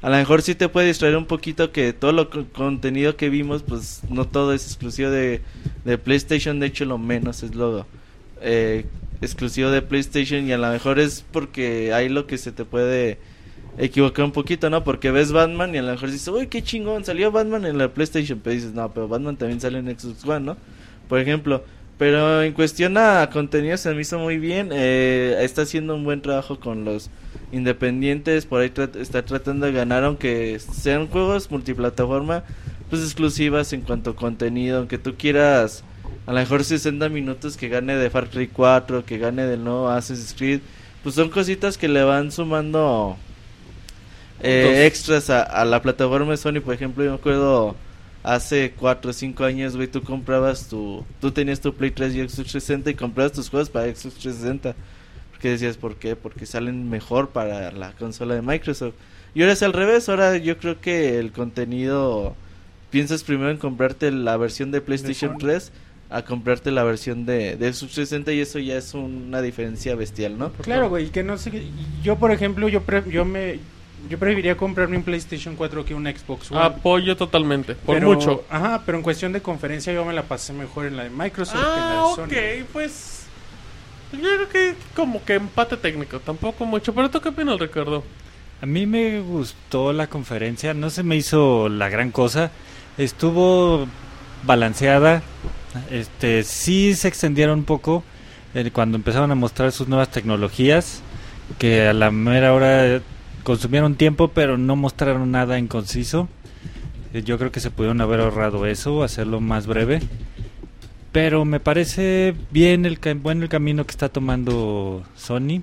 [SPEAKER 6] A lo mejor sí te puede distraer un poquito que todo lo co- contenido que vimos, pues no todo es exclusivo de, de PlayStation, de hecho lo menos es lo eh, exclusivo de PlayStation y a lo mejor es porque hay lo que se te puede equivocar un poquito, ¿no? Porque ves Batman y a lo mejor dices, uy, qué chingón, salió Batman en la PlayStation, pero dices, no, pero Batman también sale en Xbox One, ¿no? Por ejemplo. Pero en cuestión a contenido se me hizo muy bien, eh, está haciendo un buen trabajo con los independientes, por ahí trat- está tratando de ganar, aunque sean juegos multiplataforma, pues exclusivas en cuanto a contenido, aunque tú quieras a lo mejor 60 minutos que gane de Far Cry 4, que gane del nuevo Assassin's Creed, pues son cositas que le van sumando eh,
[SPEAKER 5] Puntos.
[SPEAKER 6] extras a, a la plataforma de Sony, por ejemplo, yo me acuerdo hace 4 o 5 años, güey, tú comprabas tu, tú tenías tu Play 3 y Xbox 60 y comprabas tus juegos para Xbox 360. Porque decías, ¿por qué? Porque salen mejor para la consola de Microsoft. Y ahora es al revés, ahora yo creo que el contenido piensas primero en comprarte la versión de PlayStation
[SPEAKER 4] Sony.
[SPEAKER 6] 3 a comprarte la versión de, de Xbox 360 y eso ya es una diferencia bestial, ¿no?
[SPEAKER 4] Claro, güey, que no sé. Yo, por ejemplo, yo, pre- yo me. Yo preferiría comprarme un PlayStation 4 que un Xbox One.
[SPEAKER 1] Apoyo totalmente, Ah, por
[SPEAKER 4] Pero-
[SPEAKER 1] mucho.
[SPEAKER 4] Ajá, pero en cuestión de conferencia yo me la pasé mejor en la de Microsoft que en la
[SPEAKER 1] Ah,
[SPEAKER 4] de Sony.
[SPEAKER 1] ok, pues. Yo creo que como que empate técnico, tampoco mucho. Pero tú qué opinas, Ricardo.
[SPEAKER 3] A mí me gustó la conferencia, no se me hizo la gran cosa, estuvo balanceada, este sí se extendieron un poco eh, cuando empezaron a mostrar sus nuevas tecnologías, que a la mera hora eh, consumieron tiempo pero no mostraron nada en conciso. Eh, Yo creo que se pudieron haber ahorrado eso, hacerlo más breve. Pero me parece bien el, ca- bueno el camino que está tomando Sony.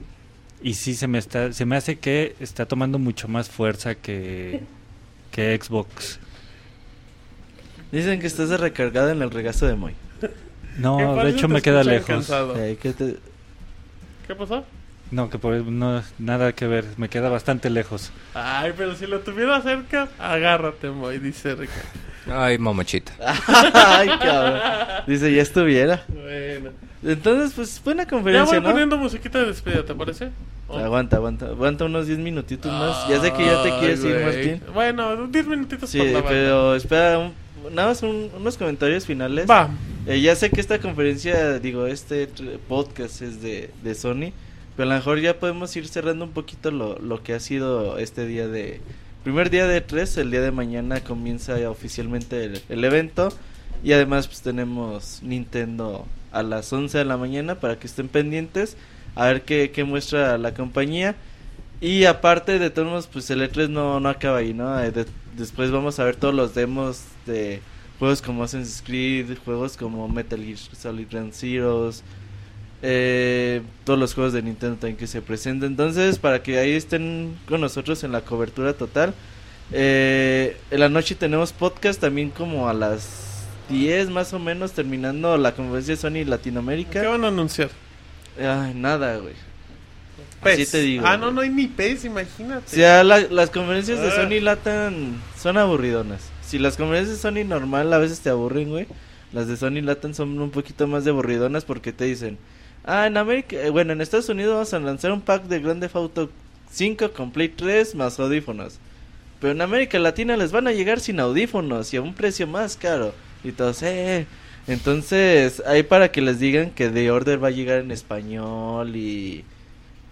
[SPEAKER 3] Y sí, se me, está, se me hace que está tomando mucho más fuerza que, que Xbox.
[SPEAKER 6] Dicen que estás de recargada en el regazo de Moy.
[SPEAKER 1] Que
[SPEAKER 3] No, de
[SPEAKER 1] parece
[SPEAKER 3] hecho
[SPEAKER 1] te
[SPEAKER 3] me queda
[SPEAKER 1] escuchas
[SPEAKER 3] lejos.
[SPEAKER 1] cansado.
[SPEAKER 6] Eh, que te- [LAUGHS]
[SPEAKER 1] ¿Qué pasó?
[SPEAKER 3] No, que por no, nada que ver, me queda bastante lejos.
[SPEAKER 1] Ay, pero si lo tuviera cerca, agárrate, Moy, dice Ricardo.
[SPEAKER 5] Ay, mamachita.
[SPEAKER 1] Ah,
[SPEAKER 6] Ah, Ay, cabrón. Dice, ya estuviera.
[SPEAKER 1] Bueno.
[SPEAKER 6] Entonces, pues buena
[SPEAKER 1] Ya voy
[SPEAKER 6] conferencia, ¿no?
[SPEAKER 1] poniendo musiquita de despedida, ¿te parece? O-
[SPEAKER 6] Aguanta, aguanta. Aguanta unos 10 minutitos más. Ya sé que ya te quieres
[SPEAKER 1] Ay,
[SPEAKER 6] ir,
[SPEAKER 1] güey.
[SPEAKER 6] Martín.
[SPEAKER 1] Bueno, 10 minutitos
[SPEAKER 6] Sí,
[SPEAKER 1] por la banda.
[SPEAKER 6] pero espera, un- nada más un- unos comentarios finales.
[SPEAKER 1] Va.
[SPEAKER 6] Eh, ya sé que esta conferencia, digo, este tr- podcast es de, de Sony, pero a lo mejor ya podemos ir cerrando un poquito lo, lo que ha sido este día de... Primer día de tres, el día de mañana comienza ya oficialmente el, el evento y además pues tenemos Nintendo a las 11 de la mañana para que estén pendientes a ver qué, qué muestra la compañía. Y aparte de todos modos, pues el E3 no, no acaba ahí, ¿no? Eh, de- después vamos a ver todos los demos de juegos como Assassin's Creed, juegos como Metal Gear Solid Ground Zeroes, eh, todos los juegos de Nintendo también que se presentan. Entonces, para que ahí estén con nosotros en la cobertura total. Eh, en la noche tenemos podcast también como a las 10 más o menos, terminando la conferencia de Sony
[SPEAKER 1] ¿Qué
[SPEAKER 6] Latinoamérica.
[SPEAKER 1] van a anunciar?
[SPEAKER 6] Ay, nada, güey.
[SPEAKER 1] PES.
[SPEAKER 6] Así te digo.
[SPEAKER 1] Ah,
[SPEAKER 6] güey.
[SPEAKER 1] no, no hay ni PES, imagínate.
[SPEAKER 6] O sea, la- las conferencias de
[SPEAKER 1] Ah.
[SPEAKER 6] Sony Latan son aburridonas. Si las conferencias de Sony normal a veces te aburren, güey. Las de Sony Latan son un poquito más de aburridonas porque te dicen, ah, en América, eh, bueno, en Estados Unidos vamos a lanzar un pack de Grand Theft Auto 5 Complete 3 más audífonos. Pero en América Latina les van a llegar sin audífonos y a un precio más caro. Y todos, eh. Entonces, ahí para que les digan que The Order va a llegar en español y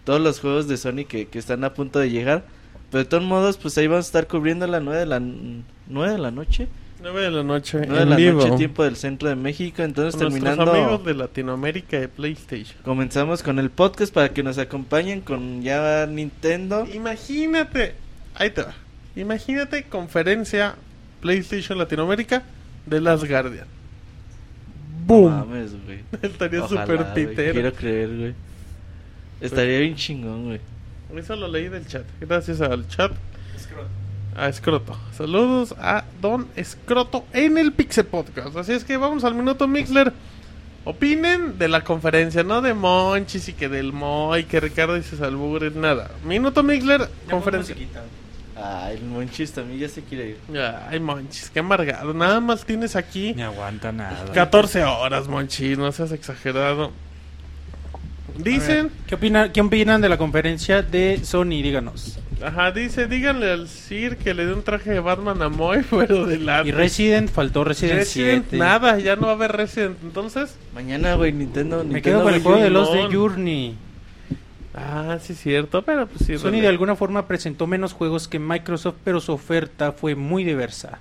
[SPEAKER 6] todos los juegos de Sony que, que están a punto de llegar. Pero de todos modos, pues ahí vamos a estar cubriendo a las 9 de la, 9 de la noche.
[SPEAKER 1] 9 de la noche.
[SPEAKER 6] 9 de
[SPEAKER 1] en
[SPEAKER 6] la
[SPEAKER 1] vivo.
[SPEAKER 6] noche, tiempo del centro de México. Entonces,
[SPEAKER 1] Con nuestros
[SPEAKER 6] terminando,
[SPEAKER 1] amigos de Latinoamérica de PlayStation.
[SPEAKER 6] comenzamos con el podcast para que nos acompañen con ya Nintendo.
[SPEAKER 1] Imagínate, ahí te va. Imagínate conferencia PlayStation Latinoamérica de Last Guardian. [LAUGHS]
[SPEAKER 6] No mames, güey.
[SPEAKER 1] Estaría
[SPEAKER 6] Ojalá,
[SPEAKER 1] súper
[SPEAKER 6] güey, Quiero
[SPEAKER 1] pitero.
[SPEAKER 6] creer, güey. Estaría bien chingón, güey.
[SPEAKER 1] Eso lo leí del chat. Gracias al chat. A Escroto. Saludos a Don Escroto en el Pixel Podcast. Así es que vamos al minuto Mixler. Opinen de la conferencia, no de Monchis y que del Moy, que Ricardo dice salbures, nada. Minuto Mixler, conferencia.
[SPEAKER 6] Ah, el monchis también ya se quiere ir.
[SPEAKER 1] Ay, Monchis, qué amargado. Nada más tienes aquí
[SPEAKER 3] Ni aguanta nada.
[SPEAKER 1] 14 horas, Monchis, no seas exagerado. Dicen,
[SPEAKER 4] ¿Qué opinan, ¿Qué opinan de la conferencia de Sony? Díganos.
[SPEAKER 1] ajá, dice, díganle al Sir que le dé un traje de Batman a Moy, [LAUGHS] pero de la...
[SPEAKER 4] Y Resident, faltó Resident,
[SPEAKER 1] Resident,
[SPEAKER 4] 7.
[SPEAKER 1] nada, ya no va a haber Resident. Entonces,
[SPEAKER 6] Mañana, güey, Nintendo.
[SPEAKER 4] Me
[SPEAKER 6] Nintendo
[SPEAKER 4] quedo con el juego de los de
[SPEAKER 1] Simón.
[SPEAKER 4] Journey.
[SPEAKER 1] ah, sí, es cierto, pero pues sí.
[SPEAKER 4] Sony de alguna forma presentó menos juegos que Microsoft, pero su oferta fue muy diversa.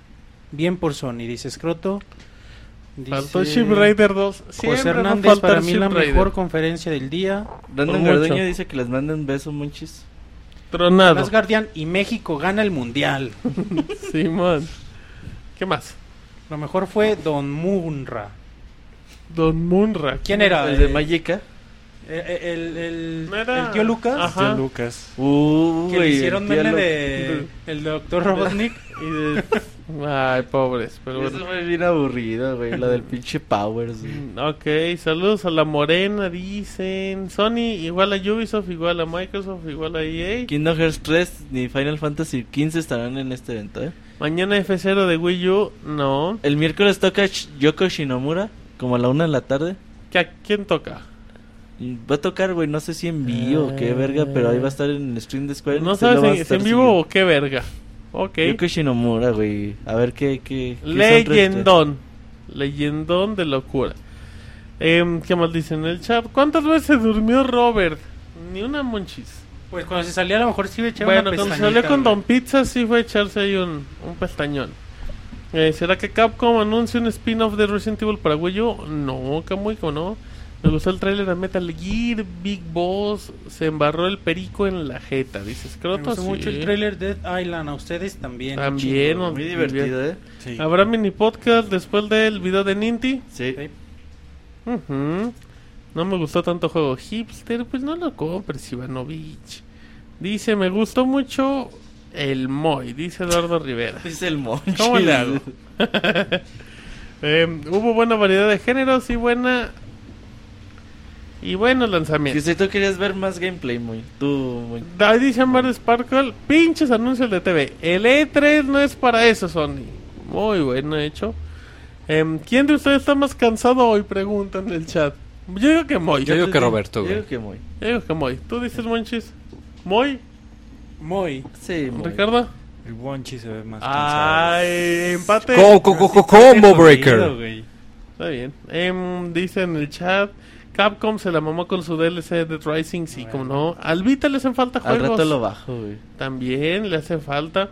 [SPEAKER 4] Bien por Sony, dice Scroto. Dice
[SPEAKER 1] Faltó Ship Raider 2. Siempre
[SPEAKER 4] José
[SPEAKER 1] no
[SPEAKER 4] Hernández,
[SPEAKER 1] falta
[SPEAKER 4] para
[SPEAKER 1] el
[SPEAKER 4] mí
[SPEAKER 1] Ship
[SPEAKER 4] la
[SPEAKER 1] Raider.
[SPEAKER 4] mejor conferencia del día.
[SPEAKER 6] Brandon
[SPEAKER 1] Por mucho.
[SPEAKER 6] Garduño dice que les mande un beso, monchis.
[SPEAKER 1] Tronado.
[SPEAKER 4] Las Guardian y México gana el mundial.
[SPEAKER 1] [LAUGHS] Simón. ¿Qué más?
[SPEAKER 4] Lo mejor fue Don Munra.
[SPEAKER 1] Don Munra.
[SPEAKER 4] ¿Quién era?
[SPEAKER 6] El de ¿ah?
[SPEAKER 4] Eh,
[SPEAKER 6] Magica.
[SPEAKER 4] eh, El, el-
[SPEAKER 1] ¿No era?
[SPEAKER 4] el tío Lucas.
[SPEAKER 1] Ajá.
[SPEAKER 3] Tío Lucas.
[SPEAKER 6] Uh,
[SPEAKER 4] Que
[SPEAKER 6] güey,
[SPEAKER 4] le
[SPEAKER 6] el
[SPEAKER 4] hicieron
[SPEAKER 6] tío
[SPEAKER 4] meme
[SPEAKER 6] Lo-
[SPEAKER 4] de el doctor Robotnik.
[SPEAKER 1] Y de- Ay, pobres, pero
[SPEAKER 6] Eso
[SPEAKER 1] bueno.
[SPEAKER 6] fue bien aburrido, güey. Lo del pinche Powers, güey.
[SPEAKER 1] Ok, saludos a la Morena, dicen. Sony igual a Ubisoft, igual a Microsoft, igual a EA.
[SPEAKER 6] Kingdom Hearts 3 ni Final Fantasy 15 estarán en este evento, ¿eh?
[SPEAKER 1] Mañana F0 de Wii U, no.
[SPEAKER 6] El miércoles toca Sh- Yoko Shinomura, como a la una de la tarde.
[SPEAKER 1] ¿Que ¿A quién toca?
[SPEAKER 6] Y Va a tocar, güey, no sé si en vivo o qué verga, pero ahí va a estar en el stream de Square.
[SPEAKER 1] No
[SPEAKER 6] Enix, ahí lo
[SPEAKER 1] sabes
[SPEAKER 6] Pues, va a
[SPEAKER 1] si- si
[SPEAKER 6] estar
[SPEAKER 1] en vivo
[SPEAKER 6] siguiendo.
[SPEAKER 1] o qué verga. Ok.
[SPEAKER 6] Yo que Shinomura, güey. A ver qué. qué, qué sorpresa.
[SPEAKER 1] Leyendón. Leyendón de locura. Em, ¿Qué más dice en el chat? ¿Cuántas veces durmió Robert? Ni una monchis.
[SPEAKER 4] Pues cuando se salía a lo mejor sí me echaba
[SPEAKER 1] Bueno,
[SPEAKER 4] una
[SPEAKER 1] cuando
[SPEAKER 4] pestañita,
[SPEAKER 1] salió con
[SPEAKER 4] güey.
[SPEAKER 1] Don Pizza sí fue a echarse ahí un, un pestañón. Eh, ¿Será que Capcom anuncia un spin-off de Resident Evil para Wii U? No, Camuico, no. Me gustó el tráiler de Metal Gear, Big Boss, se embarró el perico en la jeta, dice
[SPEAKER 4] Me
[SPEAKER 1] Scroto.
[SPEAKER 4] gustó
[SPEAKER 1] sí.
[SPEAKER 4] mucho el trailer Dead Island, a ustedes también.
[SPEAKER 1] También,
[SPEAKER 4] Chingo,
[SPEAKER 1] o-
[SPEAKER 6] Muy divertido, ¿eh?
[SPEAKER 3] Sí.
[SPEAKER 1] ¿Habrá mini podcast después del video de Ninty?
[SPEAKER 6] Sí.
[SPEAKER 4] güey.
[SPEAKER 1] Ujú. No me gustó tanto juego hipster, pues no lo compres, Ivanovich. Dice, me gustó mucho el Moy, dice Eduardo Rivera.
[SPEAKER 6] [LAUGHS] Es el monchi.
[SPEAKER 1] ¿Cómo le hago? Em, hubo buena variedad de géneros y buena... Y buenos
[SPEAKER 6] [LAUGHS] Que
[SPEAKER 1] lanzamientos.
[SPEAKER 6] si tú querías ver más gameplay, muy. Tú, muy.
[SPEAKER 1] Ahí dice Amber Sparkle, pinches anuncios de TV. El E3 no es para eso, Sony. Muy bueno hecho. Em, ¿Quién de ustedes está más cansado hoy? Pregunta en el chat. Yo digo que Moy. ¿eh?
[SPEAKER 5] Yo digo que Roberto,
[SPEAKER 6] Yo
[SPEAKER 5] güey.
[SPEAKER 6] digo que muy.
[SPEAKER 1] Yo digo que Moy. ¿Tú dices Monchis? ¿Moy?
[SPEAKER 4] Muy.
[SPEAKER 6] Sí, muy.
[SPEAKER 1] ¿Ricardo?
[SPEAKER 3] El Wonchi se ve más cansado.
[SPEAKER 1] Ay, empate.
[SPEAKER 5] Co- co- co- co- combo
[SPEAKER 4] Jodido,
[SPEAKER 5] breaker.
[SPEAKER 4] güey.
[SPEAKER 1] Está bien. Em, dice en el chat. Capcom se la mamó con su DLC de Rising, sí, como no. Al Vita le hacen falta
[SPEAKER 6] Al
[SPEAKER 1] juegos.
[SPEAKER 6] rato lo bajo, güey.
[SPEAKER 1] También le hace falta.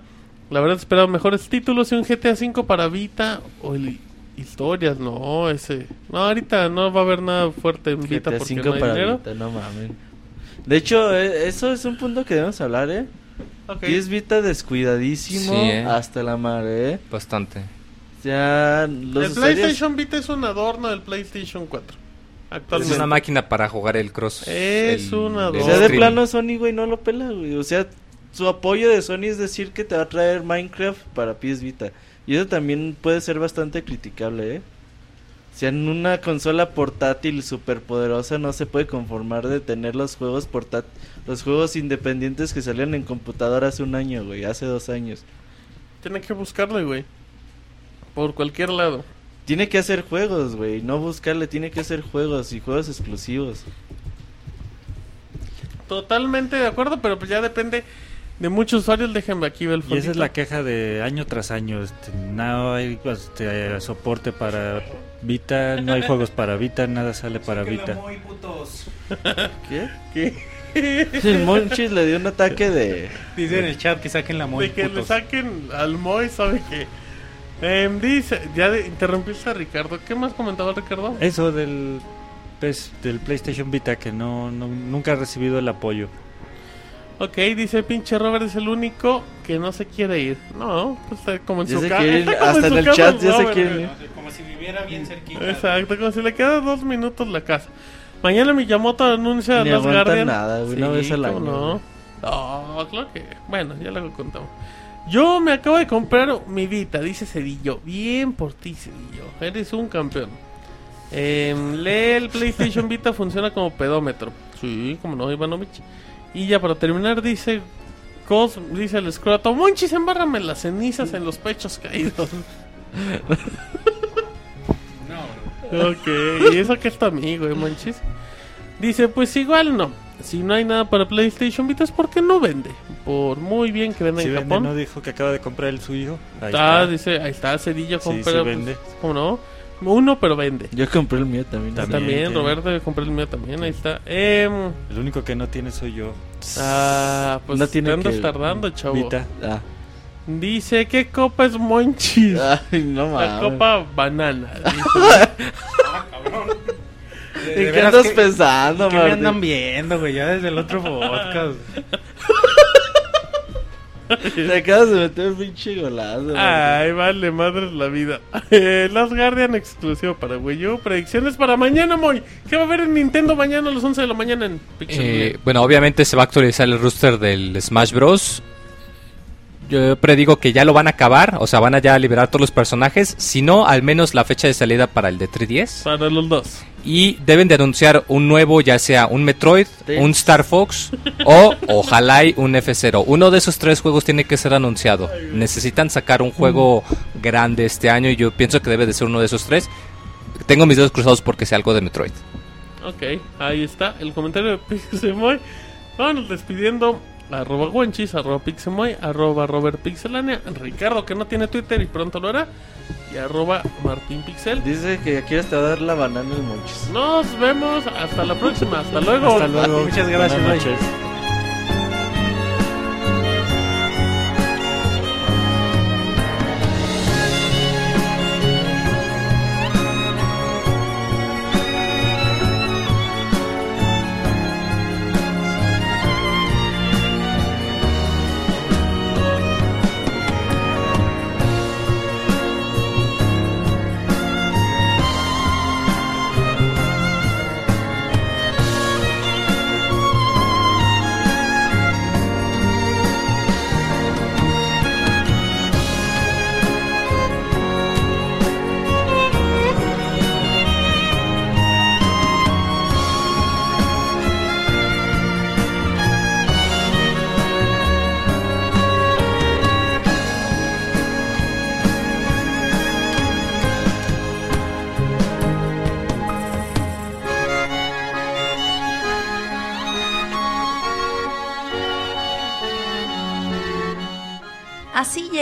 [SPEAKER 1] La verdad, esperaba mejores títulos y un GTA V para Vita o el- historias. No, ese. No, ahorita no va a haber nada fuerte en Vita
[SPEAKER 6] GTA
[SPEAKER 1] porque
[SPEAKER 6] 5
[SPEAKER 1] no hay
[SPEAKER 6] para
[SPEAKER 1] dinero.
[SPEAKER 6] Vita, no mames. De hecho, eh, eso es un punto que debemos hablar, ¿eh?
[SPEAKER 1] Ok.
[SPEAKER 6] 10 Vita descuidadísimo
[SPEAKER 5] Sí, ¿eh?
[SPEAKER 6] hasta la madre, ¿eh?
[SPEAKER 5] Bastante.
[SPEAKER 6] Ya los
[SPEAKER 1] El
[SPEAKER 6] usuarios-
[SPEAKER 1] PlayStation Vita es un adorno del PlayStation 4.
[SPEAKER 5] Es
[SPEAKER 1] Actualmente.
[SPEAKER 5] una máquina para jugar el cross.
[SPEAKER 1] Es
[SPEAKER 5] el-
[SPEAKER 1] una
[SPEAKER 5] el
[SPEAKER 1] dos.
[SPEAKER 6] O sea, de
[SPEAKER 5] streaming.
[SPEAKER 6] plano Sony, güey, no lo pela, güey. O sea, su apoyo de Sony es decir que te va a traer Minecraft para PS Vita. Y eso también puede ser bastante criticable, ¿eh? O sea, en una consola portátil superpoderosa no se puede conformar de tener los juegos portátil, los juegos independientes que salieron en computadora hace un año, güey, hace dos años.
[SPEAKER 1] Tienen que buscarle, güey. Por cualquier lado.
[SPEAKER 6] Tiene que hacer juegos, güey, no buscarle, tiene que hacer juegos y juegos exclusivos.
[SPEAKER 1] Totalmente de acuerdo, pero pues ya depende de muchos usuarios. Déjenme aquí ver el
[SPEAKER 3] Y esa es
[SPEAKER 1] fondito.
[SPEAKER 3] la queja de año tras año. este, no hay este, soporte para Vita, no hay juegos para Vita, nada sale para Vita.
[SPEAKER 4] Muy putos.
[SPEAKER 6] ¿Qué?
[SPEAKER 1] ¿Qué?
[SPEAKER 6] [LAUGHS] El Monchis le dio un ataque de
[SPEAKER 4] Dice en el chat que saquen la muy
[SPEAKER 1] de que le
[SPEAKER 4] putos.
[SPEAKER 1] saquen al Moy, ¿sabe qué? Em, dice, ya de- interrumpiste a Ricardo. ¿Qué más comentaba Ricardo?
[SPEAKER 6] Eh.
[SPEAKER 3] Eso del, pues, del PlayStation Vita que no, no- nunca ha recibido el apoyo.
[SPEAKER 1] Ok, dice pinche Robert es el único que no se quiere ir. No, pues está como en
[SPEAKER 6] Ya
[SPEAKER 1] su
[SPEAKER 6] se
[SPEAKER 1] ca-
[SPEAKER 6] quiere
[SPEAKER 1] está
[SPEAKER 6] ir,
[SPEAKER 1] como su
[SPEAKER 6] hasta en el
[SPEAKER 1] casa
[SPEAKER 6] chat ya se
[SPEAKER 1] Robert,
[SPEAKER 6] quiere
[SPEAKER 1] güey.
[SPEAKER 6] ir.
[SPEAKER 4] Como si viviera bien cerquita.
[SPEAKER 1] Exacto, como si le queda dos minutos la casa. Mañana Miyamoto anuncia
[SPEAKER 6] Ni
[SPEAKER 1] Last
[SPEAKER 6] aguanta
[SPEAKER 1] Guardian.
[SPEAKER 6] nada, güey, una vez al
[SPEAKER 1] ¿cómo
[SPEAKER 6] año,
[SPEAKER 1] No?
[SPEAKER 6] güey.
[SPEAKER 1] No, claro que. Bueno, ya lo contamos. Yo me acabo de comprar mi Vita, dice Cedillo. Bien por ti, Cedillo. Eres un campeón. Em, lee el PlayStation Vita funciona como pedómetro. Sí, como no, Ivanovich. Y ya para terminar, dice Cos, dice el escroto: Monchis, embárrame las cenizas en los pechos caídos. Ok, ¿y eso que es tu amigo, eh, manches? Dice, pues igual no. Si no hay nada para PlayStation Vita es porque no vende. Por muy bien que venda
[SPEAKER 3] Si
[SPEAKER 1] en
[SPEAKER 3] vende,
[SPEAKER 1] Japón.
[SPEAKER 3] no dijo que acaba de comprar el suyo.
[SPEAKER 1] está,
[SPEAKER 3] Ahí está.
[SPEAKER 1] dice, ahí está, Cedillo
[SPEAKER 3] Sí, sí
[SPEAKER 1] compra. pues,
[SPEAKER 3] vende.
[SPEAKER 1] ¿Cómo no? Uno, pero vende.
[SPEAKER 6] Yo compré el mío también.
[SPEAKER 3] También.
[SPEAKER 1] También,
[SPEAKER 3] tiene.
[SPEAKER 1] Roberto, yo compré el mío también, ahí está. Em,
[SPEAKER 3] El único que no tiene soy yo.
[SPEAKER 1] ah, pues
[SPEAKER 6] No
[SPEAKER 1] no
[SPEAKER 6] tiene
[SPEAKER 1] andas
[SPEAKER 6] que-
[SPEAKER 1] tardando, chavo.
[SPEAKER 3] Vita.
[SPEAKER 6] Ah.
[SPEAKER 1] Dice, ¿qué copa es Monchis?
[SPEAKER 6] [LAUGHS] Ay, no Ah, mames.
[SPEAKER 1] La copa banana.
[SPEAKER 6] ¿En qué andas pensando,
[SPEAKER 4] ¿Qué me
[SPEAKER 6] Martín?
[SPEAKER 4] andan viendo, güey? Ya desde
[SPEAKER 1] [LAUGHS]
[SPEAKER 4] el otro podcast.
[SPEAKER 6] Te acabas de meter un pinche golazo. Martín.
[SPEAKER 1] Ay, vale, madre la vida. [LAUGHS] Eh, Last Guardian exclusivo para Wii U. Predicciones para mañana, Moy. ¿Qué va a haber en Nintendo mañana a las 11 de la mañana en Pixel?
[SPEAKER 5] Eh, bueno, obviamente se va a actualizar el roster del Smash Bros. Yo predigo que ya lo van a acabar, o sea, van a ya liberar todos los personajes, si no, al menos la fecha de salida para el de 3DS.
[SPEAKER 1] Para los dos.
[SPEAKER 5] Y deben de anunciar un nuevo, ya sea un Metroid,
[SPEAKER 6] Sí.
[SPEAKER 5] un Star Fox o ojalá y un F0. Uno de esos tres juegos tiene que ser anunciado. Necesitan sacar un juego grande este año y yo pienso que debe de ser uno de esos tres. Tengo mis dedos cruzados porque sea algo de Metroid.
[SPEAKER 1] Ok, ahí está el comentario de [LAUGHS] Pixemoy. Vámonos despidiendo. Arroba Wenchis, arroba Pixemoy, arroba Robert Pixelania, Ricardo que no tiene Twitter y pronto lo hará, y arroba Martín Pixel.
[SPEAKER 6] Dice que aquí hasta dar la banana el monchis.
[SPEAKER 1] Nos vemos hasta la próxima, hasta luego.
[SPEAKER 3] Hasta luego.
[SPEAKER 4] Muchas gracias,
[SPEAKER 3] Buenas
[SPEAKER 4] bye.
[SPEAKER 3] noches.
[SPEAKER 2] Así